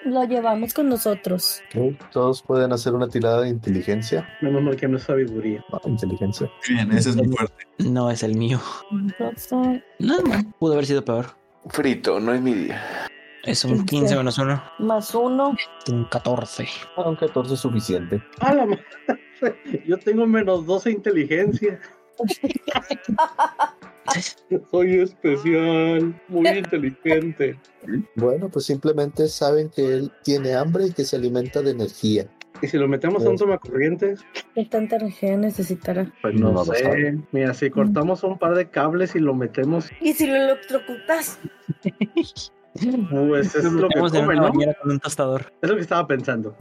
[SPEAKER 6] Lo llevamos con nosotros.
[SPEAKER 1] Ok. Todos pueden hacer una tirada de inteligencia.
[SPEAKER 2] menos mal que no es sabiduría.
[SPEAKER 1] Ah, Inteligencia.
[SPEAKER 5] Bien, ese es mi fuerte.
[SPEAKER 7] No es el mío.
[SPEAKER 6] Entonces,
[SPEAKER 7] No, pudo haber sido peor.
[SPEAKER 3] Frito, no es mi día.
[SPEAKER 7] Es un 15 menos 1.
[SPEAKER 6] más uno.
[SPEAKER 7] Un 14.
[SPEAKER 1] Ah, un 14 es suficiente.
[SPEAKER 2] ¡A la madre! Yo tengo menos 12 inteligencia. Soy especial, muy inteligente.
[SPEAKER 1] Bueno, pues simplemente saben que él tiene hambre y que se alimenta de energía.
[SPEAKER 2] ¿Y si lo metemos a un tomacorrientes?
[SPEAKER 6] ¿Qué tanta energía necesitará?
[SPEAKER 2] Pues
[SPEAKER 1] No
[SPEAKER 2] no,
[SPEAKER 1] vamos a
[SPEAKER 2] sé. Mira, si cortamos un par de cables y lo metemos,
[SPEAKER 6] ¿Y si lo electrocutas?
[SPEAKER 2] pues es lo que
[SPEAKER 7] Vamos en
[SPEAKER 2] come,
[SPEAKER 7] una
[SPEAKER 2] ¿no?
[SPEAKER 7] bañera con un tostador.
[SPEAKER 2] Es lo que estaba pensando.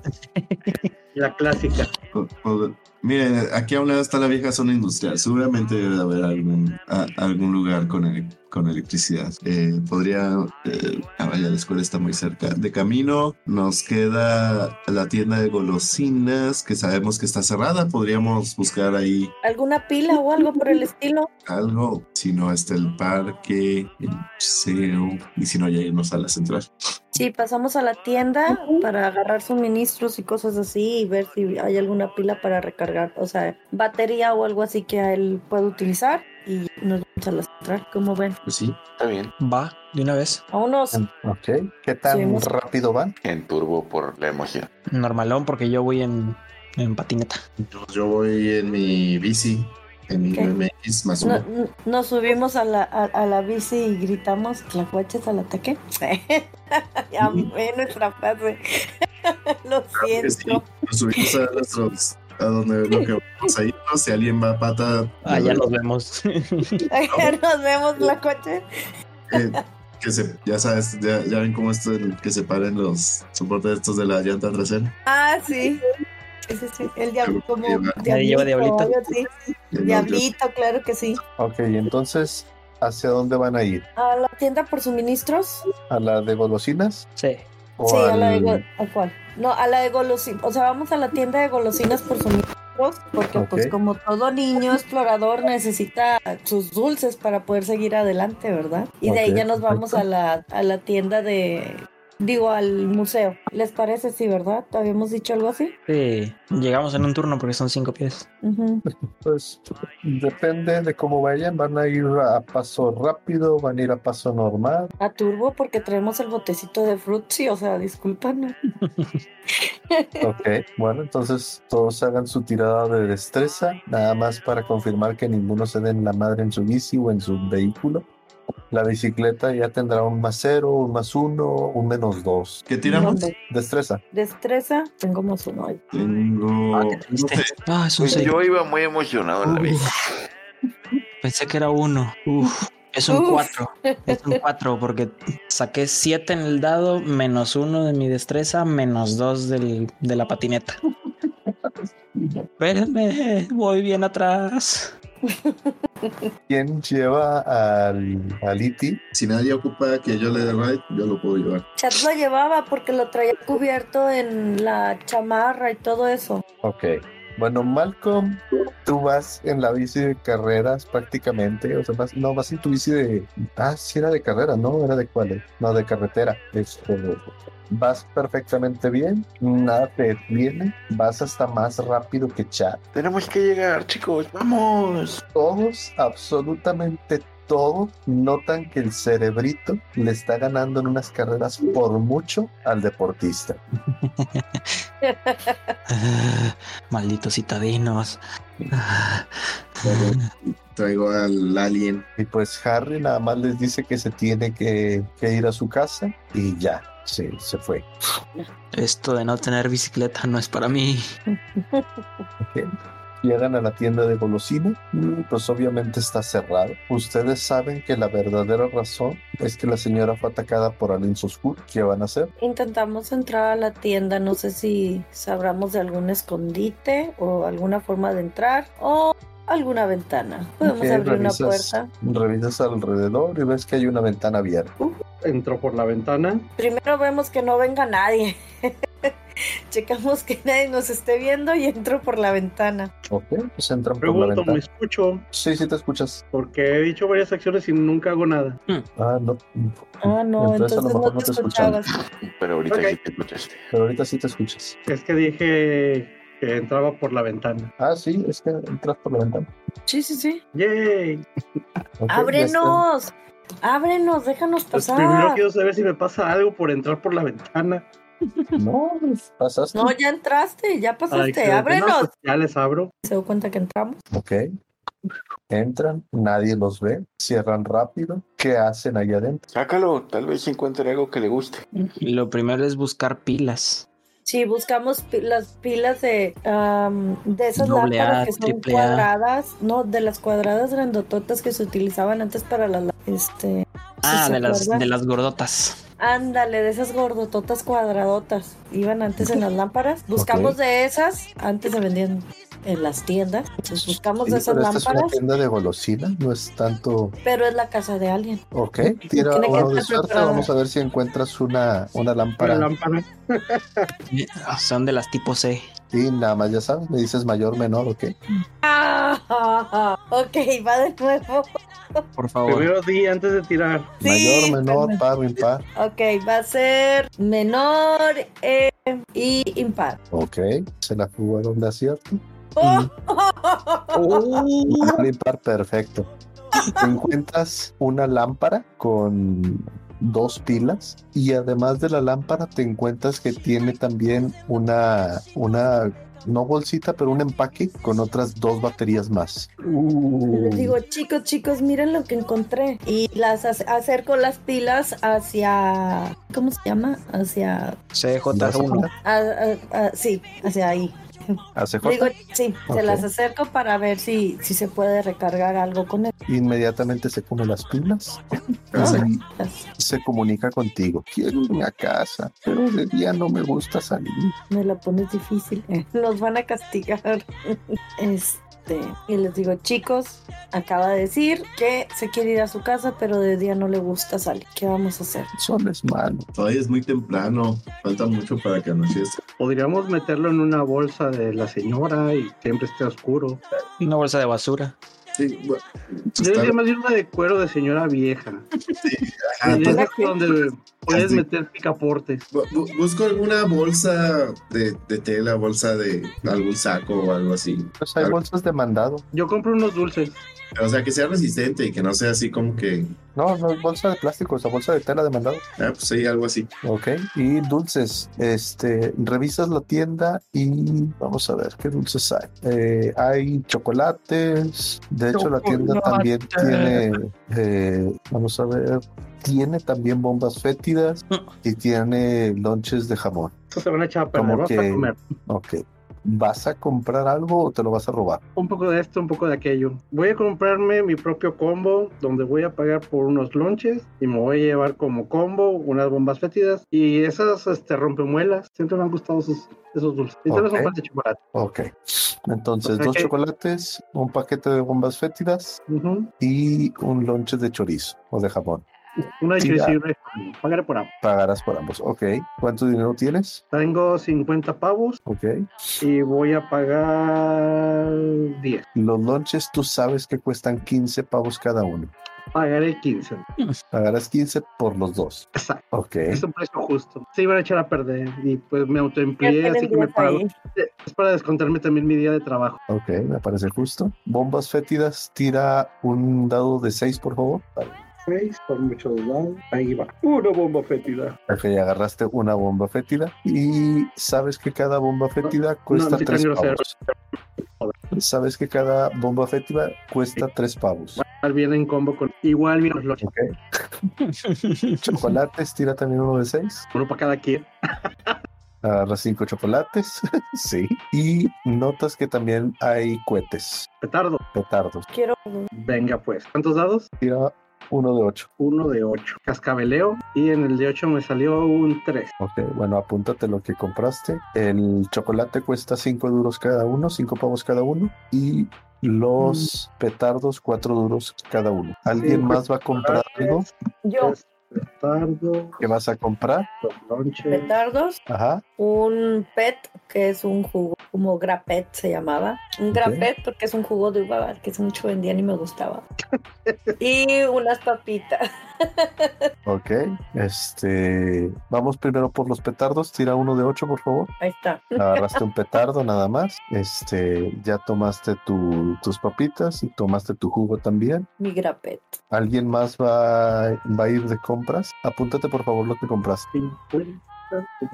[SPEAKER 2] La clásica.
[SPEAKER 5] O- o- Miren, aquí a un lado está la vieja zona industrial. Seguramente debe de haber algún, a- algún lugar con, ele- con electricidad. Eh, podría. eh, ah, vaya, la escuela está muy cerca. De camino nos queda la tienda de golosinas que sabemos que está cerrada. Podríamos buscar ahí
[SPEAKER 6] ¿Alguna pila o algo por el estilo?
[SPEAKER 5] algo. Si no está el parque, el museo. Y si no, ya irnos a la central.
[SPEAKER 6] Sí, pasamos a la tienda para agarrar suministros y cosas así y ver si hay alguna pila para recargar, o sea, batería o algo así que él pueda utilizar y nos vamos a la central, como ven.
[SPEAKER 5] Pues sí.
[SPEAKER 3] Está bien.
[SPEAKER 7] Va, de una vez.
[SPEAKER 6] Vámonos.
[SPEAKER 5] Ah,
[SPEAKER 1] Ok. ¿Qué tan
[SPEAKER 6] Sí, hemos-
[SPEAKER 1] rápido van?
[SPEAKER 3] En turbo por la emoción.
[SPEAKER 7] Normalón, porque yo voy en, en patineta.
[SPEAKER 5] Yo, yo voy en mi bici, en mi
[SPEAKER 6] Ok.
[SPEAKER 5] MX más
[SPEAKER 6] No-
[SPEAKER 5] uno.
[SPEAKER 6] n- nos subimos a la, a, a la bici y gritamos tlacuaches al ataque. ya amé nuestra frase. Lo
[SPEAKER 5] Claro que
[SPEAKER 6] siento.
[SPEAKER 5] sí. Nos subimos a nuestros a donde lo que vamos a irnos. Si alguien va a pata,
[SPEAKER 7] Ah, ya
[SPEAKER 5] eh,
[SPEAKER 7] nos vemos.
[SPEAKER 6] nos vemos, tlacuaches.
[SPEAKER 5] eh, que se, ya sabes, ya, ya ven cómo esto el que se paren los soportes estos de la llanta trasera.
[SPEAKER 6] Ah, sí. Sí, sí, sí. El diablo como
[SPEAKER 5] Ahí
[SPEAKER 7] lleva diablito.
[SPEAKER 6] algo así.
[SPEAKER 5] El
[SPEAKER 6] Diablito, claro que sí.
[SPEAKER 1] Ok, entonces, ¿hacia dónde van a ir?
[SPEAKER 6] A la tienda por suministros.
[SPEAKER 1] ¿A la de golosinas?
[SPEAKER 7] sí.
[SPEAKER 1] ¿O
[SPEAKER 6] sí, a la de
[SPEAKER 1] al-
[SPEAKER 6] go- ¿a cuál? No, a la de golosinas. O sea, vamos a la tienda de golosinas por suministros, porque pues
[SPEAKER 1] Ok.
[SPEAKER 6] como todo niño explorador necesita sus dulces para poder seguir adelante, ¿verdad? Y de ahí
[SPEAKER 1] Ok,
[SPEAKER 6] ya nos vamos a la, a la tienda de Digo, al museo. ¿Les parece? Sí, ¿verdad? ¿Habíamos dicho algo así?
[SPEAKER 7] Sí, llegamos en un turno porque son cinco pies.
[SPEAKER 6] Ujú.
[SPEAKER 1] Pues depende de cómo vayan. Van a ir a paso rápido, van a ir a paso normal.
[SPEAKER 6] A turbo porque traemos el botecito de Fruitsy, o sea, discúlpanos.
[SPEAKER 1] Ok, bueno, entonces todos hagan su tirada de destreza, nada más para confirmar que ninguno se den la madre en su bici o en su vehículo. La bicicleta ya tendrá un más cero, un más uno, un menos dos.
[SPEAKER 5] ¿Qué tiramos?
[SPEAKER 6] ¿Dónde?
[SPEAKER 1] Destreza.
[SPEAKER 6] Destreza, tengo más uno ahí.
[SPEAKER 2] Oh,
[SPEAKER 6] Ah,
[SPEAKER 5] Tengo. no sé.
[SPEAKER 7] Ah, es un
[SPEAKER 2] Pues
[SPEAKER 7] seis.
[SPEAKER 3] Yo iba muy emocionado en la bici.
[SPEAKER 7] Pensé que era uno. Uf, es un
[SPEAKER 6] Uf.
[SPEAKER 7] cuatro. Es un cuatro porque saqué siete en el dado, menos uno de mi destreza, menos dos del, de la patineta. Espérenme, voy bien atrás.
[SPEAKER 1] ¿Quién lleva al, al Iti?
[SPEAKER 5] Si nadie ocupa que yo le dé ride, yo lo puedo llevar.
[SPEAKER 6] Chat lo llevaba porque lo traía cubierto en la chamarra y todo eso.
[SPEAKER 1] Ok. Bueno, Malcolm, tú vas en la bici de carreras prácticamente, o sea, vas- no vas en tu bici de. Ah, sí, era de carreras, ¿no? Era de cuál? No, de carretera. Este, vas perfectamente bien, nada te detiene, vas hasta más rápido que Chad.
[SPEAKER 3] Tenemos que llegar, chicos, vamos.
[SPEAKER 1] Todos, absolutamente todos, notan que el cerebrito le está ganando en unas carreras por mucho al deportista.
[SPEAKER 7] Ah, Malditos citadinos. Ah,
[SPEAKER 5] Traigo al alien.
[SPEAKER 1] Y pues Harry nada más les dice que se tiene que, que ir a su casa y ya, se, se fue.
[SPEAKER 7] Esto de no tener bicicleta no es para mí.
[SPEAKER 1] Llegan a la tienda de golosina, y, pues obviamente está cerrado. Ustedes saben que la verdadera razón es que la señora fue atacada por aliens oscuros. ¿Qué van a hacer?
[SPEAKER 6] Intentamos entrar a la tienda, no sé si sabramos de algún escondite o alguna forma de entrar o alguna ventana. Podemos
[SPEAKER 1] Ok,
[SPEAKER 6] abrir una
[SPEAKER 1] revisas-
[SPEAKER 6] puerta.
[SPEAKER 1] Revisas alrededor y ves que hay una ventana abierta.
[SPEAKER 2] Entró por la ventana.
[SPEAKER 6] Primero vemos que no venga nadie. Checamos que nadie nos esté viendo y entro por la ventana.
[SPEAKER 1] Ok, pues entran por la
[SPEAKER 2] Pregunto,
[SPEAKER 1] ventana.
[SPEAKER 2] ¿me escucho?
[SPEAKER 1] Sí, sí te escuchas.
[SPEAKER 2] Porque he dicho varias acciones y nunca hago nada.
[SPEAKER 1] Ah, no.
[SPEAKER 6] Ah, no,
[SPEAKER 1] Entonces,
[SPEAKER 6] entonces,
[SPEAKER 1] a lo mejor
[SPEAKER 6] no te
[SPEAKER 1] no te escuchaban.
[SPEAKER 6] escuchabas.
[SPEAKER 3] Pero ahorita
[SPEAKER 2] Ok.
[SPEAKER 3] sí te escuchaste.
[SPEAKER 1] Pero ahorita sí te escuchas.
[SPEAKER 2] Es que dije que entraba por la ventana.
[SPEAKER 1] Ah, sí, es que entras por la ventana.
[SPEAKER 6] Sí, sí, sí.
[SPEAKER 2] ¡Yay!
[SPEAKER 1] Ok, ya está.
[SPEAKER 6] ¡Ábrenos! ¡Ábrenos! ¡Déjanos
[SPEAKER 2] Pues primero
[SPEAKER 6] pasar!
[SPEAKER 2] quiero saber si me pasa algo por entrar por la ventana.
[SPEAKER 1] No, pues, pasaste.
[SPEAKER 6] No, ya entraste, ya
[SPEAKER 2] Ay,
[SPEAKER 6] pasaste.
[SPEAKER 2] creo que no,
[SPEAKER 6] ¡Ábrenos!
[SPEAKER 2] pues ya les abro.
[SPEAKER 6] Se dio cuenta que entramos.
[SPEAKER 1] Ok. Entran, nadie los ve, cierran rápido. ¿Qué hacen allá adentro?
[SPEAKER 3] Sácalo, tal vez encuentre algo que le guste.
[SPEAKER 7] Lo primero es buscar pilas.
[SPEAKER 6] Sí, buscamos pi- las pilas de, am, de esas
[SPEAKER 7] Doble A,
[SPEAKER 6] lámparas que son
[SPEAKER 7] triple A.
[SPEAKER 6] cuadradas, no, de las cuadradas grandototas que se utilizaban antes para las... lá- Este,
[SPEAKER 7] Ah,
[SPEAKER 6] se
[SPEAKER 7] de las,
[SPEAKER 6] acuerdan?
[SPEAKER 7] de las gordotas.
[SPEAKER 6] Ándale, de esas gordototas cuadradotas. Iban antes en las lámparas. Buscamos de esas. Antes se vendían en las tiendas. Entonces Pues buscamos
[SPEAKER 1] Sí,
[SPEAKER 6] de
[SPEAKER 1] pero
[SPEAKER 6] esas
[SPEAKER 1] esta es una
[SPEAKER 6] lámparas,
[SPEAKER 1] tienda de golosina, no es tanto.
[SPEAKER 6] pero es la casa de alguien.
[SPEAKER 1] Ok, tira
[SPEAKER 6] Tiene que
[SPEAKER 1] uno de
[SPEAKER 6] estar
[SPEAKER 1] suerte.
[SPEAKER 6] preparada.
[SPEAKER 1] Vamos a ver si encuentras una, una
[SPEAKER 2] Para
[SPEAKER 1] lámpara.
[SPEAKER 2] lámpara.
[SPEAKER 7] Eh, Son de las tipo C.
[SPEAKER 1] Y nada más, ya sabes, me dices mayor, menor, ok.
[SPEAKER 6] Ah, ok, va de nuevo.
[SPEAKER 7] Por favor.
[SPEAKER 2] Primero di antes de tirar.
[SPEAKER 6] Sí,
[SPEAKER 1] mayor, menor, par o impar.
[SPEAKER 6] Ok, va a ser menor eh, y impar.
[SPEAKER 1] Ok, se la jugaron de acierto.
[SPEAKER 6] Oh,
[SPEAKER 1] Menor, impar, perfecto. Encuentras una lámpara con dos pilas y además de la lámpara te encuentras que tiene también una, una no bolsita, pero un empaque con otras dos baterías más.
[SPEAKER 6] Les digo, chicos, chicos, miren lo que encontré. Y las ac- acerco las pilas hacia. ¿Cómo se llama? Hacia.
[SPEAKER 7] CJ1.
[SPEAKER 6] a- a- a- sí, hacia ahí.
[SPEAKER 1] Hace
[SPEAKER 6] Le Digo, sí,
[SPEAKER 1] Ok.
[SPEAKER 6] se las acerco para ver si, si se puede recargar algo con él.
[SPEAKER 1] Inmediatamente se come las pilas y
[SPEAKER 6] Ah.
[SPEAKER 1] se comunica contigo. Quiero irme a casa, pero de día no me gusta salir.
[SPEAKER 6] Me la pones difícil. Nos van a castigar. Eh. Este, y les digo, chicos, acaba de decir que se quiere ir a su casa, pero de día no le gusta salir. ¿Qué vamos a hacer?
[SPEAKER 1] El sol es malo.
[SPEAKER 5] Todavía es muy temprano. Falta mucho para que anochezca.
[SPEAKER 2] Podríamos meterlo en una bolsa de la señora y siempre esté oscuro.
[SPEAKER 7] Una bolsa de basura.
[SPEAKER 5] Sí, bueno.
[SPEAKER 2] Yo diría más bien una de cuero de señora vieja.
[SPEAKER 5] Ah,
[SPEAKER 2] Y
[SPEAKER 5] pues,
[SPEAKER 2] esa donde Puedes
[SPEAKER 5] Así.
[SPEAKER 2] meter picaportes.
[SPEAKER 5] Bu- bu- busco alguna bolsa de, de tela, bolsa de algún saco o algo así.
[SPEAKER 1] Pues hay bolsas de mandado.
[SPEAKER 2] Yo compro unos dulces.
[SPEAKER 5] O sea, que sea resistente y que no sea así como que.
[SPEAKER 1] No, no es bolsa de plástico, es la bolsa de tela de mandado.
[SPEAKER 5] Ah, pues sí, algo así.
[SPEAKER 1] Ok, y dulces. Este, revisas la tienda y vamos a ver qué dulces hay. Eh, hay chocolates. De hecho, la tienda también tiene, eh, vamos a ver, tiene también bombas fétidas y tiene lonches de jamón.
[SPEAKER 2] Estos se van a echar a perder.
[SPEAKER 1] Como
[SPEAKER 2] Vamos a
[SPEAKER 1] que,
[SPEAKER 2] comer.
[SPEAKER 1] ok, ¿vas a comprar algo o te lo vas a robar?
[SPEAKER 2] Un poco de esto, un poco de aquello. Voy a comprarme mi propio combo, donde voy a pagar por unos lonches y me voy a llevar como combo unas bombas fétidas y esas este, rompemuelas. Siempre me han gustado esos, esos dulces. Y tal vez un
[SPEAKER 1] Ok.
[SPEAKER 2] par de chocolate.
[SPEAKER 1] Ok, entonces
[SPEAKER 2] O sea
[SPEAKER 1] dos
[SPEAKER 2] que-
[SPEAKER 1] chocolates, un paquete de bombas fétidas
[SPEAKER 2] Ujú.
[SPEAKER 1] y un lonche de chorizo o de jamón.
[SPEAKER 2] Una de
[SPEAKER 1] Sí,
[SPEAKER 2] chorizo
[SPEAKER 1] ya.
[SPEAKER 2] y una de jamón. Pagaré por ambos.
[SPEAKER 1] Pagarás por ambos. Ok, ¿cuánto dinero tienes?
[SPEAKER 2] Tengo 50 pavos
[SPEAKER 1] Ok.
[SPEAKER 2] y voy a pagar 10.
[SPEAKER 1] Los lonches tú sabes que cuestan 15 pavos cada uno.
[SPEAKER 2] Pagaré 15.
[SPEAKER 1] Pagarás 15 por los dos.
[SPEAKER 2] Exacto.
[SPEAKER 1] Ok.
[SPEAKER 2] Es un precio justo. Se iban a echar a perder y pues me autoempleé,
[SPEAKER 6] Ya tienen
[SPEAKER 2] así que me
[SPEAKER 6] días
[SPEAKER 2] pago.
[SPEAKER 6] ahí.
[SPEAKER 2] Eh, Es para descontarme también mi día de trabajo.
[SPEAKER 1] Ok, me parece justo. Bombas fétidas, tira un dado de 6, por favor. Vale.
[SPEAKER 2] Seis, por mucho dudar. Ahí va. Una bomba fétida.
[SPEAKER 1] Ok, agarraste una bomba fétida y sabes que cada bomba fétida cuesta
[SPEAKER 2] no, sí,
[SPEAKER 1] 3
[SPEAKER 2] tan grosero.
[SPEAKER 1] pavos. Sabes que cada bomba fétida cuesta 3 pavos.
[SPEAKER 2] Igual viene en combo con. Igual viene los
[SPEAKER 1] Ok. Chocolates, tira también uno de 6.
[SPEAKER 2] Uno para cada quien.
[SPEAKER 1] Agarras 5 chocolates. sí. Y notas que también hay cohetes,
[SPEAKER 2] Petardo.
[SPEAKER 1] petardos.
[SPEAKER 6] Quiero.
[SPEAKER 2] Venga, pues. ¿Cuántos dados?
[SPEAKER 1] Tira uno de 8.
[SPEAKER 2] Uno de ocho. Cascabeleo. Y en el de ocho me salió un tres.
[SPEAKER 1] Ok, bueno, apúntate lo que compraste. El chocolate cuesta 5 duros cada uno, 5 pavos cada uno. Y los petardos, 4 duros cada uno. ¿Alguien
[SPEAKER 2] Cinco
[SPEAKER 1] más va a comprar algo?
[SPEAKER 6] Yo,
[SPEAKER 2] Tres, Petardo.
[SPEAKER 1] ¿Qué vas a comprar?
[SPEAKER 2] Los lonches.
[SPEAKER 6] petardos,
[SPEAKER 1] Ajá.
[SPEAKER 6] un pet, que es un jugo, como grapet se llamaba. Un
[SPEAKER 1] Ok.
[SPEAKER 6] grapet, porque es un jugo de uva que es mucho vendían y me gustaba. y unas papitas.
[SPEAKER 1] Ok. Este. Vamos primero por los petardos. Tira uno de 8, por favor.
[SPEAKER 6] Ahí está.
[SPEAKER 1] Agarraste un petardo nada más. Este. Ya tomaste tu- tus papitas y tomaste tu jugo también.
[SPEAKER 6] Mi grapet.
[SPEAKER 1] ¿Alguien más va, va a ir de compras? Apúntate, por favor, lo que compraste.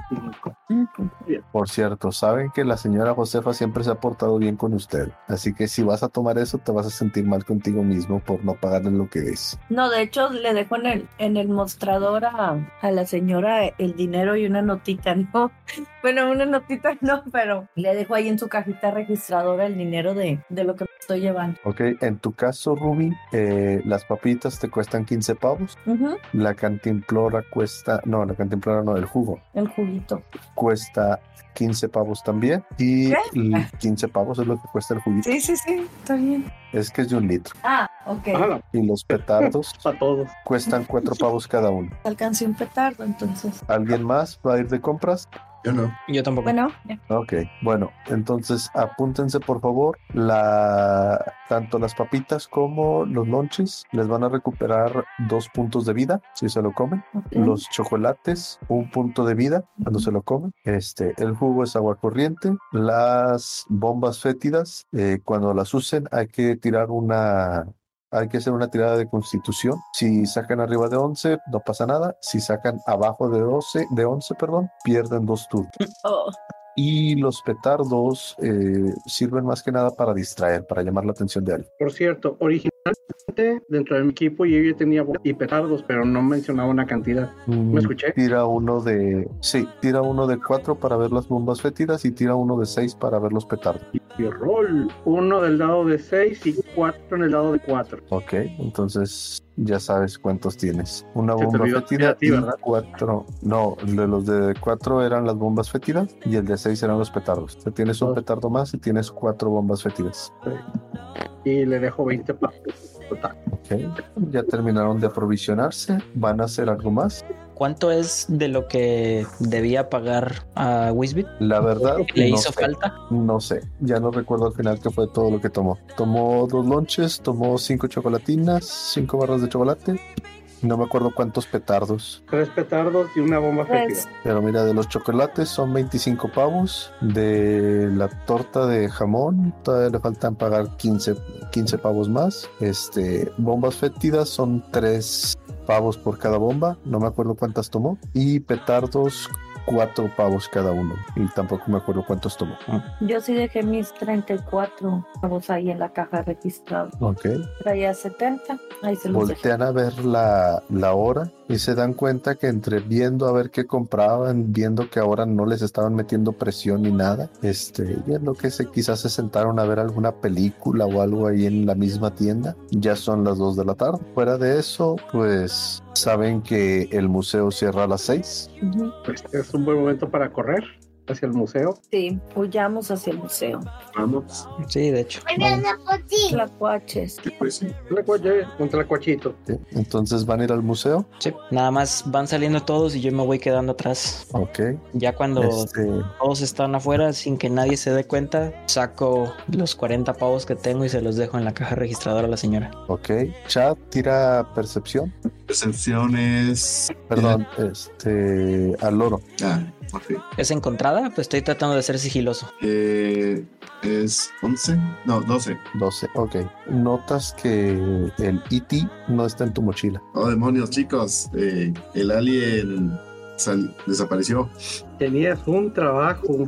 [SPEAKER 2] 55.
[SPEAKER 1] Por cierto, saben que la señora Josefa siempre se ha portado bien con usted, así que si vas a tomar eso te vas a sentir mal contigo mismo por no pagarle lo que es.
[SPEAKER 6] No, de hecho, le dejo en el, en el mostrador a, a la señora el dinero y una notita, ¿no? Bueno, una notita no, pero le dejo ahí en su cajita registradora el dinero de, de lo que me estoy llevando.
[SPEAKER 1] Ok, en tu caso, Ruby, eh, las papitas te cuestan 15 pavos,
[SPEAKER 6] Ujú,
[SPEAKER 1] la cantimplora cuesta, no, la cantimplora no, el jugo
[SPEAKER 6] el juguito.
[SPEAKER 1] cuesta 15 pavos también y
[SPEAKER 6] ¿Qué?
[SPEAKER 1] el 15 pavos es lo que cuesta el juguito.
[SPEAKER 6] Sí, sí, sí, está bien.
[SPEAKER 1] Es que es de un litro
[SPEAKER 6] Ah, ok.
[SPEAKER 2] Ojalá,
[SPEAKER 1] y los petardos
[SPEAKER 2] para todos.
[SPEAKER 1] cuestan 4 pavos cada uno.
[SPEAKER 6] Alcancé un petardo, entonces.
[SPEAKER 1] ¿Alguien más va a ir de compras?
[SPEAKER 5] Yo no.
[SPEAKER 7] Yo tampoco.
[SPEAKER 6] Bueno, ya.
[SPEAKER 1] Ok, bueno, entonces apúntense por favor, la, tanto las papitas como los lonches les van a recuperar dos puntos de vida si se lo comen,
[SPEAKER 6] ok.
[SPEAKER 1] los chocolates un punto de vida cuando se lo comen, este, el jugo es agua corriente, las bombas fétidas eh, cuando las usen hay que tirar una... Hay que hacer una tirada de constitución. Si sacan arriba de 11, no pasa nada. Si sacan abajo de 12, de 11, perdón, pierden dos turnos.
[SPEAKER 6] Oh,
[SPEAKER 1] Y los petardos eh, sirven más que nada para distraer, para llamar la atención de alguien.
[SPEAKER 2] Por cierto, originalmente dentro de mi equipo yo ya tenía bolas y petardos, pero no mencionaba una cantidad. ¿Me escuché?
[SPEAKER 1] Mm, Tira uno de. Sí, tira uno de cuatro para ver las bombas fétidas y tira uno de seis para ver los petardos.
[SPEAKER 2] Y rol. Uno del dado de 6 y cuatro en el dado de 4.
[SPEAKER 1] Ok, entonces ya sabes cuántos tienes. Una
[SPEAKER 2] Se te
[SPEAKER 1] bomba
[SPEAKER 2] olvidó
[SPEAKER 1] fétida
[SPEAKER 2] a ti,
[SPEAKER 1] y
[SPEAKER 2] ¿verdad?
[SPEAKER 1] cuatro. No, de los de cuatro eran las bombas fétidas y el de seis eran los petardos. O sea, tienes un
[SPEAKER 2] Dos.
[SPEAKER 1] petardo más y tienes cuatro bombas fétidas.
[SPEAKER 2] Y le dejo 20 pavos. Total.
[SPEAKER 1] Ok, ya terminaron de aprovisionarse. ¿Van a hacer algo más?
[SPEAKER 7] ¿Cuánto es de lo que debía pagar a Wisbit?
[SPEAKER 1] La verdad,
[SPEAKER 7] ¿Le
[SPEAKER 1] no
[SPEAKER 7] hizo
[SPEAKER 1] sé,
[SPEAKER 7] falta?
[SPEAKER 1] No sé, ya no recuerdo al final qué fue todo lo que tomó. Tomó dos lonches, tomó cinco chocolatinas, cinco barras de chocolate No me acuerdo cuántos petardos.
[SPEAKER 2] Tres petardos y una bomba
[SPEAKER 6] Pues,
[SPEAKER 2] fétida.
[SPEAKER 1] Pero mira, de los chocolates son 25 pavos. De la torta de jamón, todavía le faltan pagar 15, 15 pavos más. Este, bombas fétidas son 3 pavos por cada bomba. No me acuerdo cuántas tomó. Y petardos, 4 pavos cada uno. Y tampoco me acuerdo cuántos tomó.
[SPEAKER 6] Yo sí dejé mis 34 pavos ahí en la caja registrada.
[SPEAKER 1] Ok.
[SPEAKER 6] Traía 70, ahí se los dejé.
[SPEAKER 1] Voltean a ver la, la hora y se dan cuenta que entre viendo a ver qué compraban, viendo que ahora no les estaban metiendo presión ni nada, este, viendo que se, quizás se sentaron a ver alguna película o algo ahí en la misma tienda, ya son las 2 de la tarde. Fuera de eso, pues saben que el museo cierra a las 6.
[SPEAKER 6] Ujú.
[SPEAKER 2] Pues es un buen momento para correr hacia el museo.
[SPEAKER 6] Sí, huyamos hacia el museo.
[SPEAKER 5] Vamos.
[SPEAKER 7] Sí, de hecho.
[SPEAKER 6] Tlacuaches.
[SPEAKER 5] Pues sí.
[SPEAKER 2] Tlacuache, un tlacuachito.
[SPEAKER 1] Entonces van a ir al museo.
[SPEAKER 7] Sí, nada más van saliendo todos y yo me voy quedando atrás.
[SPEAKER 1] Ok.
[SPEAKER 7] Ya cuando
[SPEAKER 1] Este,
[SPEAKER 7] todos están afuera sin que nadie se dé cuenta, saco los 40 pavos que tengo y se los dejo en la caja registradora a la señora.
[SPEAKER 1] ok. Chat, tira percepción.
[SPEAKER 5] Percepciones.
[SPEAKER 1] Perdón, este, al loro.
[SPEAKER 5] Ah, ok.
[SPEAKER 7] ¿Es encontrada? Pues estoy tratando de ser sigiloso.
[SPEAKER 5] Eh, es 11. No, 12.
[SPEAKER 1] 12, ok. Notas que el IT no está en tu mochila.
[SPEAKER 5] Oh, demonios, chicos. Eh, el alien sal- desapareció.
[SPEAKER 2] Tenías un trabajo.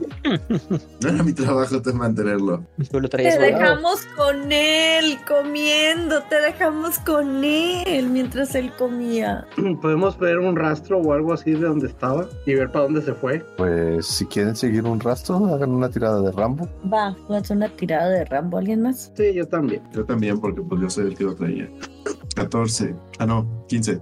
[SPEAKER 5] No era mi trabajo de mantenerlo.
[SPEAKER 7] Tú lo traías
[SPEAKER 6] Te
[SPEAKER 7] guardado.
[SPEAKER 6] dejamos con él comiendo, te dejamos con él mientras él comía.
[SPEAKER 2] Podemos ver un rastro o algo así de donde estaba y ver para dónde se fue.
[SPEAKER 1] Pues si quieren seguir un rastro, hagan una tirada de Rambo.
[SPEAKER 6] Va, haz una tirada de Rambo, ¿alguien más?
[SPEAKER 2] Sí, yo también.
[SPEAKER 5] Yo también, porque pues yo soy el que lo traía. 14. Ah, no, 15.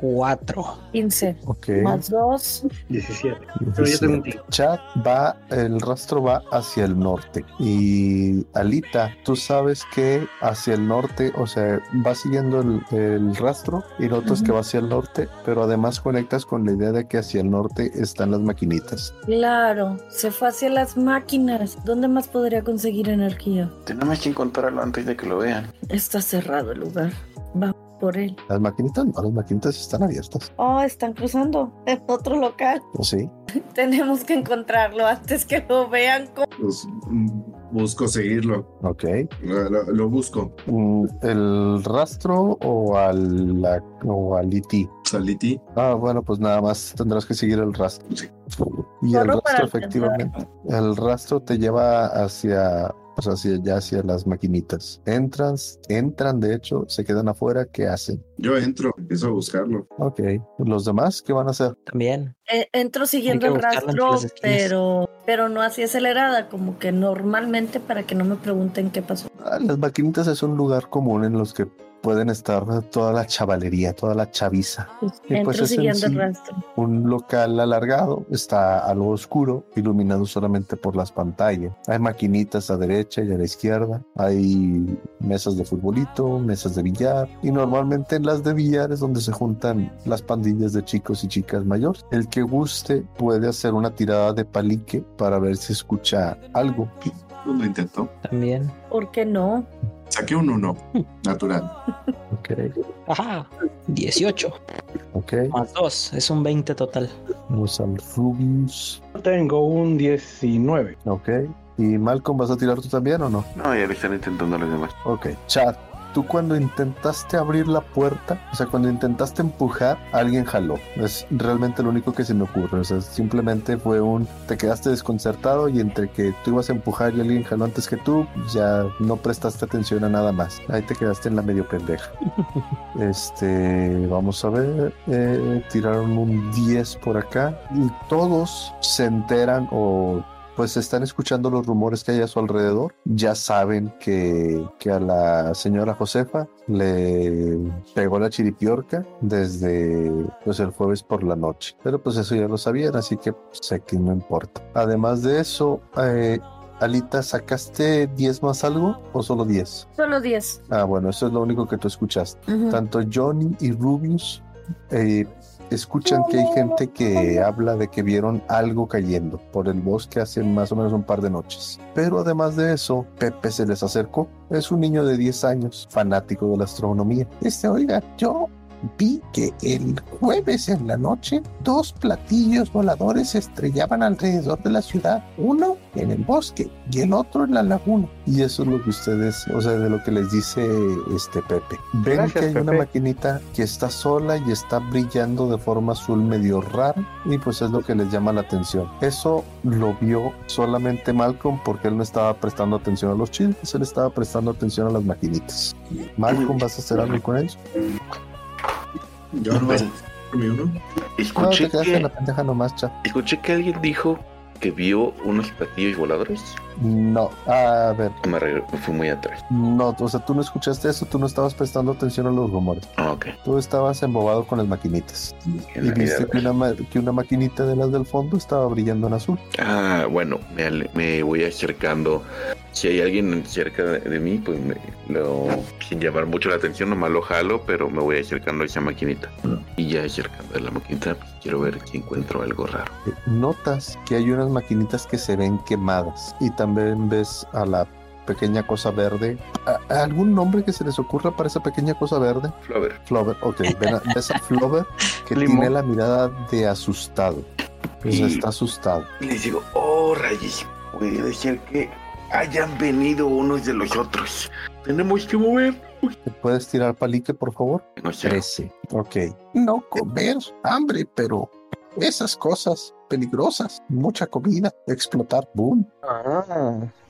[SPEAKER 7] Cuatro.
[SPEAKER 6] 15
[SPEAKER 1] Ok.
[SPEAKER 6] más 2.
[SPEAKER 2] 17. Pero yo tengo un E tiro.
[SPEAKER 1] Chat va, el rastro va hacia el norte. Y Alita, tú sabes que hacia el norte, o sea, va siguiendo el, el rastro y notas
[SPEAKER 6] Ujú.
[SPEAKER 1] que va hacia el norte, pero además conectas con la idea de que hacia el norte están las maquinitas.
[SPEAKER 6] Claro, se fue hacia las máquinas. ¿Dónde más podría conseguir energía?
[SPEAKER 3] Tenemos que encontrarlo antes de que lo vean.
[SPEAKER 6] Está cerrado el lugar. Va por él.
[SPEAKER 1] Las maquinitas no, las maquinitas están abiertas.
[SPEAKER 6] Oh, están cruzando en otro local.
[SPEAKER 1] Sí.
[SPEAKER 6] Tenemos que encontrarlo antes que lo vean. co-
[SPEAKER 5] Pues, mm, busco seguirlo.
[SPEAKER 1] Ok.
[SPEAKER 5] Lo, lo- lo busco.
[SPEAKER 1] Mm, ¿El rastro o al, la- o al IT?
[SPEAKER 5] Saliti.
[SPEAKER 1] Ah, bueno, pues nada más tendrás que seguir el rastro. Y el
[SPEAKER 6] Solo para
[SPEAKER 1] rastro,
[SPEAKER 6] alcanzar.
[SPEAKER 1] efectivamente. El rastro te lleva hacia, pues hacia ya hacia las maquinitas. Entran, entran, de hecho, se quedan afuera. ¿Qué hacen?
[SPEAKER 5] Yo entro, empiezo a buscarlo.
[SPEAKER 1] Ok. pues ¿Los demás qué van a hacer?
[SPEAKER 7] También.
[SPEAKER 6] Eh, entro siguiendo
[SPEAKER 7] Hay
[SPEAKER 6] el
[SPEAKER 7] que buscarlo entre
[SPEAKER 6] rastro,
[SPEAKER 7] las esquinas.
[SPEAKER 6] pero, pero no así acelerada, como que normalmente para que no me pregunten qué pasó.
[SPEAKER 1] Ah, Las maquinitas es un lugar común en los que pueden estar toda la chavalería, toda la chaviza. Y
[SPEAKER 6] Entro
[SPEAKER 1] pues es
[SPEAKER 6] siguiendo el
[SPEAKER 1] sencillo.
[SPEAKER 6] rastro.
[SPEAKER 1] Un local alargado está algo oscuro, iluminado solamente por las pantallas. Hay maquinitas a derecha y a la izquierda. Hay mesas de futbolito, mesas de billar. Y normalmente en las de billar es donde se juntan las pandillas de chicos y chicas mayores. El que guste puede hacer una tirada de palique para ver si escucha algo.
[SPEAKER 5] Pues, Lo intento.
[SPEAKER 7] También.
[SPEAKER 6] ¿Por qué no?
[SPEAKER 5] Saqué un 1. Natural.
[SPEAKER 1] Ok.
[SPEAKER 7] Ajá. 18.
[SPEAKER 1] Ok.
[SPEAKER 7] Más dos. Es un 20 total.
[SPEAKER 1] Vamos al Rubius.
[SPEAKER 11] Tengo un 19.
[SPEAKER 1] Ok. ¿Y Malcolm vas a tirar tú también o no?
[SPEAKER 3] No, ya lo están intentando los demás.
[SPEAKER 1] Ok, Chad, tú cuando intentaste abrir la puerta, o sea, cuando intentaste empujar, alguien jaló. Es realmente lo único que se me ocurre. O sea, simplemente fue un. Te quedaste desconcertado y entre que tú ibas a empujar y alguien jaló antes que tú, ya no prestaste atención a nada más. Ahí te quedaste en la medio pendeja. Este, vamos a ver. eh, tiraron un 10 por acá y todos se enteran o pues están escuchando los rumores que hay a su alrededor. Ya saben que, que a la señora Josefa le pegó la chiripiorca desde pues, el jueves por la noche. Pero pues eso ya lo sabían, así que sé que no importa. Además de eso, eh, Alita, ¿sacaste 10 más algo o solo 10?
[SPEAKER 6] Solo 10.
[SPEAKER 1] Ah, bueno, eso es lo único que tú escuchaste
[SPEAKER 6] Ujú.
[SPEAKER 1] tanto Johnny y Rubius eh, escuchan que hay gente que habla de que vieron algo cayendo por el bosque hace más o menos un par de noches. Pero además de eso, Pepe se les acercó. Es un niño de 10 años, fanático de la astronomía. Dice, oiga, yo vi que el jueves en la noche dos platillos voladores se estrellaban alrededor de la ciudad, uno en el bosque y el otro en la laguna. Y eso es lo que ustedes, o sea, de lo que les dice este Pepe. Ven
[SPEAKER 2] Gracias,
[SPEAKER 1] que hay una
[SPEAKER 2] Pepe.
[SPEAKER 1] maquinita que está sola y está brillando de forma azul medio rara y pues es lo que les llama la atención. Eso lo vio solamente Malcolm porque él no estaba prestando atención a los chistes, él estaba prestando atención a las maquinitas. Malcolm, ¿vas a hacer algo con ellos?
[SPEAKER 5] Yo no voy a dormir, ¿no?
[SPEAKER 1] No,
[SPEAKER 3] Escuché
[SPEAKER 1] te quedaste en
[SPEAKER 3] que,
[SPEAKER 1] la pendeja nomás, chat.
[SPEAKER 3] escuché que alguien dijo que vio unos platillos voladores.
[SPEAKER 1] No, a ver,
[SPEAKER 3] Me, regre- me fui muy atrás.
[SPEAKER 1] no, o sea, tú no escuchaste eso, tú no estabas prestando atención a los rumores,
[SPEAKER 3] Ah, ok.
[SPEAKER 1] tú estabas embobado con las maquinitas.
[SPEAKER 3] Qué
[SPEAKER 1] Y viste
[SPEAKER 3] navidad.
[SPEAKER 1] que una, ma- que una maquinita de las del fondo estaba brillando en azul.
[SPEAKER 3] Ah, bueno, me, ale- me voy acercando. Si hay alguien cerca de, de mí, pues me, lo, sin llamar mucho la atención, nomás lo jalo, pero me voy acercando a esa maquinita. Y ya acercando a la maquinita, pues, quiero ver si encuentro algo raro.
[SPEAKER 1] Eh, Notas que hay unas maquinitas que se ven quemadas y también ves a la pequeña cosa verde. ¿A- ¿Algún nombre que se les ocurra para esa pequeña cosa verde?
[SPEAKER 3] Flover,
[SPEAKER 1] Flover, ok, ven a- ves a Flover que
[SPEAKER 10] Limón.
[SPEAKER 1] tiene la mirada de asustado. O sea,
[SPEAKER 3] Y-
[SPEAKER 1] está asustado.
[SPEAKER 3] les digo, oh, rayos, puede ser que hayan venido unos de los otros. Tenemos que mover.
[SPEAKER 1] ¿Te puedes tirar palique, por favor?
[SPEAKER 3] No sé,
[SPEAKER 1] 13. Ok. No comer, hambre, pero esas cosas peligrosas, mucha comida, explotar, boom.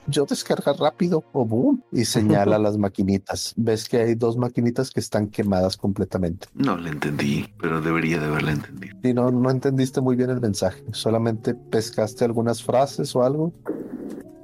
[SPEAKER 1] Yo descargar rápido o boom. Y señala las maquinitas. Ves que hay dos maquinitas que están quemadas completamente.
[SPEAKER 3] no la entendí, pero debería de haberla entendido.
[SPEAKER 1] Y no, no entendiste muy bien el mensaje. Solamente pescaste algunas frases o algo.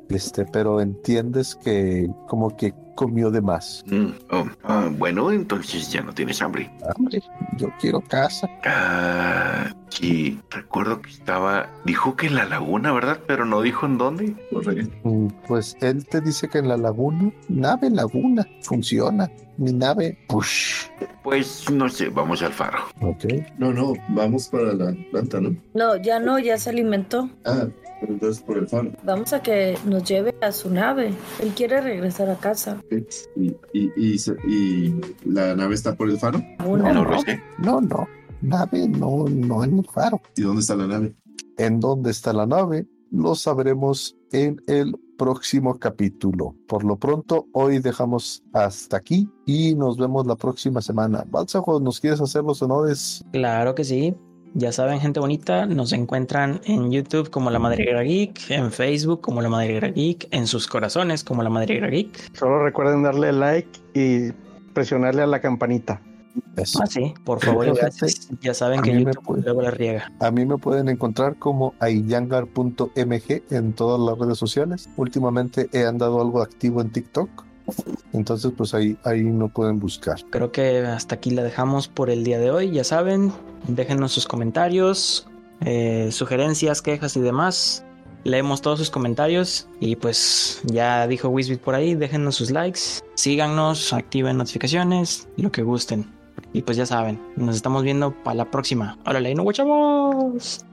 [SPEAKER 1] Este, pero entiendes que como que comió de más.
[SPEAKER 3] Mm, oh, ah, bueno, entonces ya no tienes hambre.
[SPEAKER 1] Hambre, yo quiero casa.
[SPEAKER 3] Ah, sí, recuerdo que estaba. Dijo que en la laguna, ¿verdad? Pero no dijo en dónde.
[SPEAKER 5] Correcto.
[SPEAKER 1] Mm, Pues él te dice que en la laguna, nave laguna, funciona. Mi nave, push.
[SPEAKER 3] Pues no sé, vamos al faro.
[SPEAKER 1] Ok.
[SPEAKER 5] No, no, vamos para la planta, ¿no?
[SPEAKER 6] No, ya no, ya se alimentó.
[SPEAKER 5] Ah, entonces por el faro.
[SPEAKER 6] Vamos a que nos lleve a su nave. Él quiere regresar a casa.
[SPEAKER 5] ok. Y, y, y, se- y la nave está por el faro.
[SPEAKER 6] Una-
[SPEAKER 3] No,
[SPEAKER 1] No,
[SPEAKER 3] lo
[SPEAKER 1] no.
[SPEAKER 3] sé.
[SPEAKER 1] No, no, nave no, no en el faro.
[SPEAKER 5] ¿Y dónde está la nave?
[SPEAKER 1] ¿En dónde está la nave? Lo sabremos en el próximo capítulo. Por lo pronto, hoy dejamos hasta aquí y nos vemos la próxima semana. Balsajo, ¿nos quieres hacer los honores?
[SPEAKER 7] Claro que sí. Ya saben, gente bonita, nos encuentran en YouTube como La Madriguera Geek, en Facebook como La Madriguera Geek, en sus corazones como La Madriguera Geek.
[SPEAKER 2] Solo recuerden darle like y presionarle a la campanita.
[SPEAKER 1] Eso.
[SPEAKER 7] Ah, sí, por favor, y
[SPEAKER 1] Pero,
[SPEAKER 7] gracias. Ya saben
[SPEAKER 1] a
[SPEAKER 7] que
[SPEAKER 1] mí me
[SPEAKER 7] YouTube
[SPEAKER 1] puede-
[SPEAKER 7] luego la riega.
[SPEAKER 1] A mí me pueden encontrar como aiyangar.mg en todas las redes sociales. Últimamente he andado algo activo en TikTok. Entonces, pues ahí, ahí no pueden buscar.
[SPEAKER 7] Creo que hasta aquí la dejamos por el día de hoy. Ya saben, déjenos sus comentarios, eh, sugerencias, quejas y demás. Leemos todos sus comentarios y pues ya dijo Wisbit por ahí, déjenos sus likes, síganos, activen notificaciones, lo que gusten. Y pues ya saben, nos estamos viendo para la próxima. Órale, no guachamos.